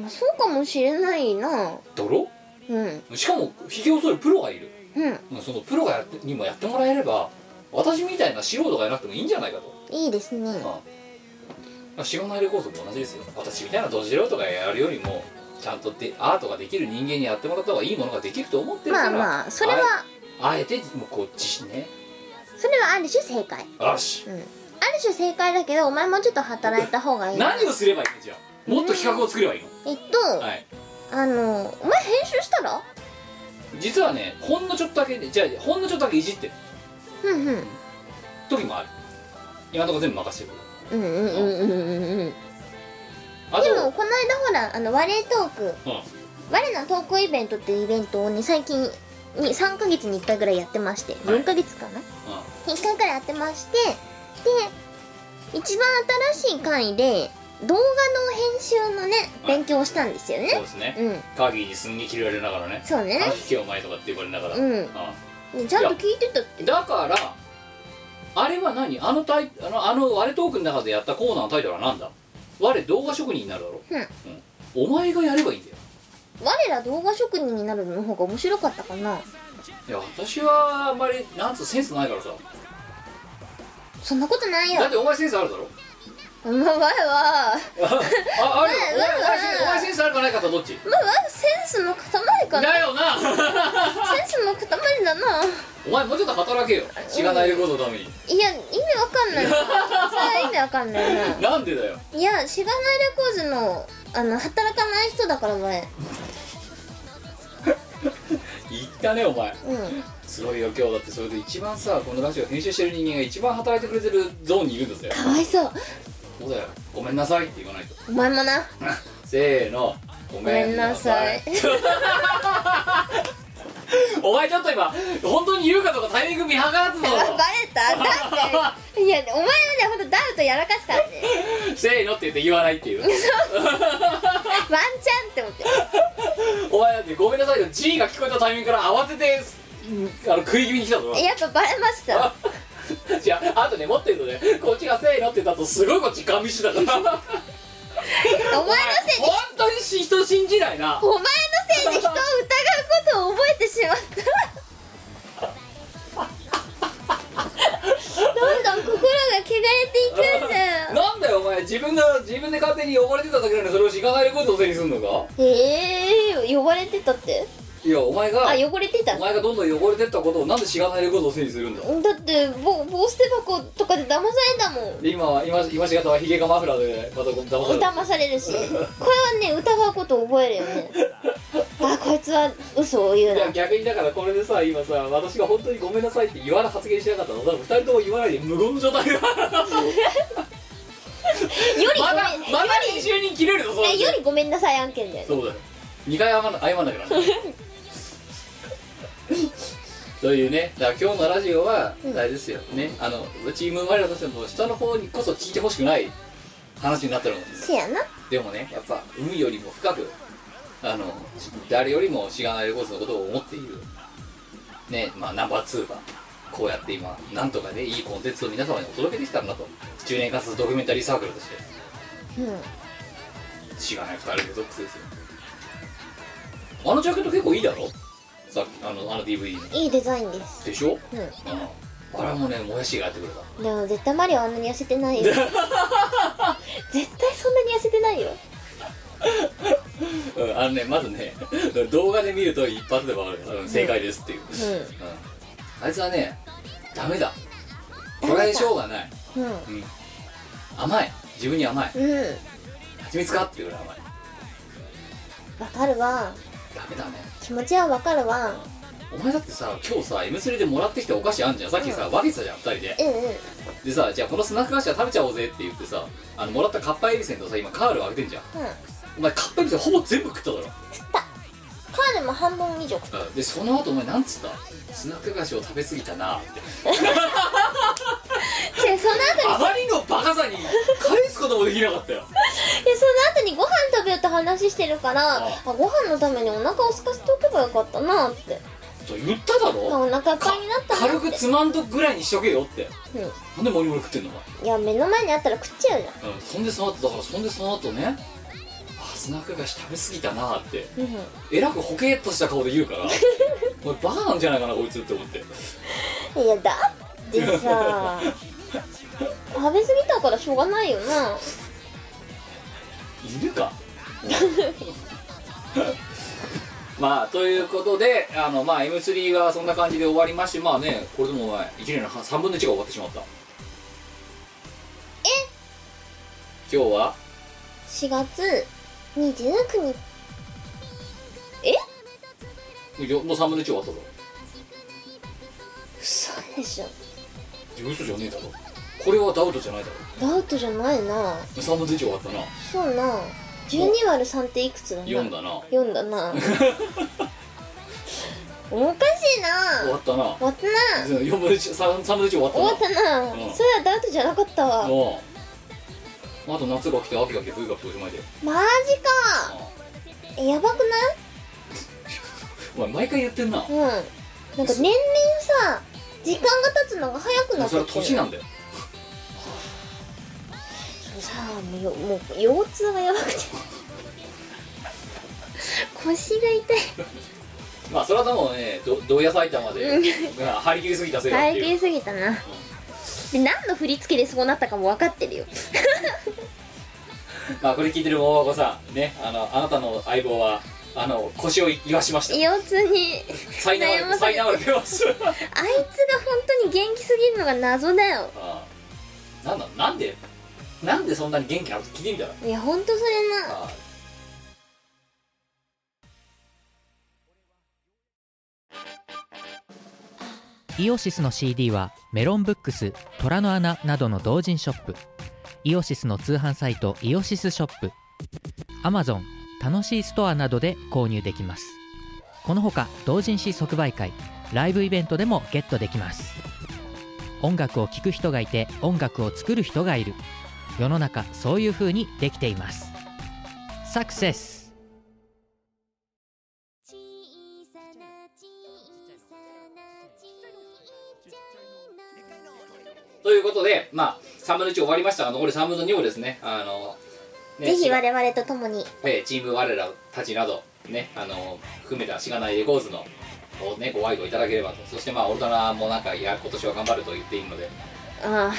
Speaker 3: まあそうかもしれないな
Speaker 2: だろ
Speaker 3: うん
Speaker 2: しかもひげを剃るプロがいる、
Speaker 3: うん
Speaker 2: うん、そのプロがやってにもやってもらえれば私みたいな素人がやらなくてもいいんじゃないかと、
Speaker 3: いいですね
Speaker 2: うん、仕事のやるコースも同じですよ私みたいなど素人がやるよりもちゃんとでアートができる人間にやってもらった方がいいものができると思ってるか
Speaker 3: まあ
Speaker 2: ら
Speaker 3: まあそれ
Speaker 2: あ
Speaker 3: は
Speaker 2: えあえてもうこっちね
Speaker 3: それはある種正解
Speaker 2: よし
Speaker 3: うんある種正解だけどお前もうちょっと働いた方がいいな
Speaker 2: 何をすればいいのじゃあもっと企画を作ればいいの、
Speaker 3: えっと
Speaker 2: はい
Speaker 3: あのお前編集したら
Speaker 2: 実はねほんのちょっとだけねじゃあほんのちょっとだけいじってる
Speaker 3: うんうん
Speaker 2: 時もある今のところ全部任せてる
Speaker 3: うんうんうんうんうんうん
Speaker 2: あ
Speaker 3: でも
Speaker 2: と
Speaker 3: この間ほらあの「我トーク」
Speaker 2: うん
Speaker 3: 「我のトークイベント」っていうイベントをね最近に3ヶ月に1回ぐらいやってまして4ヶ月かな、1回ぐらいやってましてで一番新しい回で動画の編集のね
Speaker 2: はい
Speaker 3: 勉強をしたんですよ
Speaker 2: うん、そう
Speaker 3: ね
Speaker 2: ですね
Speaker 3: うん
Speaker 2: カーギーにすんげえ嫌われながらね
Speaker 3: そうね
Speaker 2: 話聞けよお前とかって言われながら、
Speaker 3: うんねちゃんと聞いてたって
Speaker 2: うんだからあれは何あのタイあのあのあれトークの中でやったコーナーのタイトルは何だ我動画職人になるだろ、
Speaker 3: うん
Speaker 2: お前がやればいいんだよ
Speaker 3: 我ら動画職人になるの方が面白かったかない
Speaker 2: や私はあんまりなんつうセンスないからさ
Speaker 3: そんなことないよ
Speaker 2: だってお前センスあるだろ
Speaker 3: まあ前は
Speaker 2: ああるよ
Speaker 3: うん
Speaker 2: お前お
Speaker 3: う
Speaker 2: 前
Speaker 3: ん
Speaker 2: お前センスあるかないかとどっち
Speaker 3: まあ前センスの塊かな
Speaker 2: だよな
Speaker 3: センスの塊だな
Speaker 2: お前もうちょっと働けよ知らないことのために
Speaker 3: いや意味わかんないなそれは意味わかんないな
Speaker 2: なんでだよ
Speaker 3: いやしがないレコーズのあの働かない人だから前
Speaker 2: 言ったねお前
Speaker 3: うん
Speaker 2: すごいよ今日だってそれで一番さこのラジオ編集してる人間が一番働いてくれてるゾーンにいるんですよ
Speaker 3: かわいそう
Speaker 2: そうだよごめんなさいって言わないと
Speaker 3: お前もな
Speaker 2: せーのご
Speaker 3: ごめんなさい
Speaker 2: お前ちょっと今本当に言うかとかタイミング見計らって た
Speaker 3: バ
Speaker 2: ぞ
Speaker 3: レただっていやお前はねほんとダウトやらかすからね
Speaker 2: せーのって言って言わないっていう
Speaker 3: ワンチャンって思って
Speaker 2: お前だってごめんなさいの G が聞こえたタイミングから慌ててあの食い気味に来たぞ
Speaker 3: やっぱバレました
Speaker 2: じゃああとね持ってるのねこっちがせーのって言ったとすごいこっちガミ しだからお前の
Speaker 3: お前のせいで
Speaker 2: 本当にし人信じないな
Speaker 3: お前のせいで人を疑うことを覚えてしまった どんどん心が汚れていくんだよ
Speaker 2: なんだよお前自分が自分で勝手に汚れてただけなのにそれをしがないレコードのせいにすんのか
Speaker 3: ええ呼ばれてたって
Speaker 2: いやお前が
Speaker 3: あ汚れてた
Speaker 2: お
Speaker 3: だ
Speaker 2: 前がどんどん汚れてったことをなんでしがないレコードのせいにするんだ
Speaker 3: ってぼ棒捨て箱とかで騙されたもん
Speaker 2: で今は今今し方はヒゲがマフラーでまたこう騙された
Speaker 3: 騙されるしこれはね疑うことを覚えるよねあこいつは嘘を言う
Speaker 2: い
Speaker 3: な
Speaker 2: や逆にだからこれでさ今さ私が本当にごめんなさいって言わな発言しなかったの多分二人とも言わないで無言の状態で
Speaker 3: よりご
Speaker 2: ま
Speaker 3: めん
Speaker 2: だまだ練習に切れるぞそれ
Speaker 3: えよりごめんなさい案件だよね
Speaker 2: そうだよ2回謝んな謝んなきゃなというねだから今日のラジオはあれですよ、ねあのチーム我らとしても下の方にこそ聞いてほしくない話になってるの
Speaker 3: せやな
Speaker 2: でもねやっぱ海よりも深くあの誰よりもしがないレコーズのことを思っているねまあナンバー2がこうやって今なんとかねいいコンテンツを皆様にお届けできたんだと10年間続ドキュメンタリーサークルとして
Speaker 3: うん
Speaker 2: しがない2人でゾックスですよあのジャケット結構いいだろさっきあのあの DVD の
Speaker 3: いいデザインです
Speaker 2: でしょ
Speaker 3: う
Speaker 2: うんあれもねもやしがやってくれた
Speaker 3: んでも絶対マリオあんなに痩せて ないよ絶対そんなに痩せてないよ
Speaker 2: うん、あのねまずね動画で見ると一発でわかる、うん、正解ですっていう、
Speaker 3: ん
Speaker 2: うんあいつはねダメだこれでしょうがない、
Speaker 3: うん
Speaker 2: うん、甘い自分に甘い
Speaker 3: うん
Speaker 2: 蜂蜜かっていうぐらい甘い
Speaker 3: わかるわ
Speaker 2: ダメだね
Speaker 3: 気持ちはわかるわ
Speaker 2: お前だってさ今日さ M3 でもらってきたお菓子あんじゃんさっきさ分けてたじゃん2人で
Speaker 3: うんうん
Speaker 2: でさじゃあこのスナック菓子は食べちゃおうぜって言ってさあのもらったカッパエビセンとさ今カールをあげてんじゃん
Speaker 3: うん
Speaker 2: お前カッパエビセンほぼ全部食っただろ
Speaker 3: 食ったカールも半分以上食っ
Speaker 2: でその後お前なんつったスナック菓子を食べ過ぎたな って
Speaker 3: たでその後
Speaker 2: あまりのバカさに返すこともできなかったよ
Speaker 3: にでその後にご飯食べようって話してるから
Speaker 2: あ
Speaker 3: あご飯のためにお腹を空かせておけばよかったなって
Speaker 2: と言った
Speaker 3: まあ
Speaker 2: だろ
Speaker 3: お腹いっ
Speaker 2: か
Speaker 3: ぱいになったな
Speaker 2: 軽
Speaker 3: っ
Speaker 2: く
Speaker 3: て
Speaker 2: つまんどくぐらいにしとけよってなんでモリモリ食ってんのお
Speaker 3: うん、いや目の前にあったら食っちゃうじゃん
Speaker 2: 前、うん、そんでその後だからそんでその後ねあスナック菓子食べ過ぎたなって
Speaker 3: うん
Speaker 2: えらくホケーっとした顔で言うからお前バカなんじゃないかなこいつって思って
Speaker 3: いやだって さ食べ過ぎたからしょうがないよない
Speaker 2: るか まあということであの、まあ、M3 がそんな感じで終わりましてまあねこれでもお前1年の半3分の1が終わってしまったえ今日は
Speaker 3: 4月29日え
Speaker 2: いやもう3分の1終わったぞ
Speaker 3: 嘘でしょ
Speaker 2: いや嘘じゃねえだろこれはダウトじゃないだろ
Speaker 3: ダウトじゃないな
Speaker 2: 3分の1終わったな
Speaker 3: そうな12割る3っていくつだな
Speaker 2: 4だな
Speaker 3: 4だ なおかしいな
Speaker 2: 終わったな
Speaker 3: 終わったな
Speaker 2: 4分の1 3, 分の1終わった
Speaker 3: 終
Speaker 2: な
Speaker 3: わったな、
Speaker 2: うん
Speaker 3: それはダウトじゃなかったわマ
Speaker 2: もうあと夏が来て秋が来て冬が来ておしまいで
Speaker 3: ジかえやばく
Speaker 2: お前毎回言ってんな
Speaker 3: ないうんなんか年々さ時間が経つのが早くなって
Speaker 2: それは
Speaker 3: きて
Speaker 2: 年
Speaker 3: る
Speaker 2: なんだよ
Speaker 3: さあもうよもう腰痛がやばくて腰が痛
Speaker 2: まあそれはでもねどどうや埼玉で、
Speaker 3: うん
Speaker 2: まあ張り切りすぎたせ
Speaker 3: い
Speaker 2: いだって
Speaker 3: 体
Speaker 2: いう
Speaker 3: 型すぎたなで何の振り付けでそうなったかも分かってるよ
Speaker 2: まあこれ聞いてる大和子さんねあのあなたの相棒はあの腰を言わしました
Speaker 3: 腰痛に
Speaker 2: 才能
Speaker 3: 悩まされて
Speaker 2: 才能あてます
Speaker 3: あいつが本当に元気すぎるのが謎だよ
Speaker 2: ああなんだなんでなんでそんなに元気なのって聞いてみたら
Speaker 3: いや本当それな
Speaker 2: あ
Speaker 5: イオシスの CD はメロンブックス虎の穴などの同人ショップイオシスの通販サイトイオシスショップ Amazon 楽しいストアなどで購入できますこのほか同人誌即売会ライブイベントでもゲットできます音楽を聴く人がいて音楽を作る人がいる世の中そういう風にできていますサクセス
Speaker 6: 小さな小さなちっちゃい
Speaker 2: ということでまあ3分の1終わりましたが残り3分の2をですねあのね
Speaker 3: ぜひ我々と共に
Speaker 2: えーチーム我らたちなどねあの含めたしがないレコーズのおねご愛顧いただければとそしてまあオルタナもなんかいや今年は頑張ると言っていいので
Speaker 3: あ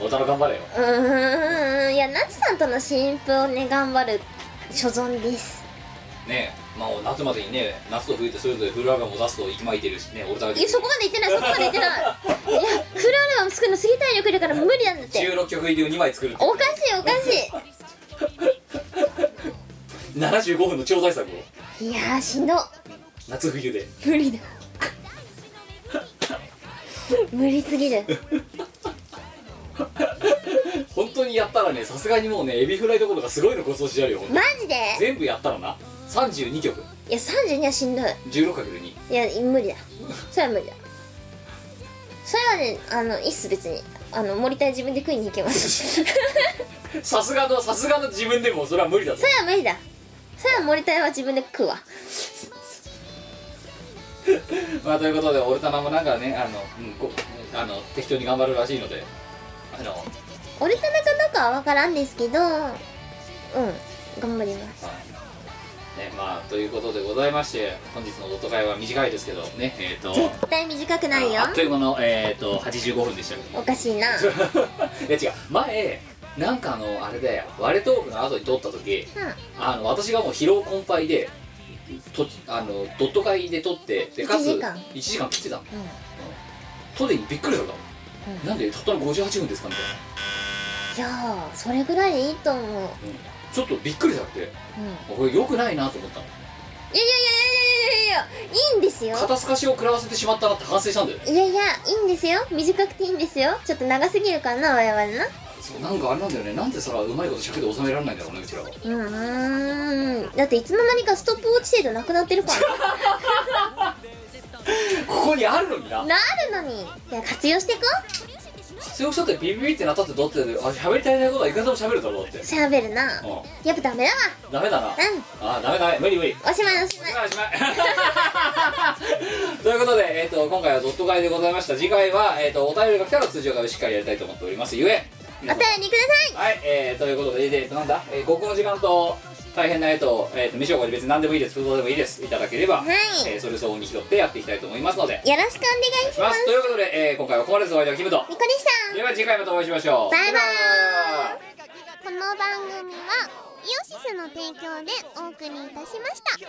Speaker 2: オルタナ頑張れよ
Speaker 3: あうーんいやなちさんとの新譜をね頑張る所存です
Speaker 2: ねまあ夏までにね夏と冬ってそれぞれフルアルバムを出すと息巻いてるしねオルタナ
Speaker 3: いやそこまで言ってないそこまで言ってないいやフルアルバム作るの過ぎ体力いるから無理なんだって
Speaker 2: 16曲入りを2枚作るって
Speaker 3: おかしいおかし
Speaker 2: 75分の超大作を
Speaker 3: いいやーしんど
Speaker 2: 夏冬で
Speaker 3: 無理だ無理すぎる
Speaker 2: 本当にやったらねさすがにもうねエビフライどころがすごいのごちそうしてやるよ、ほんと
Speaker 3: マジで
Speaker 2: 全部やったらな32曲
Speaker 3: いや32はしんどい
Speaker 2: 16×2
Speaker 3: いや無理だそれは無理だそれはねあのいいっす別にあの森田自分で食いに行けます それ
Speaker 2: さすがのさすがの自分でもそれは無理だぞ
Speaker 3: は無理だそれは森田は自分で食うわ
Speaker 2: まあということでオルタナもなんかねあの、うん、こあの適当に頑張るらしいのであの
Speaker 3: 俺田中どうかは分からんですけどうん頑張ります
Speaker 2: ねまあということでございまして本日のドット会は短いですけどねえっ、と
Speaker 3: 絶対短くないよ
Speaker 2: ああっという間のえっ、と85分でしたけど
Speaker 3: おかしいなうん
Speaker 2: いや違う前なんかあのあれで割れトークの後に撮った時あの私がもう疲労困憊でとあのドット会で撮ってでかつ
Speaker 3: 1時間
Speaker 2: 1時間切ってたの撮るにびっくりしたの、
Speaker 3: うん
Speaker 2: なんでたったの58分ですかみたいない
Speaker 3: やーそれぐらいでいいと思う、うん、いやいやいやいやいやいやいや
Speaker 2: ちょっとびっくりしちゃってこれ良くないなと思ったの
Speaker 3: いやいいんですよ
Speaker 2: 肩透かしを食らわせてしまったなって反省したんだよね
Speaker 3: いやいやいいんですよ短くていいんですよちょっと長すぎるかな我々な
Speaker 2: そうなんかあれなんだよねなんでさうまいこと尺で収められないんだろうねうちらは
Speaker 3: うーんだっていつの間にかストップウォッチ制度なくなってるから
Speaker 2: ここにあるのにな
Speaker 3: ななるのにいや活用していこう
Speaker 2: 必要したってビビビってなったってどうってあ喋り足りないことはいくらでも喋るだろうって
Speaker 3: しゃべるな
Speaker 2: う
Speaker 3: やっぱダメだわ
Speaker 2: んダメだな
Speaker 3: うん
Speaker 2: あダメダメ無理無理
Speaker 3: おしまいおしまい
Speaker 2: おしまい ということで、えー、と今回はドット会でございました次回は、えー、とお便りが来たら通常会をしっかりやりたいと思っておりますゆえ
Speaker 3: お便りください
Speaker 2: はい、えー、ということで、で、えーとなんだ、えー、国語の時間と、大変な絵と、えー、と、飯をこれ別に何でもいいです、不動でもいいです、いただければ、
Speaker 3: い
Speaker 2: えーそれ相応に拾ってやっていきたいと思いますので、
Speaker 3: よろしくお願いし
Speaker 2: しま。
Speaker 3: ますす
Speaker 2: ということで、えー今回はここまでです。お相手はキムと。
Speaker 3: ニコでした
Speaker 2: では次回またお会いしましょう。
Speaker 3: バイバーイ
Speaker 6: この番組はイオシスの提供でお送りいたしました。